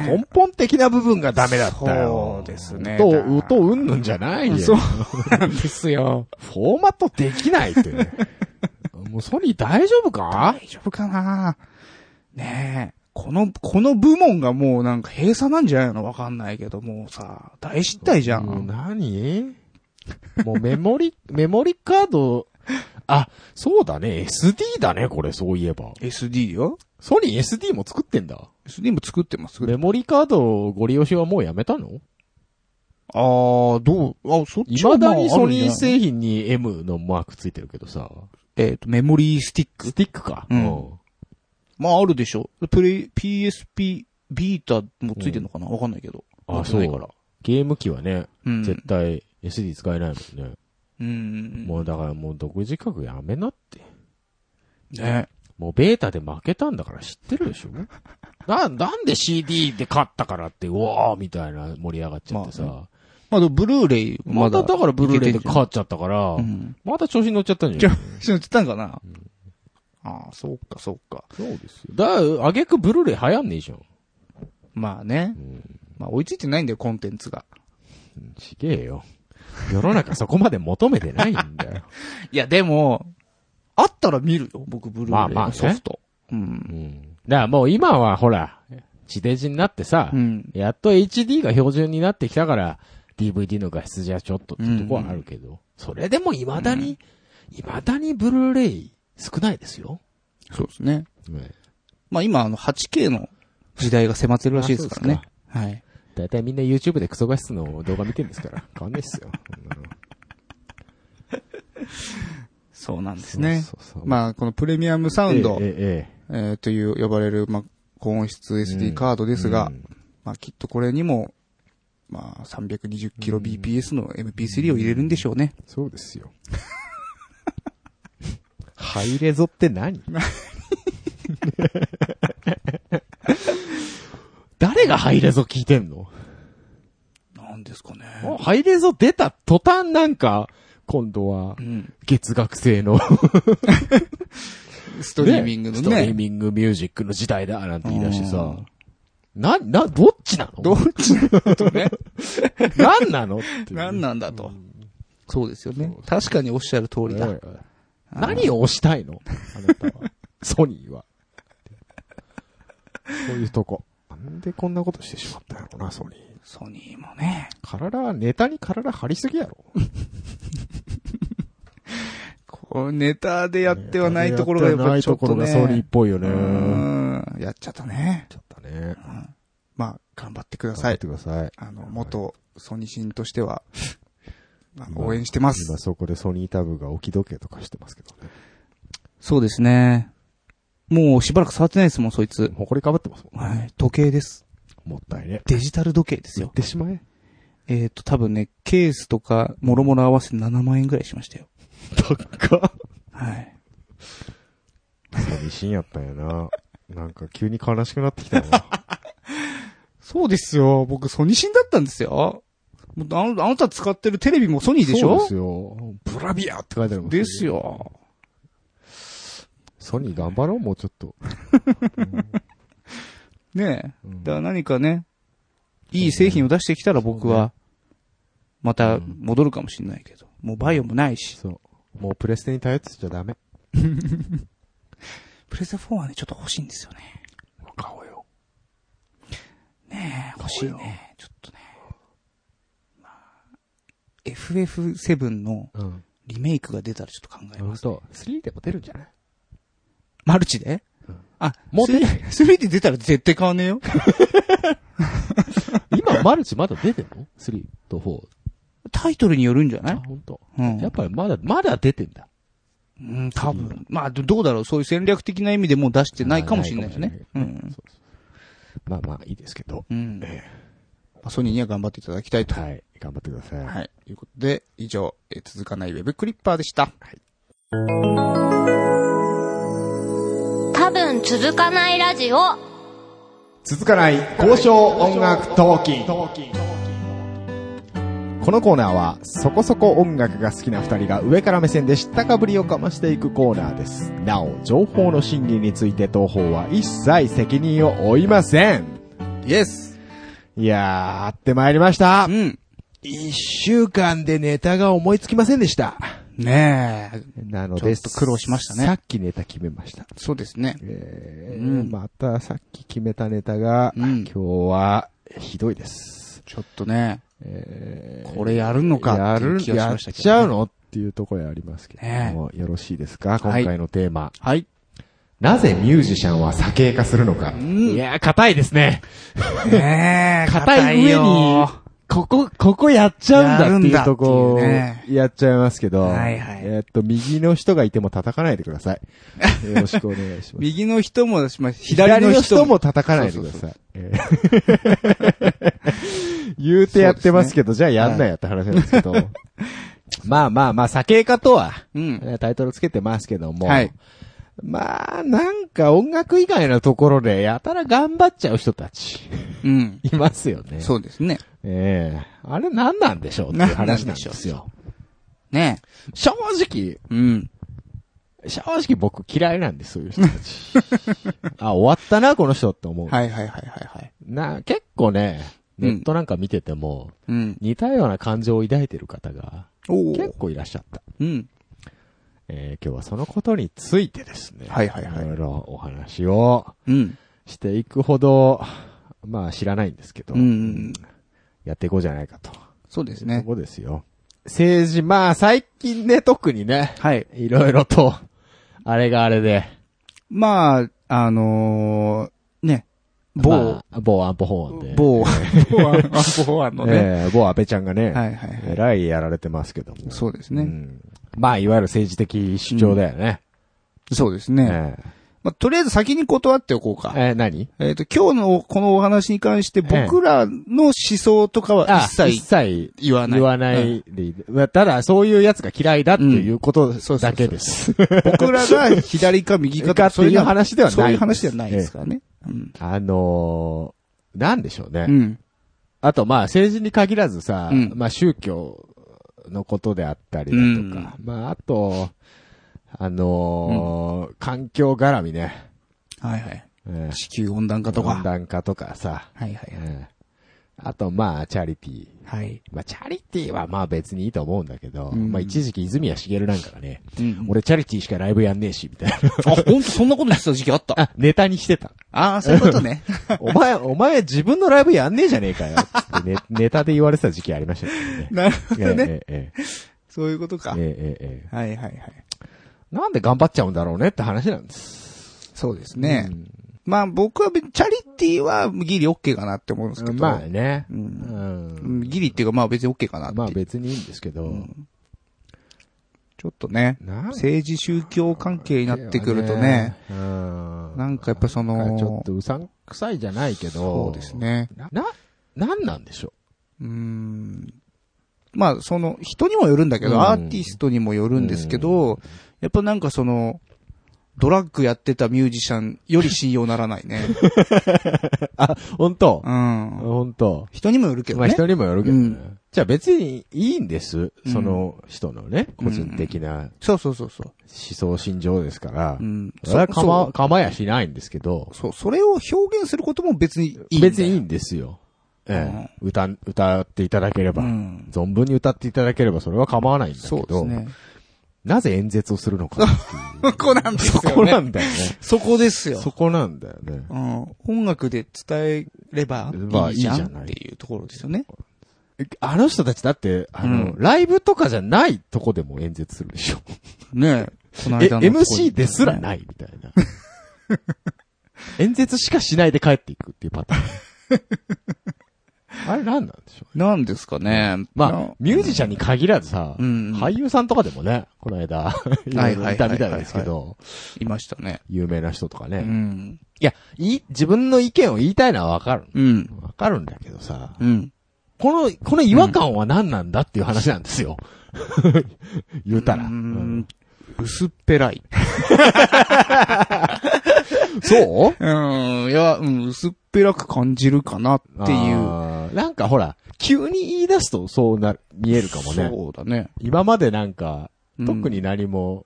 S1: 根本的な部分がダメだったよ。
S2: そうですね
S1: と、うとうんぬんじゃないよ。
S2: そう
S1: フ
S2: なんですよ。
S1: ォーマットできないって
S2: <laughs>
S1: ね。もうソニー大丈夫か
S2: 大丈夫かなねえ。この、この部門がもうなんか閉鎖なんじゃないのわかんないけど、もうさ、大失態じゃ。
S1: もうん何もうメモリ、メモリカード、あ、そうだね。SD だね、これ、そういえば。
S2: SD よ。
S1: ソニー SD も作ってんだ。
S2: SD も作ってます。
S1: メモリカードご利用しはもうやめたの
S2: あー、どう、あ、そっちは
S1: 未だに
S2: まああ
S1: ソ
S2: るんじ
S1: ニ
S2: ゃない
S1: ー製品に M のマークついてるけどさ。
S2: えっ、と、メモリースティック
S1: ス。ティックか。
S2: うんまあ、あるでしょ。プレイ、PSP、ビータもついてんのかなわ、かんないけど。
S1: あ、
S2: 持って
S1: そ
S2: な
S1: う
S2: いから。
S1: ゲーム機はね、
S2: うん。
S1: 絶対 SD 使えないもんね。
S2: うん。
S1: もうだからもう独自価格やめなって。
S2: ね。
S1: もうベータで負けたんだから知ってるでしょ <laughs> な、なんで CD で勝ったからって、うわーみたいな盛り上がっちゃってさ。
S2: ままあ、でもブルーレイ、
S1: ま
S2: まだ。
S1: だだからブルーレイで
S2: っ
S1: 勝っちゃったから、
S2: うん。
S1: まだ調子に乗っちゃったんじゃない
S2: ちょっと言ったんかな、ああ、そうか、そうか。
S1: <laughs> そうですよ。だから、あげくブルーレイ流行んねえじゃん。
S2: まあね。まあ、追いついてないんだよ、コンテンツが。
S1: ちげえよ。世の中そこまで求めてないん
S2: <laughs>
S1: だよ。
S2: いや、でも、あったら見るよ、僕、ブル
S1: ま
S2: ー
S1: あ
S2: レイ
S1: まあ
S2: の
S1: ね
S2: ソフト。
S1: う。ん。だからもう今はほら、地デジになってさ、
S2: うん。うん。
S1: やっと HD が標準になってきたから、DVD の画質じゃちょっとってとこはあるけど、それでも未だに、未だにブルーレイ少ないですよ。
S2: そうですね。まあ今、あの、8K の時代が迫ってるらしいですからね。はい。
S1: だいたいみんな YouTube でクソ画質の動画見てるんですから、変わんないっすよ。そんなの
S2: そうなん <laughs> ですね。
S1: そうそうそう
S2: まあ、このプレミアムサウンド、
S1: え
S2: え
S1: えええ
S2: ーという呼ばれる、まあ、高音質
S1: うん
S2: SD カードですが、
S1: うん
S2: まあ、きっとこれにも、まあ、320kbps の MP3 を入れるんでしょうね。
S1: そうですよ。ハイレゾって
S2: <laughs>
S1: 何誰がハイレゾ聞いてんの
S2: なんですかね。
S1: ハイレゾ出た途端なんか、今度は
S2: う、ん。
S1: 月額制の、
S2: <laughs> ストリーミングの
S1: ストリー
S2: ね。
S1: ミングミュージックの時代だ、なんて言い出してさ
S2: うん。
S1: な、な、どっちな
S2: ど
S1: の
S2: っちだとね。
S1: 何なのっていう
S2: 何なんだと。そうですよね
S1: そうそ。
S2: 確かにおっしゃる通りだ
S1: おいお。い何を押したいのあなたは。ソニーは。そういうとこ。なんでこんなことしてしまったんやろな、ソニー。
S2: ソニーもね。
S1: 体、ネタに体張りすぎやろ。
S2: こう、ネタでやってはないところがやっぱりちょっとね。
S1: やってないところがソニーっぽいよね。
S2: う
S1: や
S2: んやっちゃったね。
S1: っちゃったね。
S2: まあ、頑張ってくだ
S1: 頑張
S2: さ
S1: っ
S2: い
S1: て。ください。
S2: あの、元ソニシンとして <laughs> は、まあ
S1: 今
S2: 応援してま
S1: 今
S2: す。
S1: そこでソニータブが置き時計とかしてますけどね。
S2: そうですね。もうしばらく触ってないですもん、そいつ。
S1: 埃かぶってますもん。
S2: はい。時計です。
S1: もったいね。
S2: デジタル時計です
S1: 言っ
S2: よ。
S1: てしまえ。
S2: えっ、と、多分ね、ケースとか、もろもろ合わせて7万円ぐらいしましたよ。
S1: 高っ。
S2: はい。
S1: 寂しいんやったんやな。なんか急に悲しくなってきたな。
S2: そうですよ。僕、ソニシンだったんですよ。もうあのあなた使ってるテレビもソニーでし
S1: そう
S2: ょ
S1: ですよ。ブラビアって書いてあるもん
S2: です。よ。
S1: ソニー頑張ろう、もうちょっと。
S2: ね
S1: う
S2: え。
S1: ん
S2: だから何かね、いい製品を出してきたら僕は、また戻るかもしれないけど。もうバイオもないし。
S1: そう。もうプレステに頼ってちゃダメ。
S2: プレステ4はね、ちょっと欲しいんですよね。
S1: 買おうよ。
S2: ねえ欲しいね。ちょっとね。まあ、FF7 の
S1: うん。
S2: リメイクが出たらちょっと考えます。
S1: と、3でも出るんじゃない
S2: マルチであ、
S1: もう出ない
S2: 3で出たら絶対買わねえよ。
S1: 今、マルチまだ出てんの ?3 と4。
S2: タイトルによるんじゃな
S1: あ、
S2: い
S1: ほんと。
S2: うん。
S1: やっぱりまだ、まだ出てんだ。
S2: うん、多分。まあ、どどうだろう。そういう戦略的な意味でもう出してないかもしれないよね。
S1: あ
S2: う
S1: ーないかもし。れ
S2: ん
S1: ないそうそうまあまあ、いいですけど。
S2: うん。ソニーには頑張っていただきたいと。
S1: はい。頑張ってください。
S2: はい。ということで、以上、えー続かないウェブクリッパーでした。
S3: 多分続かないラジオ
S1: 続かない交渉音楽トーキンこのコーナーはそこそこ音楽が好きな2人が上から目線で知ったかぶりをかましていくコーナーですなお情報の真偽について東方は一切責任を負いません
S2: イエス
S1: いやー会ってまいりました
S2: うん。
S1: 1週間でネタが思いつきませんでした
S2: ねえ。
S1: なの
S2: ちょっと苦労しましたね
S1: さっきネタ決めました
S2: そうですね。
S1: えー
S2: うん
S1: またさっき決めたネタが、
S2: うん
S1: 今日はひどいです
S2: ちょっとね、
S1: えー
S2: これやるのかっていう気がし
S1: や
S2: ま
S1: っ
S2: したけ
S1: ち
S2: ど、
S1: ゃう
S2: の
S1: のっていうところありますけども、よろしいですか今
S2: はい
S1: 回のテーマ、
S2: はい。
S1: なぜミュージシャンは酒化するのか。いやー、硬いですね。
S2: ねえ、
S1: 硬い上に、
S4: ここ、ここやっちゃうんだっていうとこ
S2: やるんだっていう
S4: やっちゃいますけど、
S2: はいはい
S4: えーっと、右の人がいても叩かないでください。よろしくお願いします。
S2: 右の人も、まあ左の人も。
S4: 叩かないでください。えー <laughs> 言うてやってますけど、じゃあやんなよって話なんですけど。まあまあまあ、酒かとは、
S2: うん。
S4: タイトルつけてますけども。
S2: はい
S4: まあ、なんか音楽以外のところでやたら頑張っちゃう人たち、 <laughs>
S2: うん。
S4: いますよね。
S2: そうですね。
S4: ええあれ何なんでしょうっていう話なんですよ。
S2: ね
S4: 正直、
S2: え。うん。
S4: 正直僕嫌いなんです、そういう <laughs> 人たち。あ、終わったな、この人って思う。
S2: はいはいはいはいはい。
S4: な、結構ね、ネットなんか見てても、
S2: うん。
S4: 似たような感情を抱いてる方が、
S2: お
S4: 結
S2: ー
S4: 構いらっしゃった。
S2: うん。
S4: えー今日はそのことについてですね。
S2: はいはいはい
S4: いろいろお話を
S2: うん。
S4: していくほど、まあ知らないんですけど、
S2: うんうん
S4: やっていこうじゃないかと。
S2: そうです
S4: そ
S2: ね。
S4: こですよ。政治、まあ最近ね、特にね、
S2: はい。
S4: いろいろと、あれがあれで、
S2: まあ、あのー、ね。某
S4: ま、あ、某安保法案で。
S2: 某、某案、安保法案のね。
S4: えー某安倍ちゃんが
S2: は
S4: ね、
S2: いはいはい
S4: えらいやられてますけども。
S2: そうです
S4: う
S2: ね。
S4: んまあ、いわゆる政治的主張だよね。
S2: そうですね。
S4: え
S2: まあ、とりあえず先に断っておこう
S4: ー
S2: か。
S4: えー何
S2: えっ、と、今日のこのお話に関して、
S4: ええ
S2: 僕らの思想とかは一
S4: 一
S2: 切
S4: 切
S2: 言わない。
S4: 言わな
S2: うん
S4: いでいい、ただ、そういう奴が嫌いだっていうこと
S2: そうそうそう
S4: だけです。
S2: 僕らが左か右かと
S4: か
S2: か、
S4: って
S2: そ
S4: いう
S2: れが
S4: 話ではない
S2: そういう話ではないですからね。うん。
S4: あのー、なんでしょうね。
S2: うん。
S4: あと、まあ、政治に限らずさ、
S2: うん
S4: まあ、宗教のことであったりだとか、まあ、あと、あのー環境絡みね。
S2: はいはい。
S4: えー
S2: 地球温暖化とか。
S4: 温暖化とかさ。
S2: はいはいはい。
S4: えーあと、まあ、チャリティー。
S2: はい。
S4: まあ、チャリティーはまあ別にいいと思うんだけど、
S2: ん
S4: まあ一時期泉谷しげるなんかがね、
S2: うん
S4: 俺チャリティーしかライブやんねえし、みたいな。
S2: あ、ほんとそんなこと言ってた時 <laughs> 期あった。
S4: あ、ネタにしてた。
S2: <laughs> ああ、そういうことね。
S4: お前、お前自分のライブやんねえじゃねえかよ。つってね、ネタで言われてた時期ありましたけどね。
S2: なるほどね。
S4: ええ。え
S2: そういうことか。
S4: えええ
S2: はい
S4: えええ
S2: はいはい。
S4: えなんで頑張っちゃうんだろうねって話なんです。
S2: そうですね。まあ僕は別にチャリティーはギリオッケーかなって思うんですけど。
S4: まあね。
S2: う
S4: うん。
S2: うんんギリっていうかまあ別にオッケーかなって。
S4: まあ別にいいんですけど、
S2: ちょっとね。
S4: なん
S2: 政治宗教関係になってくるとね、。
S4: うん。
S2: なんかやっぱそ
S4: なんかちょ
S2: の
S4: っ、とうさんくさいじゃないけど。
S2: そうですね。
S4: な、な、なんなんでしょ
S2: うーん。まあ、その、人にもよるんだけ
S4: う
S2: ど、
S4: ん
S2: アーティストにもよるんですけど、やっぱなんかその、ドラッグやってたミュージシャンより信用ならない
S4: <laughs>
S2: ね。
S4: う。あ、本当
S2: うん。
S4: 本当
S2: 人にもよるけど
S4: まあ
S2: ね。
S4: 人にもよるけど
S2: う
S4: ね
S2: ん。
S4: じゃあ別にいいんです。
S2: うん
S4: その人のね、個人的な思
S2: そうそうそうそう。
S4: 想心情ですから
S2: う。ん。
S4: それはかま、
S2: そう
S4: かまやしないんですけど、
S2: そう、それを表現することも別にいいんだよ。
S4: 別にいいんですよ。ええ。歌、歌っていただけれ
S2: う
S4: ば。
S2: ん。
S4: 存分に歌っていただければそれは構わないんだけ
S2: そうです
S4: ど、
S2: ね。
S4: なぜ演説をするのかっ
S2: <laughs>
S4: ていう。
S2: そこなんですよ
S4: そ
S2: ね。
S4: こなんだよね。
S2: そこですよ。
S4: そこなんだよね。
S2: うん。音楽で伝えれば
S4: まあ
S2: いいじゃ
S4: いいじゃ
S2: ん
S4: ない
S2: っていうところですよね。
S4: あの人たちだって、あの、
S2: うん
S4: ライブとかじゃないとこでも演説するでしょ。
S2: ねえ。この
S4: え、
S2: 間の。
S4: MC ですらないみたいな。演説しかしないで帰っていくっていうパターン。あれ何なんでしょう
S2: なんですかね。
S4: まあ
S2: な、
S4: ミュージシャンに限らずさ、
S2: うん
S4: 俳優さんとかでもね、この間、いろいろいたみたいですけど、
S2: いましたね。
S4: 有名な人とかね。
S2: う
S4: い
S2: ん。
S4: や、いい、自分の意見を言いたいのはわかる。
S2: うん。
S4: わかるんだけどさ、
S2: うん。
S4: この、この違和感は何なんだっていう話なんですよ。 <laughs> 言うたら。
S2: うん。薄っぺらい。
S4: そう
S2: うん。いや、うん、薄っぺらく感じるかなっていう。
S4: う。なんかほら、急に言い出すとそうなる、見えるかもね。
S2: そうだね。
S4: 今までなんか、
S2: うん
S4: 特に何も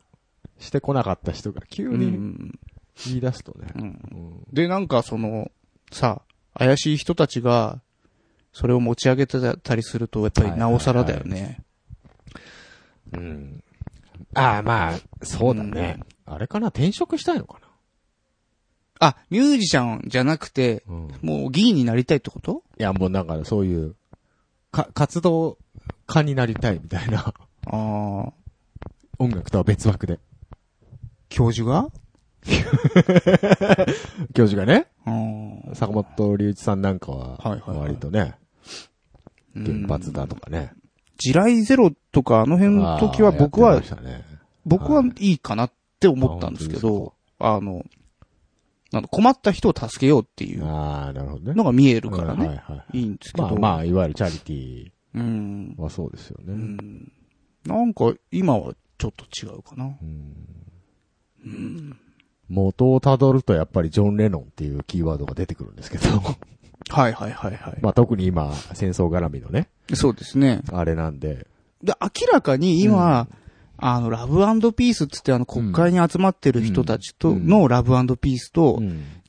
S4: してこなかった人が急
S2: う
S4: に
S2: ん。
S4: 言い出すとね。
S2: うんで、なんかその、さ、怪しい人たちが、それを持ち上げてたりすると、やっぱりなおさらだよね。
S4: うん。ああ、まあ、そうだね。あれかな転職したいのか
S2: あ、ミュージシャンじゃなくて、
S4: なうん。い
S2: もう議員になりたいってこと
S4: や、もうなんかそういう、か、活動家になりたいみたいな。 <laughs>
S2: ああ、
S4: 音楽とは別枠で。
S2: 教授が
S4: 教授がね、
S2: ああ、
S4: 坂本隆一さんなんかは
S2: はいはいはい、
S4: 割とね、原発だとかね。
S2: 地雷ゼロとかあの辺の時は僕
S4: あーや
S2: は
S4: って、ましたね
S2: 僕はいいかなって思ったんですけど、あの、なんか困った人を助けようっていう
S4: ああ、なるほどね。
S2: のが見えるから
S4: はい
S2: ね、
S4: はいはい
S2: いいんですけ
S4: まあ
S2: ど。
S4: まあ、いわゆるチャリティ
S2: うん
S4: ー。はそうですよね。
S2: うんなんか今はちょっと違うかな。
S4: 元をたどるとやっぱりジョン・レノンっていうキーワードが出てくるんですけど、
S2: はいはいはいはい。
S4: まあ特に今、戦争絡みのね、
S2: そうですね。
S4: あれなんで、
S2: で、明らかに今、あの、ラブピースっつってあの、国会に集まってる人たちと、
S4: うん
S2: のラブピースと、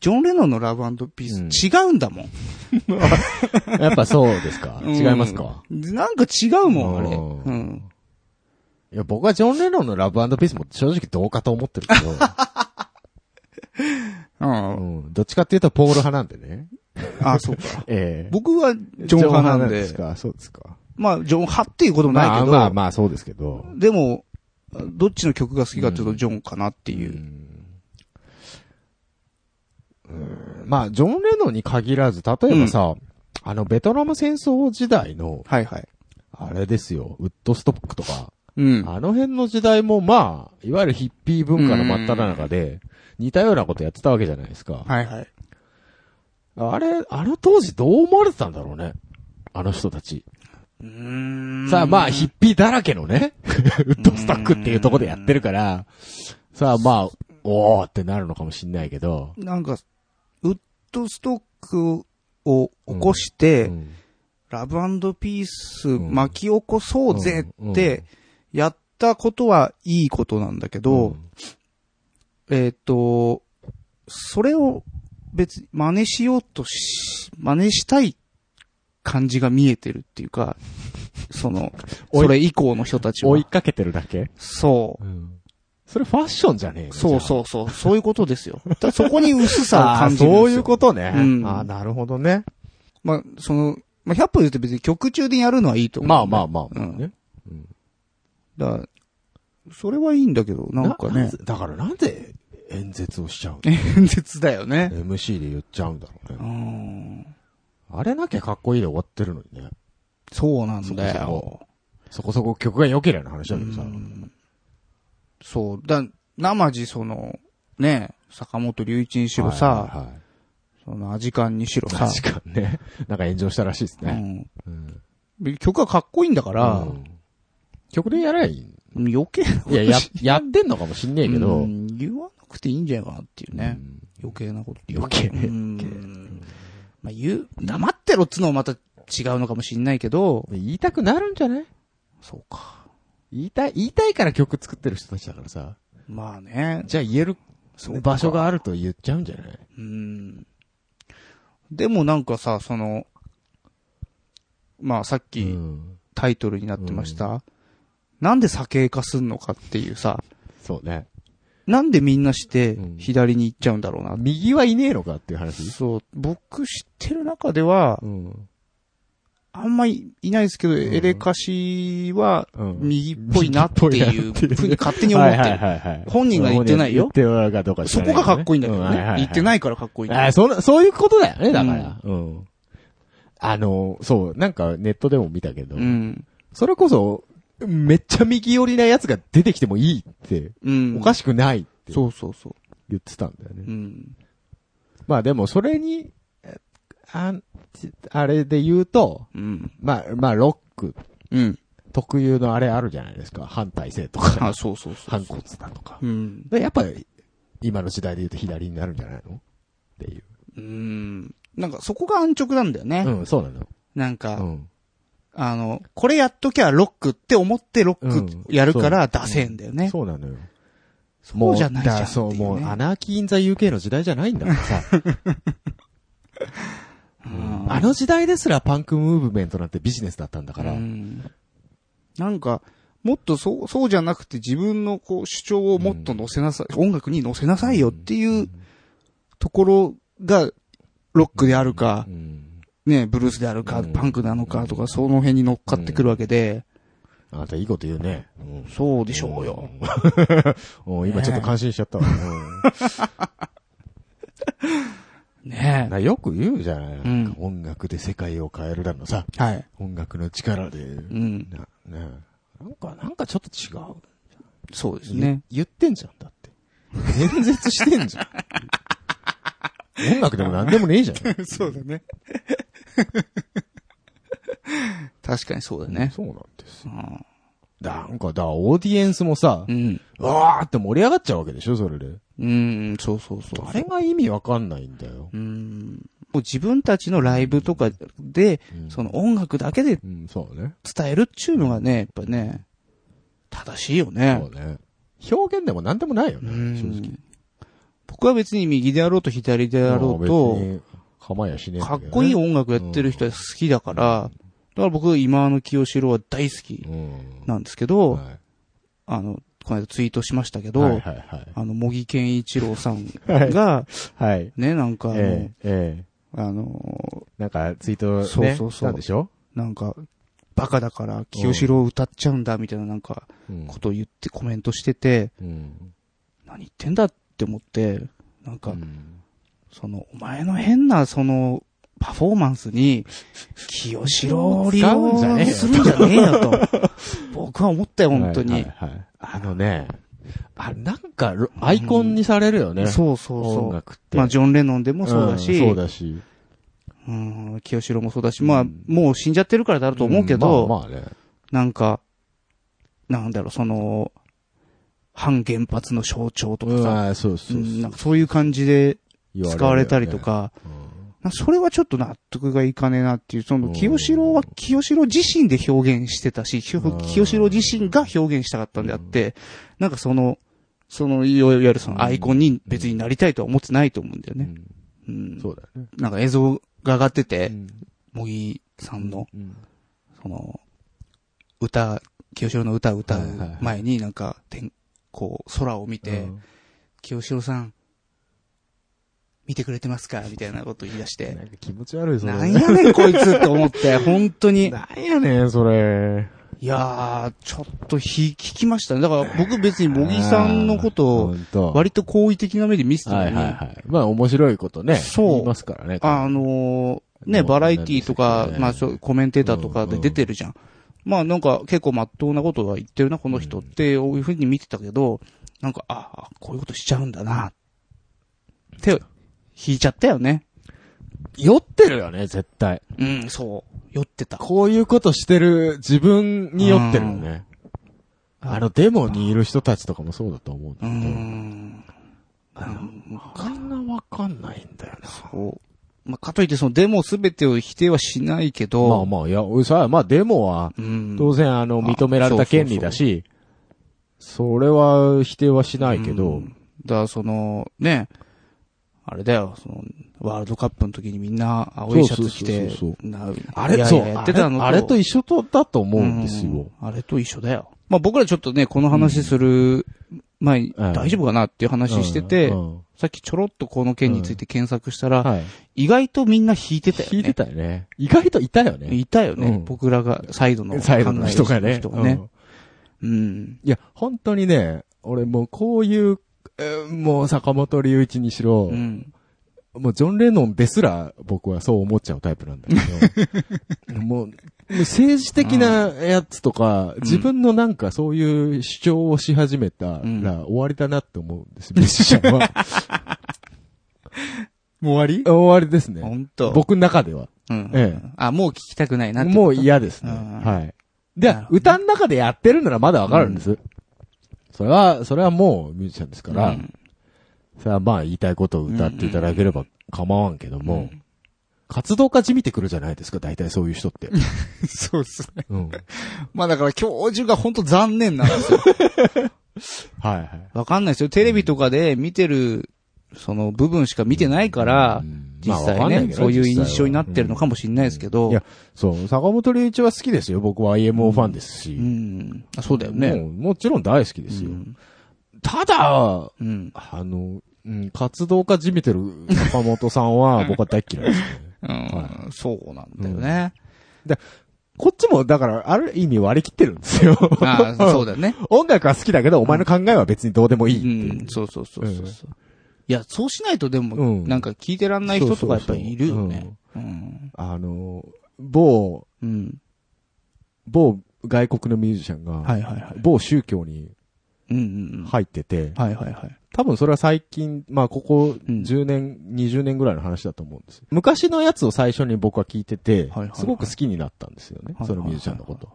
S2: ジョン・レノンのラブピース違うんだもん。
S4: やっぱそうですか
S2: <laughs> うん
S4: 違いますか、
S2: なんか違うもん、あれ。
S4: うん
S2: うん。
S4: いや、僕はジョン・レノンのラブピースも正直どうかと思ってる
S2: <laughs>
S4: けど、
S2: う。
S4: うんん、どっちかっていうとポール派なんで
S2: <laughs>
S4: ね。
S2: あ、
S4: <laughs>
S2: そうか。
S4: ええ
S2: 僕はジョン派なんで、
S4: すかそうですか。
S2: まあ、ジョン派っていうこともな
S4: ま
S2: い
S4: あ
S2: けど、
S4: まあまあ、そうですけど。
S2: でも、どっちの曲が好きかっていうと、ジョンかなっていうう。
S4: んまあ、ジョン・レノンに限らず、例えばさ、あの、ベトナム戦争時代の、
S2: はいはい。
S4: あれですよ、ウッドストックとか、
S2: うん。
S4: あの辺の時代もまあ、いわゆるヒッピー文化の真っ只中で、似たようなことやってたわけじゃないですか。
S2: はいはい。
S4: あれ、あの当時どう思われてたんだろうね。あの人たち。
S2: うーん
S4: さあまあ、ヒッピーだらけのね、 <laughs> ウッドスタックっていうところでやってるから、さあまあ、おーってなるのかもしんないけど。
S2: なんか、ウッドストックを起こして、
S4: うん
S2: ラブピース
S4: ん
S2: 巻き起こそうぜって、やったことはいいことなんだけど、えっ、と、それを別に真似しようとし、真似したい感じが見えてるっていう
S4: <laughs>
S2: か、その、
S4: 追い
S2: それ以降の人たち
S4: 追。
S2: はい
S4: かけてるだけ
S2: そ
S4: それファッションじゃねえ
S2: う。そう
S4: う。
S2: そうそう。そういうことですよ。だからそこに薄さを
S4: さあ、
S2: 感じるんですよ。
S4: そういうことね。
S2: うん
S4: ああ、なるほどね。
S2: まあ、その、まあ、100歩言って別に曲中でやるのはいいと思う。
S4: まあまあまあ、
S2: うん
S4: ね。
S2: だからそれはいいんだけど、なんかね
S4: ぜ。だからなんで演説をしちゃうの
S2: 演説だよね。
S4: MC で言っちゃうんだろう
S2: う
S4: ね。
S2: ん。
S4: あれなきゃかっこいいで終わってるのにね。
S2: そうなんだ
S4: そ
S2: よ。
S4: そこそこ曲が良ければの話だけどさ。
S2: そう。だ、生地その、ね、坂本龍一にしろさ、
S4: はいはいはい
S2: そのアジカンにしろさ、
S4: 確かにね。なんか炎上したらしいです
S2: う
S4: ね。
S2: ん
S4: うん
S2: 曲がかっこいいんだから
S4: う、ん曲でやればいい。
S2: 余計なこと
S4: いや、 <laughs> や
S2: し、
S4: やってんのかもしんねえけ
S2: う
S4: ど。
S2: ん言わなくていいんじゃないかなっていうね。
S4: うん
S2: 余計なこと言う
S4: 余計ね。
S2: うんまあ、言う、黙ってろっつのもまた違うのかもしんないけど、
S4: 言いたくなるんじゃない
S2: そうか。
S4: 言いたい、言いたいから曲 <laughs> 作ってる人たちだからさ。
S2: まあね。
S4: じゃあ言える
S2: そうか
S4: 場所があると言っちゃうんじゃない
S2: うん。でもなんかさ、その、まあさっ
S4: う
S2: き
S4: ん
S2: タイトルになってました。なんで酒化すんのかっていうさ、
S4: そうね。
S2: なんでみんなして
S4: うん
S2: 左に行っちゃうんだろうな。
S4: 右はいねえのかっていう話。
S2: そう、僕知ってる中では、
S4: うん。
S2: あんまいいないですけど、エレカシは
S4: うん
S2: 右っぽいなっていうふうに勝手に思ってる。
S4: はいはい
S2: 本人が言ってないよ
S4: 本人が言ってるかどうか知
S2: そ
S4: らな
S2: こ
S4: いけどね
S2: がかっこいいんだけど
S4: うはは
S2: ね。言ってないからかっこいいんだ
S4: あーそんな、そういうことだよね、だから。うん。あの、そう、なんかネットでも見たけど
S2: う、ん。
S4: それこそ、めっちゃ右寄りなやつが出てきてもいいって、
S2: うん。
S4: おか
S2: し
S4: しくないって
S2: そうそうそ
S4: 言ってたんだよね
S2: う。う。ん。
S4: まあでもそれに、えあんちあれで言うと、
S2: うん。
S4: まあ、まあ、ロック
S2: うん。
S4: 特有のあれあるじゃないですか。反体制とか、
S2: <laughs> あ、そうそうそう。
S4: 反骨だとか。
S2: うん。
S4: でやっぱり、今の時代で言うと左になるんじゃないのっていう。
S2: うん。なんかそこが安直なんだよね。
S4: うん、そうなの。
S2: なんか、
S4: うん。
S2: あの、これやっときゃロックって思ってロッ
S4: う
S2: ク
S4: ん
S2: やるから出せんだよね。
S4: そうなのよ。
S2: そうじゃないじゃん
S4: も
S2: っ
S4: うだから
S2: てい
S4: そうう、
S2: ね
S4: もう、アナーキー・イン・ザ・ UK の時代じゃないんだからさ。
S2: <laughs> うん
S4: あの時代ですらパンクムーブメントなんてビジネスだったんだから。
S2: うんなんか、もっとそう、そうじゃなくて自分のこう主張をもっと乗せなさい、音楽に乗せなさいよっていうところが、ロックであるか
S4: う、ん
S2: ね、ブルースであるか、
S4: うん
S2: パンクなのかとか、その辺に乗っかってくるわけで、
S4: あなたいいこと言うね。うん
S2: そうでしょうよ。
S4: <laughs>
S2: <laughs>
S4: うん。お今ちょっと感心しちゃったわ。うん
S2: ね
S4: なよく言うじゃない、
S2: うん
S4: なんか音楽で世界を変えるだのさ、
S2: え。はい。
S4: 音楽の力で、
S2: うん。
S4: な、ねえなんか、なんかちょっと違う。
S2: そうですね。
S4: 言ってんじゃん、だって。演説してんじゃん。 <laughs> 音楽でも何でもねえじゃん。
S2: <laughs>
S4: <laughs>
S2: そうだね。 <laughs> 確かにそうだね。
S4: そうなんです
S2: う。ん
S4: なんか、だ、オーディエンスもさ
S2: う、ん。
S4: わーって盛り上がっちゃうわけでしょ、それで。
S2: うん、そうそうそう。
S4: あれが意味わかんないんだよ。
S2: うん。もう自分たちのライブとかで、
S4: うん
S2: その音楽だけで
S4: うん、そうね。
S2: 伝えるっちゅうのがね、やっぱね、正しいよ
S4: そ
S2: ね
S4: う。ね。表現でも何でもないよ
S2: う
S4: ね、正直
S2: ん。僕は別に右であろうと左であろうと、
S4: まあ別に構えやしねえんだ
S2: か
S4: け
S2: っ
S4: どね
S2: こいい音楽やってる人は好きだから、だから僕、今の清志郎は大好き
S4: うん。
S2: なんですけど、
S4: はい
S2: あの、この間ツイートしましたけど、
S4: はいはいはい。
S2: あの、茂木健一郎さん
S4: はい
S2: が、
S4: はい。
S2: ね、なんかあの、
S4: ええ、ええ。
S2: あの、
S4: なんか、ツイートね、
S2: そうそうそう
S4: したんでしょ
S2: なんか、バカだから清志郎歌っちゃうんだ、みたいななんか、
S4: うん
S2: ことを言って、コメントしてて、
S4: うん。
S2: 何言ってんだって思って、なんか、
S4: うん
S2: その、お前の変な、その、パフォーマンスに、清志郎を利
S4: 使うんじゃねえ
S2: 用
S4: よ
S2: するんじゃねえよと。僕は思ったよ、本当に。
S4: はいはいはいあのね、あ、なんか、ロアイコンにされるよね。
S2: そうそう
S4: 音
S2: そ
S4: 楽っ
S2: う。
S4: て。
S2: まあ、ジョン・レノンでもそうだし、
S4: んそうだし。
S2: うん、清志郎もそうだし、まあ、
S4: うん
S2: もう死んじゃってるからだろうと思うけど、
S4: んまあまあね。
S2: なんか、なんだろう、その、反原発の象徴とかさ、
S4: うん、そうそううそ
S2: んなん
S4: う
S2: かそういう感じで
S4: 言
S2: 使われたりと
S4: わ
S2: か、
S4: れるよね。
S2: なんかそれはちょっと納得がいかねえなっていう、その、
S4: うん
S2: 清志郎は清志郎自身で表現してたし、ひょ
S4: うん
S2: 清志郎自身が表現したかったんであって、なんかその、その、いわゆるそのアイコンに別になりたいとは思ってないと思うんだよ
S4: うん
S2: ね。うん
S4: うん。そうだよね。
S2: なんか映像が上がって
S4: う
S2: て、
S4: ん
S2: 茂木さんの、
S4: うん
S2: その、歌、清志郎の歌を歌う前になんか、天、こう、空を見
S4: う
S2: て、
S4: ん
S2: 清志郎さん、見てくれてますかみたいなこと言い出し
S4: な
S2: て、
S4: んか気持ち悪い、それ。
S2: なんやねんこいつって思
S4: <laughs>
S2: って、本当に。
S4: なんやねん、それ。
S2: いやー、ちょっとひ、聞きましたね。だから僕別に茂木さんのことを、
S4: を
S2: 割と好意的な目で見せてた
S4: は
S2: の
S4: い
S2: に、
S4: はいはい。まあ面白いことね。
S2: そう
S4: 言いますからね。
S2: あのーね、バラエティーとか、まあそう、コメンテーターとかで出てるじゃん。まあなんか結構真っ当なことは言ってるな、この人って、こういうふうに見てたけど、なんか、ああ、こういうことしちゃうんだな、って、引いちゃったよね。
S4: 酔ってるよね、絶対。
S2: うん、そう。酔ってた。
S4: こういうことしてる自分に酔ってるよね。あの、デモにいる人たちとかもそうだと思うんだ
S2: うー
S4: け
S2: ん。うん
S4: ど。みんなわかんないんだよな。
S2: そう。まあ、かといってそのデモすべてを否定はしないけど、
S4: まあまあ、いや、さ、まあデモは、
S2: うん。
S4: 当然あの、
S2: あ
S4: 認められた権利だし、それは否定はしないけ
S2: う
S4: ど、
S2: んだからその、ね、あれだよ、その、ワールドカップの時にみんな青いシャツ着て
S4: そうそうそう、
S2: な
S4: あれ、
S2: や
S4: そう、
S2: や
S4: あ
S2: って
S4: れ
S2: たの
S4: あれと一緒とだと思うんです
S2: う
S4: よ
S2: ん。あれと一緒だよ。まあ僕らちょっとね、この話する前に
S4: うん
S2: 大丈夫かなっていう話してて
S4: う、んうん
S2: さっきちょろっとこの件について検索したら、
S4: はい。
S2: 意外とみんな引いてたよね。
S4: 聞いてたよね。意外といたよね。
S2: いたよね。
S4: うん
S2: 僕らが、サイドの考えを
S4: サイドの人がね。
S2: 人
S4: う
S2: がね
S4: ん。
S2: うん。
S4: いや、本当にね、俺もうこういう、えーもう坂本龍一にしろ、
S2: うん。
S4: もうジョン・レノンですら僕はそう思っちゃうタイプなんだけ <laughs> ど、もう、もう政治的なやつとか、自分のなんかそういう主張をし始めたら
S2: うん
S4: 終わりだなって思うんです、ミュージシャン <laughs> は。
S2: もう終わり
S4: 終わりですね。
S2: 本当。
S4: 僕の中では。
S2: うん。
S4: え
S2: あ、もう聞きたくないなってこと
S4: もう嫌ですね。
S2: うん
S4: はい。で
S2: なる、ほど
S4: 歌の中でやってるならまだわかるんです。それは、それはもうミュージシャンですから、
S2: うん
S4: それはまあ言いたいことを歌っていただければ構わんけども、
S2: うん
S4: 活動家じみてくるじゃないですか、大体そういう人って。
S2: <laughs> そうですね。
S4: うん。はい
S2: まあだから教授が本当残念なんですよ。
S4: はい。
S2: わかんないですよ。テレビとかで見てる、その部分しか見てないから、
S4: うん
S2: 実
S4: まあわか
S2: 際
S4: んない
S2: ね
S4: け、ど
S2: そういう印象になってるのかもしれないですけど。
S4: いや、そう、坂本龍一は好きですよ。僕は IMO ファンですし。
S2: うん。あそうだよ
S4: も
S2: ね。
S4: うもちろん大好きですよ。ただ、
S2: うん。
S4: あの、うん、活動家じみてる坂本さん
S2: <laughs>
S4: は僕は大嫌いですね。
S2: うん。そうなんだよね。
S4: こっちも、だから、ある意味割り切ってるんですよ。 <laughs>
S2: ああ、そうだよね。
S4: 音楽は好きだけど、お前の考えは別にどうでもいいっていう
S2: うん。そうそうそうそうそう。いや、そうしないとでも、
S4: うん
S2: なんか聞いてらんない人とかやっぱりいるよ
S4: そう
S2: ね。うん。
S4: あの、某、
S2: うん。
S4: 某外国のミュージシャンが、
S2: はいはいはい。
S4: 某宗教に
S2: うんうんうん。
S4: 入ってて、
S2: はいはいはい。
S4: 多分それは最近、まあここ
S2: うん
S4: 10年、20年ぐらいの話だと思うんですよ昔のやつを最初に僕は聞いてて、
S2: はいはいはい
S4: すごく好きになったんですよね、
S2: はいはいはい
S4: そのミュージシャンのこと。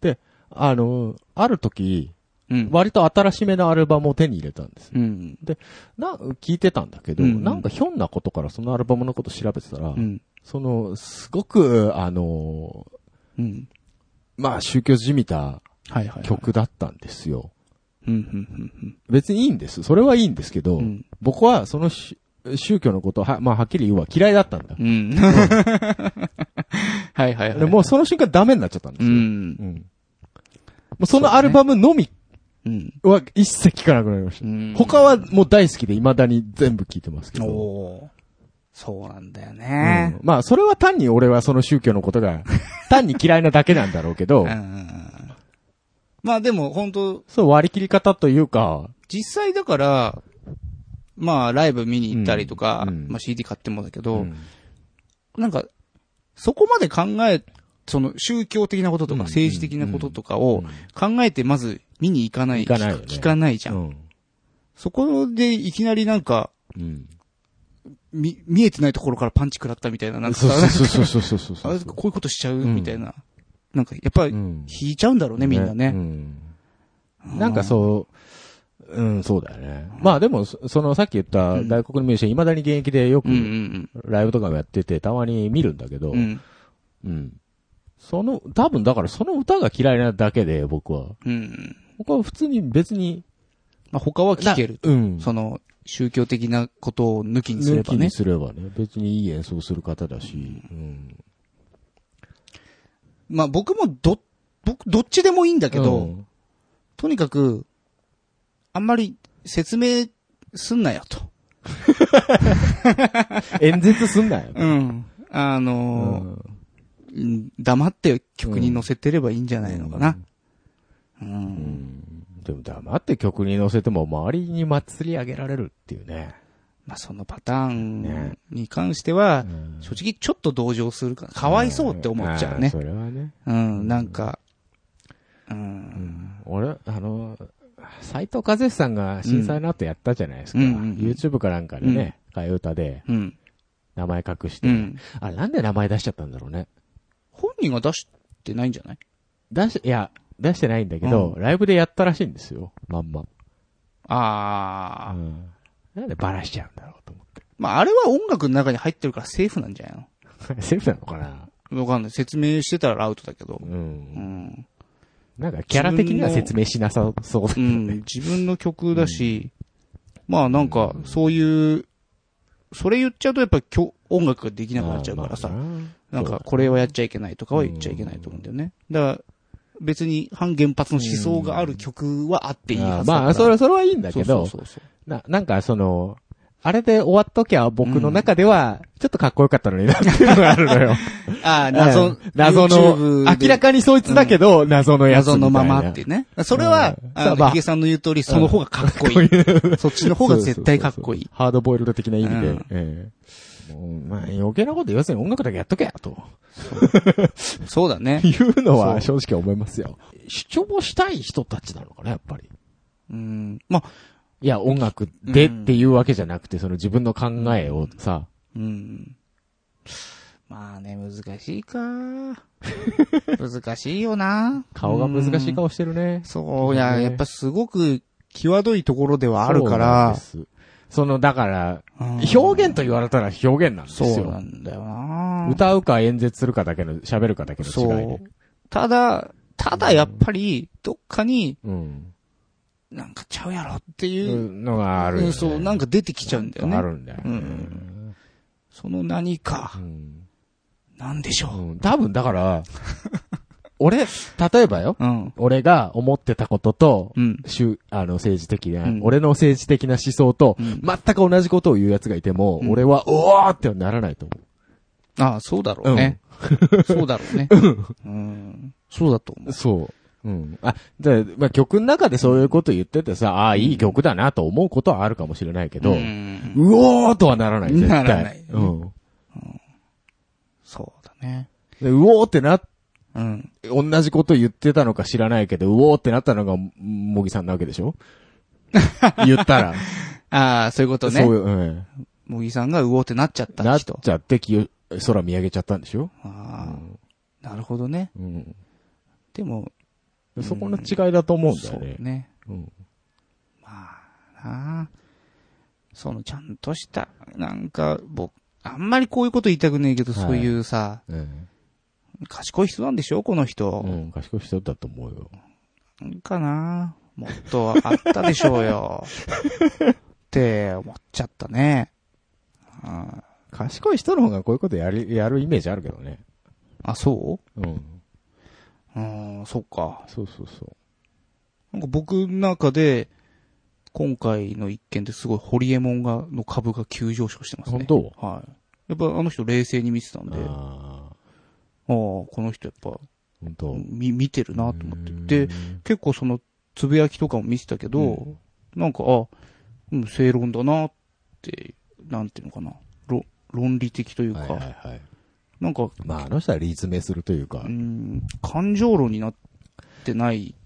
S4: で、あの、ある時、
S2: うん。
S4: 割と新しめのアルバムを手に入れたんです。
S2: うん。
S4: な、聞いてたんだけど、
S2: うんうん
S4: なんかひょんなことからそのアルバムのこと調べてたら、
S2: うん。
S4: その、すごく、あの、
S2: うん。
S4: まあ宗教じみた
S2: はいはいはい。。
S4: 曲だったんですよ。
S2: うんうん
S4: 別にいいんです。それはいいんですけど、
S2: うんうん。
S4: 僕はそのし宗教のことは、まあはっきり言うは嫌いだったんだ。
S2: うん。 <laughs> うん。はいはいはい。
S4: でもうその瞬間ダメになっちゃったんです
S2: う
S4: よ。
S2: ん。
S4: うんもうそのアルバムのみ
S2: うん。
S4: は一切聴かなくなりました。
S2: うん
S4: 他はもう大好きで未だに全部聴いてますけど。
S2: おーそうなんだよ
S4: うん
S2: ね。
S4: まあ、それは単に俺はその宗教のことが、
S2: <laughs>
S4: 単に嫌いなだけなんだろうけ
S2: う
S4: ど
S2: ん。う、んまあでも本当
S4: そう割り切り方というか、
S2: 実際だから、まあライブ見に行ったりとか、
S4: うんうん
S2: まあ CD 買ってもだけど、
S4: うん
S2: なんか、そこまで考え、その宗教的なことと
S4: うん
S2: か政治的なこととか
S4: う
S2: を
S4: ん
S2: 考えてまず見に行かない。
S4: 行かないよね
S2: 聞聞かないじゃん。
S4: うん
S2: そこでいきなりなんか、
S4: うん
S2: み、見えてないところからパンチ食らったみたいな、なんかさ
S4: そうそうそうそうそうそうそ
S2: あ
S4: う
S2: れこういうことしちゃう、
S4: うん
S2: みたいな。なんか、やっぱ、
S4: う
S2: 引
S4: ん
S2: いちゃうんだろうね、みんなね。
S4: うんなんかそう、うん、そうだよね。まあでも、そそのさっき言った
S2: うん
S4: 外国のミュージシャン、未だに現役でよく
S2: うんうん
S4: ライブとかもやってて、たまに見るんだけど、
S2: うん。うん。
S4: うんその、多分だからその歌が嫌いなだけで、僕は。
S2: うん。
S4: 僕は普通に別に、
S2: まあ、他は聞ける。
S4: うん。
S2: その、宗教的なことを抜きにすれ
S4: 抜
S2: ば
S4: き
S2: ね
S4: に。すればね。別にいい演奏する方だし、うん。
S2: まあ、僕もど、僕、どっちでもいいんだけど、
S4: うん、
S2: とにかく、あんまり説明すんなよと。
S4: 演説すんなよ。
S2: うん。あのーうん黙って曲に乗せてればいいんじゃないのかな。うん。
S4: でも黙って曲に乗せても周りに祭り上げられるっていうね。
S2: まあ、そのパターン
S4: ね
S2: に関しては、
S4: ん
S2: 正直ちょっと同情するか、かわいそうって思っちゃうね
S4: あー。それはね。
S2: うん、なんか、うん。
S4: 俺、あの、斎藤和義さんが震災の後やったじゃないですか。
S2: うんうんうん
S4: YouTube かなんかでね、替え歌で
S2: うん。
S4: 名前隠して。
S2: うん。
S4: あれなんで名前出しちゃったんだろうね。
S2: 本人が出してないんじゃない
S4: 出し、いや、出してないんだけど、
S2: う
S4: ライブでやったらしいんですよ。まんま。
S2: ああ、
S4: うんなんでバラしちゃうんだろうと思
S2: まあ、あれは音楽の中に入ってるからセーフなんじゃない
S4: って。 <laughs> セーフなのかな
S2: のわかんない。説明してたらアウトだけど
S4: う。。
S2: うんん。
S4: なんかキャラ的には説明しなさそうだ
S2: う
S4: けど <laughs>
S2: ん。
S4: ね。
S2: 自分の曲だし、まあなんか、そういう、それ言っちゃうとやっぱきょ音楽ができなくなっちゃうからさ、
S4: まあまあ
S2: なんかこれはやっちゃいけないとかは言っちゃいけないと思うんだよね。だから、別に反原発の思想がある曲はあっていいはずだから。
S4: まあ、それ、それはいいんだ
S2: そ
S4: け
S2: うそ
S4: ど
S2: う、そうそう。
S4: な、なんかその、あれで終わっときゃ僕の中では、ちょっとかっこよかったのになっていうのがある
S2: <laughs>
S4: のよ。 <laughs>
S2: ああ、謎、
S4: うん謎の、
S2: YouTube で
S4: 明らかにそいつだけど、謎のやつ
S2: 謎
S4: みたいな。
S2: のままっていうね。それは、
S4: うん
S2: あ
S4: ま
S2: の、
S4: あ
S2: ヒゲさんの言う通り、その方がかっこいい。そっちの方が絶対かっこい
S4: そうそうそう
S2: い
S4: そう。ハードボイルド的な意味で。
S2: うん
S4: ええもうまあ、余計なこと言わずに音楽だけやっとけや、と
S2: そうだね。
S4: いうのは正直思いますよ。主張したい人たちなのかな、やっぱり。
S2: うん。まあ、
S4: いや、音楽でっ
S2: うん
S4: ていうわけじゃなくて、その自分の考えをさ、
S2: うん。まあね、難しい
S4: <laughs>
S2: か。難しいよな。
S4: 顔が難しい
S2: うん
S4: 顔してるね。
S2: そう、いや、
S4: ね
S2: やっぱすごく、際どいところではあるか
S4: そうな
S2: ら、
S4: んです。その、だから、
S2: うん
S4: 表現と言われたら表現なんです
S2: そうな
S4: よ。
S2: んだよな。
S4: 歌うか演説するかだけの、喋るかだけの違い
S2: そ
S4: ね
S2: う。。ただ、ただやっぱり、どっかに、
S4: うん。
S2: なんかちゃうやろって
S4: い
S2: いう、
S4: うのがあるよ
S2: う
S4: ね。
S2: んそう、なんか出てきちゃうんだよね
S4: あ。るんだよね。
S2: うんその何
S4: う
S2: か、
S4: ん。
S2: なんでし
S4: う
S2: ょ
S4: ん多分だから、 <laughs> 俺、例えばよ。
S2: う。うん。
S4: 俺が思ってたことと
S2: う、ん。
S4: 宗あの、政治的な、
S2: うん
S4: 俺の政治的な思想と、
S2: うん
S4: 全く同じことを言う奴がいても、
S2: うん
S4: 俺は、おーってはならないと思
S2: ああ、そうだろうね。そうだろうね。うん。そうだと思
S4: う。そう。うん。あ、じゃあまあ曲の中でそういうこと言っててさ、ああ、いい曲だなと思うことはあるかもしれないけ
S2: う。
S4: ど、
S2: うん
S1: うおーとはならない、絶対。
S2: ならない
S1: うん。
S2: そうだね。
S1: でうおーってな、
S2: うん。
S1: 同じこと言ってたのか知らないけど、うおーってなったのが、もぎさんなわけでし <laughs> ょ言ったら。
S2: ああ、そういうことね。
S1: そう、うん。
S2: 茂木さんがうおーってなっちゃっ
S1: な
S2: た
S1: っ
S2: 人。
S1: ちゃって、きよ空見上げちゃったんでしょ
S2: ああ、なるほどね。
S1: うん。
S2: でも、
S1: そこの違いだと思うんだ
S2: そ
S1: よね
S2: う。ね。
S1: うん
S2: まあなあ、そのちゃんとした、なんか、僕、あんまりこういうこと言いたくねえけど、
S1: はい
S2: そういうさ、
S1: うん。
S2: 賢い人なんでしょこの人
S1: う。ん。賢い人だと思うよ。
S2: なんかなもっとあったでしょ
S1: <laughs>
S2: うよ。って思っちゃったね。あ
S1: 賢い人の方がこういうことやり、やるイメージあるけどね。
S2: あ、そ
S1: うん。
S2: ううん、そっか。
S1: そうそうそ
S2: なんか僕の中で、今回の一件ですごいホリエモンが、の株が急上昇してますね。
S1: 本
S2: はい。やっぱあの人冷静に見てたん
S1: う。
S2: で、ああ、
S1: ああ。
S2: この人やっぱ、
S1: 本当。
S2: み、見てるなと思
S1: うん
S2: って。で、、結構その、つぶやきとかも見てたけど、
S1: うん
S2: なんか、あ、うん、正論だなって、なんていうのかな、ろ論理的というか、
S1: はいはいはい。
S2: なんか、
S1: まあ、あの人は立命するというか
S2: う。ん、感情論になってない、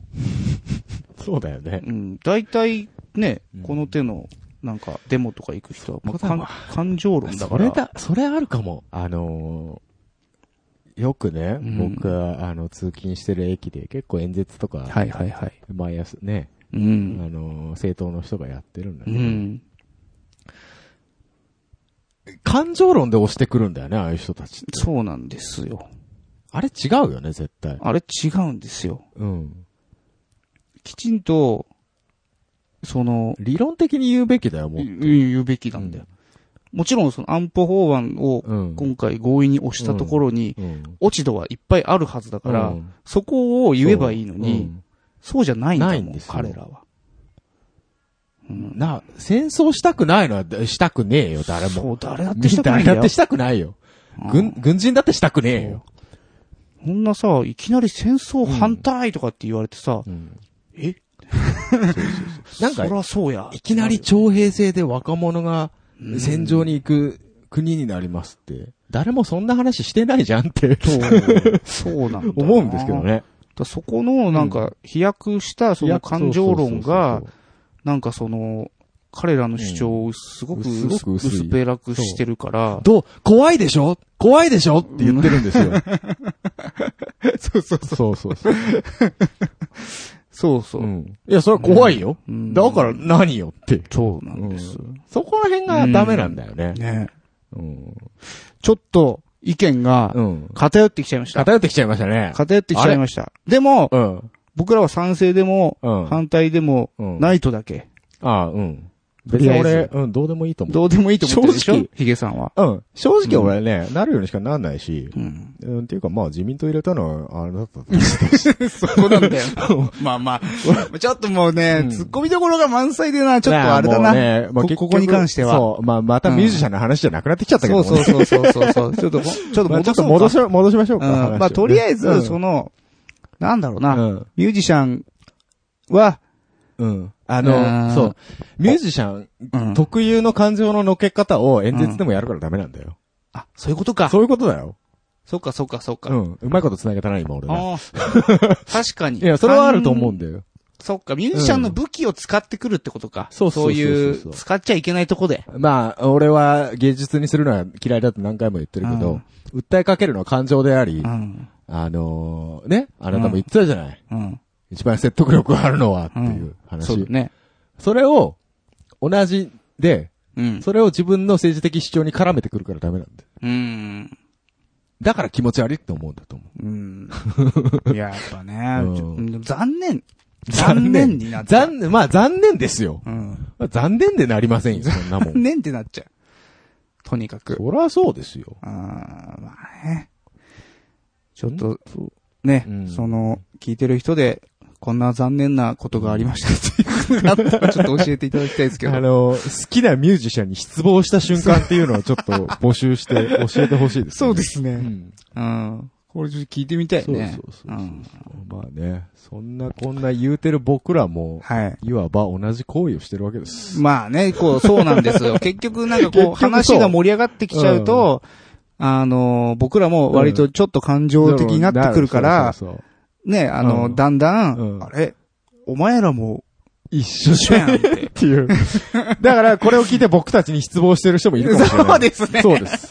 S1: そうだよね。
S2: うん、大体ね、
S1: うん
S2: この手の、なんか、デモとか行く人は、まあ、
S1: そこだ
S2: 感
S1: わ
S2: 感情論だ
S1: そ
S2: か
S1: れ
S2: ら、
S1: だ、それあるかも。あのーよくね、
S2: うん
S1: 僕は、あの、通勤してる駅で結構演説とか、
S2: はいはいはい。
S1: 毎朝ね、
S2: う
S1: あ
S2: ん。
S1: のー政党の人がやってるんだ
S2: う
S1: けど、
S2: ん。
S1: 感情論で押してくるんだよね、ああいう人たちって。
S2: そうなんですよ。
S1: あれ違うよね、絶対。
S2: あれ違うんですよ。
S1: うん。
S2: きちんと、その、
S1: 理論的に言うべきだよ、もう。
S2: 言う言うべきなんだよ。もちろんその安保法案を
S1: うん。
S2: 今回合意に押したところに、
S1: うん。
S2: 落ち度はいっぱいあるはずだから、
S1: うん
S2: そこを言えばいいのに、そうじゃないんだもん
S1: ないんですよ
S2: 彼らは。
S1: うんな、戦争したくないのは、したくねえよ、誰
S2: そ
S1: も。
S2: う、誰だってしたくない
S1: 誰
S2: んだ
S1: だ
S2: よ
S1: って。したくないよ。軍、軍人だってしたくねえよ。
S2: こんなさ、いきなり戦争反対とかって言われてさ、
S1: うん
S2: え
S1: なんか
S2: そらそうや。
S1: いきなり徴兵制で若者が戦場に行く国になりますって、誰もそんな話してないじゃんって、
S2: そうなんだな。
S1: 思うんですけど
S2: だか
S1: ね。
S2: らそこの、なんか、飛躍した、その感情論が、なんかその、彼らの主張をすごく
S1: うんすごく薄い
S2: 薄っぺらくしてるから、
S1: どう、怖いでしょ怖いでしょって言ってるんですよ。 <laughs> そうそうそう。そうそう
S2: そうそうう。
S1: ん。いや、それは怖いよ。
S2: うん
S1: だから何よって。
S2: そうなんです。
S1: そこら辺がダメなんだよね。
S2: ね
S1: うん。
S2: ちょっと意見が
S1: うん。
S2: 偏ってきちゃいました。
S1: 偏ってきちゃいましたね。
S2: 偏ってきちゃいました。でも、
S1: うん。
S2: 僕らは賛成でも、
S1: うん。あ
S2: 反対でも、
S1: うん
S2: ないとだけ。
S1: あ、うん。
S2: とりあえず
S1: 別に俺、うん、どうでもいいと思う。
S2: どうでもいいと思ってるでし
S1: 正
S2: ょ
S1: 直
S2: ヒゲさんは。
S1: うん。正直俺ね、なるようにしかならないし、
S2: うん。
S1: うん、っていうかまあ自民党入れたのは、あれだったと思う。
S2: そうなん
S1: <laughs>
S2: だよ。まあま <laughs> あ。ちょっともうね、突っ込みどころが満載でな、ちょっとあれだ
S1: ま
S2: な。
S1: もうねまあ
S2: こ
S1: 結
S2: こ
S1: 局
S2: こに関しては。
S1: そう。まあまたミュージシャンの話じゃなくなってきちゃったけ
S2: そ
S1: ど
S2: う
S1: も
S2: そう
S1: ね。
S2: そうそうそう
S1: <laughs>
S2: そう。ちょっとも、ちょっと
S1: まあちょ
S2: 戻
S1: っと
S2: そう
S1: 戻
S2: か。
S1: し、戻しましょうか。話を
S2: う
S1: ね
S2: んまあとりあえず、
S1: う
S2: そ
S1: ん
S2: の、なんだろう
S1: う
S2: な。
S1: ん。
S2: ミュージシャンは、
S1: うん。あ
S2: うん
S1: の、そう。ミュージシャン
S2: うん
S1: 特有の感情の乗っけ方を演説でもやるからダメなんだよ。
S2: あ、そういうことか。
S1: そういうことだよ。
S2: そっかそっかそっか。
S1: うん。うまいこと繋げたな、今俺ね。
S2: ああ。 <laughs> 確かに。
S1: いや、それはあると思うん
S2: で。
S1: だよ。
S2: そっか、ミュージシャンの武器を使ってくるってことか。
S1: そうそうそうそう
S2: いう、使っちゃいけないとこで。
S1: まあ、俺は芸術にするのは嫌いだって何回も言ってるけど、訴えかけるのは感情であり、
S2: ん。
S1: あのー、ね、あなたも言ってたじゃない。
S2: うん。
S1: 一番説得力があるのはっていう話。
S2: そうだね。
S1: それを、同じで、
S2: うん。
S1: それを自分の政治的主張に絡めてくるからダメなんだよ。
S2: うん。
S1: だから気持ち悪いって思うんだと思う。
S2: うん。いや、やっぱね
S1: うん、
S2: ちょうん残念。残念になっちゃう。
S1: 残念、まあ残念ですよ。
S2: うん。
S1: まあ残念でなりませんよ、そんなも
S2: <laughs> 残
S1: ん。
S2: 念ってなっちゃう。とにかく。
S1: そりゃそうですよ。
S2: あーまあね。ちょっと、ね、
S1: うん
S2: その、聞いてる人で、こんな残念なことがありましたっていうのがあったら、ちょっと教えていただきたいですけ
S1: あの、
S2: ど。
S1: 好 <laughs> きなミュージシャンに失望した瞬間っていうのをちょっと募集して教えてほしいです、
S2: そうで。すね。
S1: うん。
S2: うん。これちょっと聞いてみたい
S1: そう
S2: ね。
S1: そうそうそうう。
S2: ん
S1: まあね、そんなこんな言うてる僕らも、
S2: はい。
S1: いわば同じ行為をしてるわけです。
S2: まあね、こう、そうなんです
S1: <laughs>
S2: よ。結局なんか
S1: 結
S2: こ
S1: 局
S2: う、
S1: そう
S2: 話が盛り上がってきちゃうと、あの、僕らも割とちょっと感情的になってくるから、
S1: そうそうそう
S2: ね、あ
S1: う
S2: の、
S1: ん
S2: だんだ
S1: うん
S2: ん、あれ、お前らも
S1: 一緒
S2: 一
S1: じ
S2: 緒
S1: ゃ <laughs>
S2: や
S1: ん
S2: ん
S1: っ
S2: って。
S1: て
S2: <laughs>
S1: いう。だから、これを聞いて僕たちに失望してる人もいるかもしれない。
S2: <laughs> そうですね。
S1: そうです。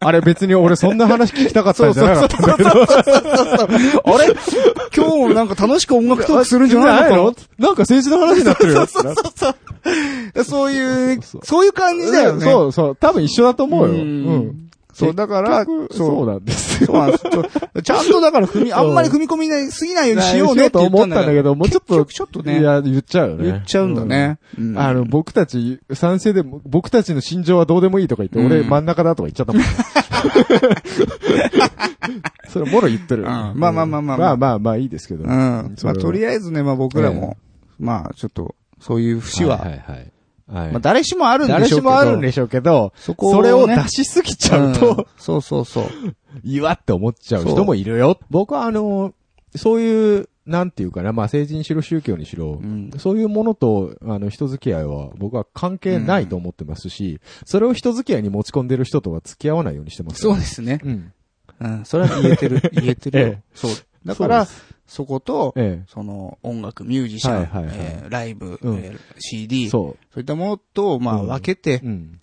S1: あれ別に俺そんな話聞きたかったんじゃなかったんだけど。
S2: あれ今日もなんか楽しく音楽トークするんじゃないのか
S1: なんか政治の話になってるよ。そう
S2: なそうい
S1: そ
S2: う
S1: うそう、
S2: そういう感じだよね。
S1: そうそう。多分一緒だと思うよ。
S2: う
S1: うんん。
S2: そう、だから、
S1: 結局
S2: そう
S1: そうなんですよ
S2: そう。なんですちょちゃんとだから踏み、あんまり踏み込みない、すぎないようにしようねって
S1: と
S2: 言っ
S1: 思
S2: た
S1: っ
S2: ん
S1: た
S2: だ
S1: んだ
S2: け
S1: け
S2: ど、
S1: ど、もうちょっ
S2: 結
S1: と
S2: 局、ちょっとね
S1: いや、言っちゃうよね。
S2: 言っちゃうんだね。
S1: うん。
S2: あ
S1: あ
S2: の
S1: の、、僕たち、賛成でも、僕たちの心情はどうでもいいとか言って、
S2: うん
S1: 俺真ん中だとか言っちゃった
S2: <laughs>
S1: もん。それ、もろ言ってる。
S2: うんまあまあまあまあまあ
S1: まあまあまあいいですけど。
S2: うん。ま
S1: それ
S2: あ、
S1: は
S2: とりあえずね、まあ僕らも、まあちょっと、そういう節は、
S1: いはいはい。はい
S2: まあ誰しもあるんで
S1: 誰
S2: しょ
S1: し
S2: うけど。
S1: もあるんでしょうけど、
S2: そこ
S1: それを
S2: ね
S1: 出しすぎちゃう
S2: うん
S1: <laughs> と、
S2: そうそうそう。
S1: いわって思っちゃう人もいるよ。僕はあの、そういう、なんていうかな、まあ政治にしろ宗教にしろ
S2: う、ん。
S1: そういうものと、あの、人付き合いは僕は関係ないと思ってますし、それを人付き合いに持ち込んでる人とは付き合わないようにしてます、
S2: そうですね。
S1: うん。
S2: うん。それは言えてる、言えてる
S1: <laughs> え
S2: よ
S1: え。
S2: そう。だから、
S1: そ
S2: そこと、
S1: え
S2: その、音楽、ミュージシャ
S1: は
S2: ン
S1: いはいはい
S2: えー、ライブ、
S1: うん
S2: えー
S1: え。
S2: CD、そ
S1: そう
S2: いったものと、まあ
S1: うん
S2: 分けて
S1: う。うん。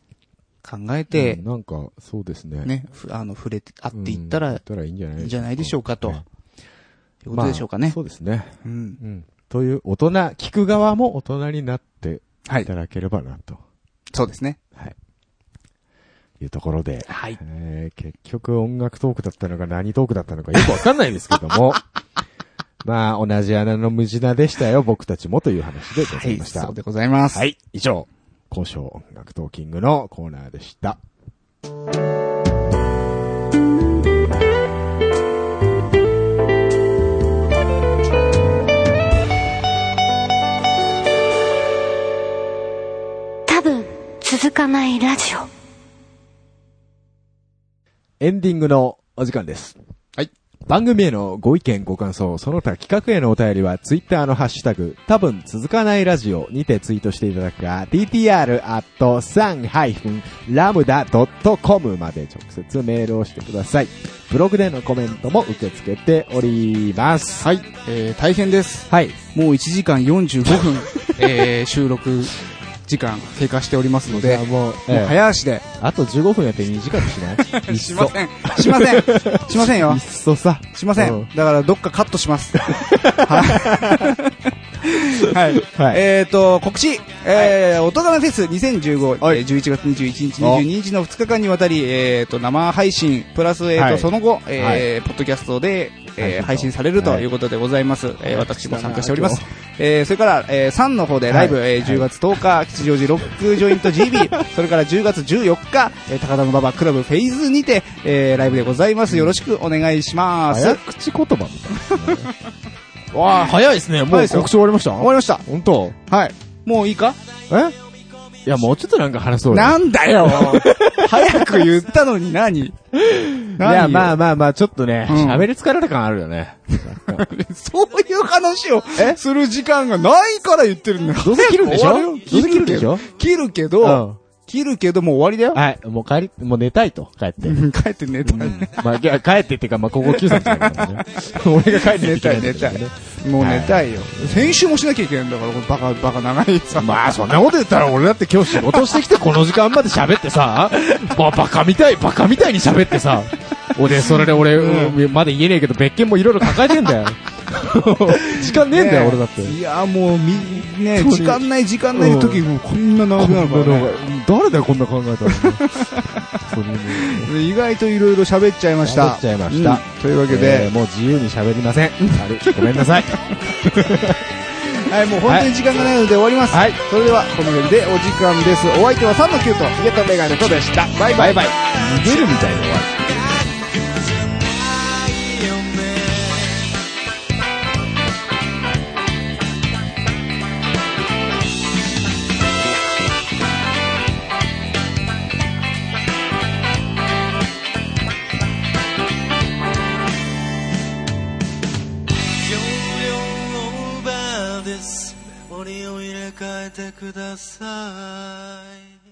S2: 考えて
S1: うん、なんか、そうですね。
S2: ね、ふあの、触れて、あっ
S1: うん。
S2: ていったら
S1: 行っ、たらいいんじゃない
S2: いいんじゃないでしょうかと。
S1: ね
S2: いうことでしょうかね。
S1: そうですね。
S2: うん。
S1: うん。という、大人、聞く側も大人になって
S2: はいい。
S1: ただければな、と
S2: そうですね。
S1: いうところで。
S2: はい。
S1: えー結局音楽トークだったのか何トークだったのかよくわかんないですけど
S2: <laughs>
S1: も。まあ、同じ穴の無地なでしたよ、僕たちもという話でござ
S2: はいい。
S1: ました。
S2: そ
S1: は
S2: う
S1: い、
S2: でございます。はい。
S1: 以上、交渉音楽トーキングのコーナーでした。
S3: 多分続かないラジオ
S1: エンディングのお時間です。
S2: はい。
S1: 番組へのご意見、ご感想、その他企画へのお便りは、ツイッターのハッシュタグ、多分続かないラジオにてツイートしていただくか、dtr.san-lambda.com まで直接メールをしてください。ブログでのコメントも受け付けております。
S2: はい。えー、大変です。
S1: はい。
S2: もう1時間45分、 <laughs> えー、収録時間経過しておりますの
S1: じ
S2: で、
S1: ゃあ
S2: も
S1: も
S2: う
S1: う、ええ
S2: 早足で。
S1: あと15分やって2時間 <laughs> しない
S2: しません。しま <laughs> せん。しませんよ
S1: いっ。そさ。
S2: しませ
S1: うん
S2: ん。だからどっかカットします。はい。はい。
S1: はい。
S2: えーと、告知、えー、おとがめフェス2015、えー11月21日、
S1: お
S2: 22日の2日間にわたり、えーと、生配信、プラス、えー
S1: は
S2: と、
S1: い
S2: その後、えー、ポッドキャストで、えー、
S1: 配
S2: 配
S1: 信と
S2: 信されると
S1: はい
S2: いうことでございます。えー、私も参加しております
S1: 今。
S2: えー、それから、えー、3の方でライブ、
S1: は
S2: えー、10月10日、吉祥寺ロックジョイン
S1: <laughs>
S2: ト GB、それから10月14日、えー、高田の馬場クラブフェイズにて、えー、ライブでございます。よろしくお願いします。
S1: 早口言葉みたいな、ね。 <laughs> わあ、早いですね。も
S2: 早いうですよ
S1: 告知終わりました
S2: 終わりました。
S1: 本当
S2: はい。もういいか
S1: えいや、もうちょっとなんか話そうよ
S2: なんだ
S1: <laughs>
S2: よ早く言ったのに何
S1: いや、まあ
S2: あ、
S1: まあまあ、ちょっとね、
S2: うん
S1: 喋、り疲れた感あるよね。
S2: そういう話をする時間がないから言ってるんだよ。
S1: どうせ切るんでしょ
S2: 早く終わるよ
S1: どうせ切るんでしょ
S2: 切るけど、切るけどもう終わり
S1: うん。
S2: だよ。
S1: はい、もう帰り、もう寝たいと、帰って。
S2: うん帰って寝た
S1: う
S2: ね。
S1: んまあ、いや帰ってっていうか、まあ、ここ9歳だからね。 <laughs> 俺が帰って
S2: 寝 <laughs> た
S1: <laughs>
S2: い、寝たい。もう寝たいよ。編集もしなきゃいけないんだから、これバカ、バカ長いさ。
S1: まあ、そんなこと言ったら俺だって今日仕事してきてこの時間まで喋ってさ、まあ、バカみたい、バカみたいに喋ってさ、俺、それで俺、うんまだ言えねえけど別件もいろいろ抱えてんだよ。 <laughs> 時間ねえんだよ、俺だって。
S2: いや、もう、み、ね、
S1: そう
S2: 時間ない、時間ないの時、もうこんな長くなるからね。
S1: 誰だよ、こんな考えたら。それも
S2: 意外といろいろ喋っちゃいました。
S1: 喋っちゃいました
S2: うんというわけ
S1: え
S2: で
S1: ー、もう自由に喋りません。あれごめんなさい。
S2: はい、もう本当に時間がないので終わります。
S1: はい
S2: それでは、このメールでお時間です。お相手は3の9と、ヒゲとメガネとでした。バイバイ。
S1: バイ。逃げるみたいなのは。
S5: 「森を入れ替えてください